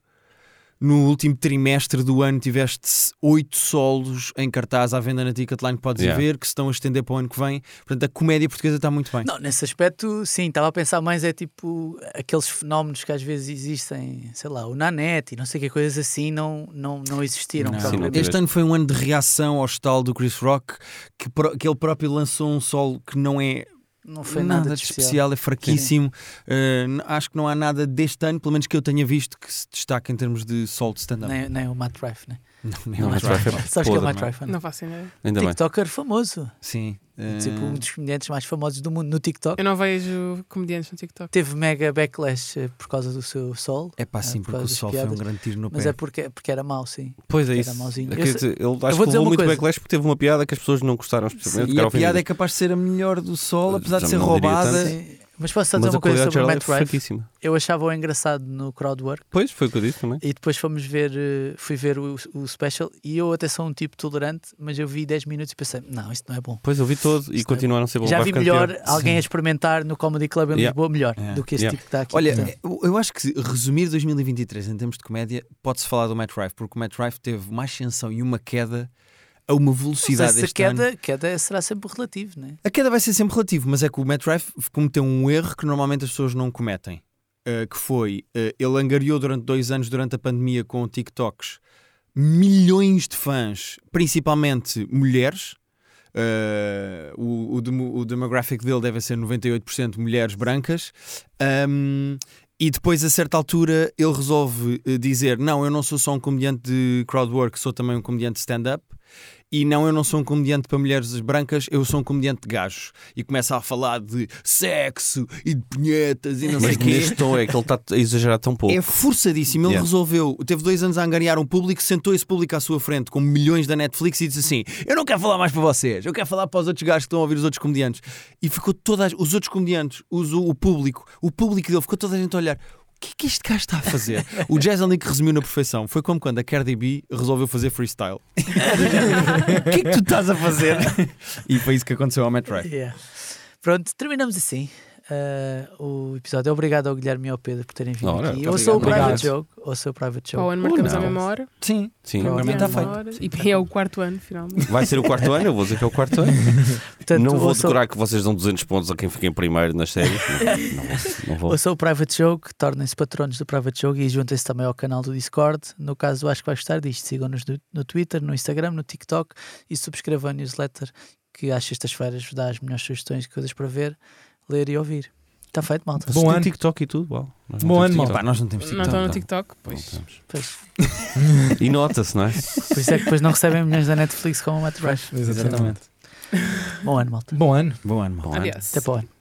Speaker 1: no último trimestre do ano tiveste oito solos em cartaz à venda na Ticketline que podes ir
Speaker 3: Yeah.
Speaker 1: ver, que se estão a estender para o ano que vem. Portanto, a comédia portuguesa está muito bem.
Speaker 4: Não, nesse aspecto, sim, estava a pensar mais é tipo aqueles fenómenos que às vezes existem, sei lá, o Nanete e não sei que coisas assim não, não, não existiram.
Speaker 1: Não.
Speaker 3: Sim, não
Speaker 4: propriamente.
Speaker 1: Este ano foi um ano de reação ao estalo do Chris Rock, que, pro- que ele próprio lançou um solo que não é
Speaker 4: Não foi nada, de especial.
Speaker 1: é fraquíssimo. Uh, n- acho que não há nada deste ano, pelo menos que eu tenha visto, que se destaque em termos de solo de stand-up.
Speaker 4: Nem, nem o Matt Rife, né?
Speaker 1: Não, nem
Speaker 4: Não,
Speaker 1: mais.
Speaker 4: Matt Rife. Sabes que é o Matt Rife?
Speaker 5: Não faço ideia.
Speaker 3: Ainda bem.
Speaker 4: TikToker famoso.
Speaker 1: Sim. uh,
Speaker 4: Tipo, um dos comediantes mais famosos do mundo no TikTok.
Speaker 5: Eu não vejo comediantes no TikTok.
Speaker 4: Teve mega backlash eh, por causa do seu sol.
Speaker 1: É pá, sim,
Speaker 4: por
Speaker 1: porque
Speaker 4: causa
Speaker 1: o
Speaker 4: das
Speaker 1: sol foi um
Speaker 4: Ah, piadas.
Speaker 1: grande tiro no
Speaker 4: Mas
Speaker 1: pé.
Speaker 4: é porque, porque era mau, sim.
Speaker 3: Pois é
Speaker 4: Era
Speaker 3: isso.
Speaker 4: mauzinho.
Speaker 3: Quer
Speaker 4: Eu sei-
Speaker 3: dizer, ele acho
Speaker 4: vou
Speaker 3: que
Speaker 4: dizer
Speaker 3: levou
Speaker 4: uma
Speaker 3: muito
Speaker 4: coisa.
Speaker 3: backlash porque teve uma piada que as pessoas não gostaram especialmente.
Speaker 1: E a
Speaker 3: ficaram
Speaker 1: piada é
Speaker 3: ofendidas.
Speaker 1: capaz de ser a melhor do sol,
Speaker 3: Eu
Speaker 1: apesar de
Speaker 3: já
Speaker 1: ser
Speaker 3: não diria
Speaker 1: roubada.
Speaker 3: tanto.
Speaker 4: Sim. Mas posso só dizer
Speaker 3: é- Mas
Speaker 4: uma
Speaker 3: a
Speaker 4: coisa
Speaker 3: qualidade
Speaker 4: sobre o
Speaker 3: geral é
Speaker 4: Matt Rife?
Speaker 3: fraquíssima.
Speaker 4: Eu achava engraçado no crowdwork.
Speaker 3: Pois, foi o que eu disse também.
Speaker 4: E depois fomos ver, eh, fui ver o, o special e eu até sou um tipo tolerante, mas eu vi 10 minutos e pensei, não, isto não é bom.
Speaker 3: Pois, eu vi todo e
Speaker 4: Isto
Speaker 3: continuaram a ser bom.
Speaker 4: Já
Speaker 3: Vai
Speaker 4: vi
Speaker 3: ficando
Speaker 4: melhor
Speaker 3: pior.
Speaker 4: alguém a experimentar no Comedy Club em
Speaker 3: Yeah.
Speaker 4: Lisboa melhor
Speaker 1: Yeah.
Speaker 4: do que este
Speaker 3: Yeah.
Speaker 4: tipo que está aqui.
Speaker 1: Olha,
Speaker 4: portanto.
Speaker 1: eu- eu acho que resumir 2023 em termos de comédia, pode-se falar do Matt Rife, porque o Matt Rife teve mais ascensão e uma queda a uma
Speaker 4: Não sei
Speaker 1: velocidade
Speaker 4: se a
Speaker 1: este ano.
Speaker 4: queda, queda será sempre relativo, né?
Speaker 1: A queda vai ser sempre relativo, mas é que o Matt Rife cometeu um erro que normalmente as pessoas não cometem, eh, que foi, eh, ele angariou durante dois anos, durante a pandemia, com TikToks, milhões de fãs, principalmente mulheres, eh, o, o demo- o demographic dele deve ser 98% mulheres brancas, Ahm, e depois, a certa altura, ele resolve eh, dizer: Não, eu não sou só um comediante de crowdwork, sou também um comediante de stand-up. E não, eu não sou um comediante para mulheres brancas, eu sou um comediante de gajos. E começa a falar de sexo e de punhetas e não sei
Speaker 3: Mas
Speaker 1: o quê.
Speaker 3: neste tom é que ele está a exagerar tão pouco.
Speaker 1: É forçadíssimo. Ele
Speaker 3: Yeah.
Speaker 1: resolveu, teve dois anos a angariar um público, sentou esse público à sua frente com milhões da Netflix e disse assim: Eu não quero falar mais para vocês, eu quero falar para os outros gajos que estão a ouvir os outros comediantes. E ficou todas os outros comediantes, os- o público, o público dele, ficou toda a gente a olhar. O que é que este gajo está a fazer? o Jason Lee que resumiu na perfeição. Foi como quando a Cardi B resolveu fazer freestyle. o que é que tu estás a fazer? e foi isso que aconteceu ao Matt Rife.
Speaker 4: Yeah. Pronto, terminamos assim ah, o episódio. Obrigado ao Guilherme e ao Pedro por terem vindo
Speaker 3: Ora,
Speaker 4: aqui.
Speaker 3: muito
Speaker 4: Ou sou o
Speaker 1: obrigado.
Speaker 4: Private Joke, ou sou o Private
Speaker 5: Para o
Speaker 4: Joke.
Speaker 5: ano marcamos
Speaker 3: não.
Speaker 5: a mesma hora.
Speaker 1: Sim,
Speaker 3: Sim.
Speaker 4: Pronto.
Speaker 1: Realmente está
Speaker 5: Marcamos a mesma hora. E é o quarto ano, finalmente.
Speaker 3: Vai ser o quarto ano, eu vou dizer que é o quarto ano.
Speaker 4: Portanto,
Speaker 3: não vou
Speaker 4: ouçam-
Speaker 3: decorar que vocês dão 200 pontos a quem fica em primeiro nas séries. Não, não, não vou.
Speaker 4: Ou sou o Private Joke, tornem-se patronos do Private Joke e juntem-se também ao canal do Discord. No caso, acho que vai gostar disto. Sigam-nos no, no Twitter, no Instagram, no TikTok e subscrevam a newsletter que às sextas-feiras vos dá as melhores sugestões de coisas para ver, ler e ouvir. Está feito, malta.
Speaker 6: Bom
Speaker 3: Tem
Speaker 6: ano.
Speaker 3: TikTok e tudo. uau. Nós não
Speaker 6: Bom
Speaker 3: temos
Speaker 6: ano,
Speaker 3: TikTok.
Speaker 1: Pá, nós não temos
Speaker 5: Não
Speaker 1: TikTok.
Speaker 5: estão no
Speaker 3: tá.
Speaker 5: Tiktok?
Speaker 3: Não
Speaker 5: Pois.
Speaker 3: temos.
Speaker 4: Pois,
Speaker 3: E nota-se, não é?
Speaker 4: por isso é que depois não recebem milhões da Netflix como o Matt Rush.
Speaker 6: Exatamente.
Speaker 4: Bom ano, malta.
Speaker 6: Bom ano.
Speaker 1: Bom ano, mal.
Speaker 3: Bom ano.
Speaker 5: Aliás.
Speaker 4: Até para o ano.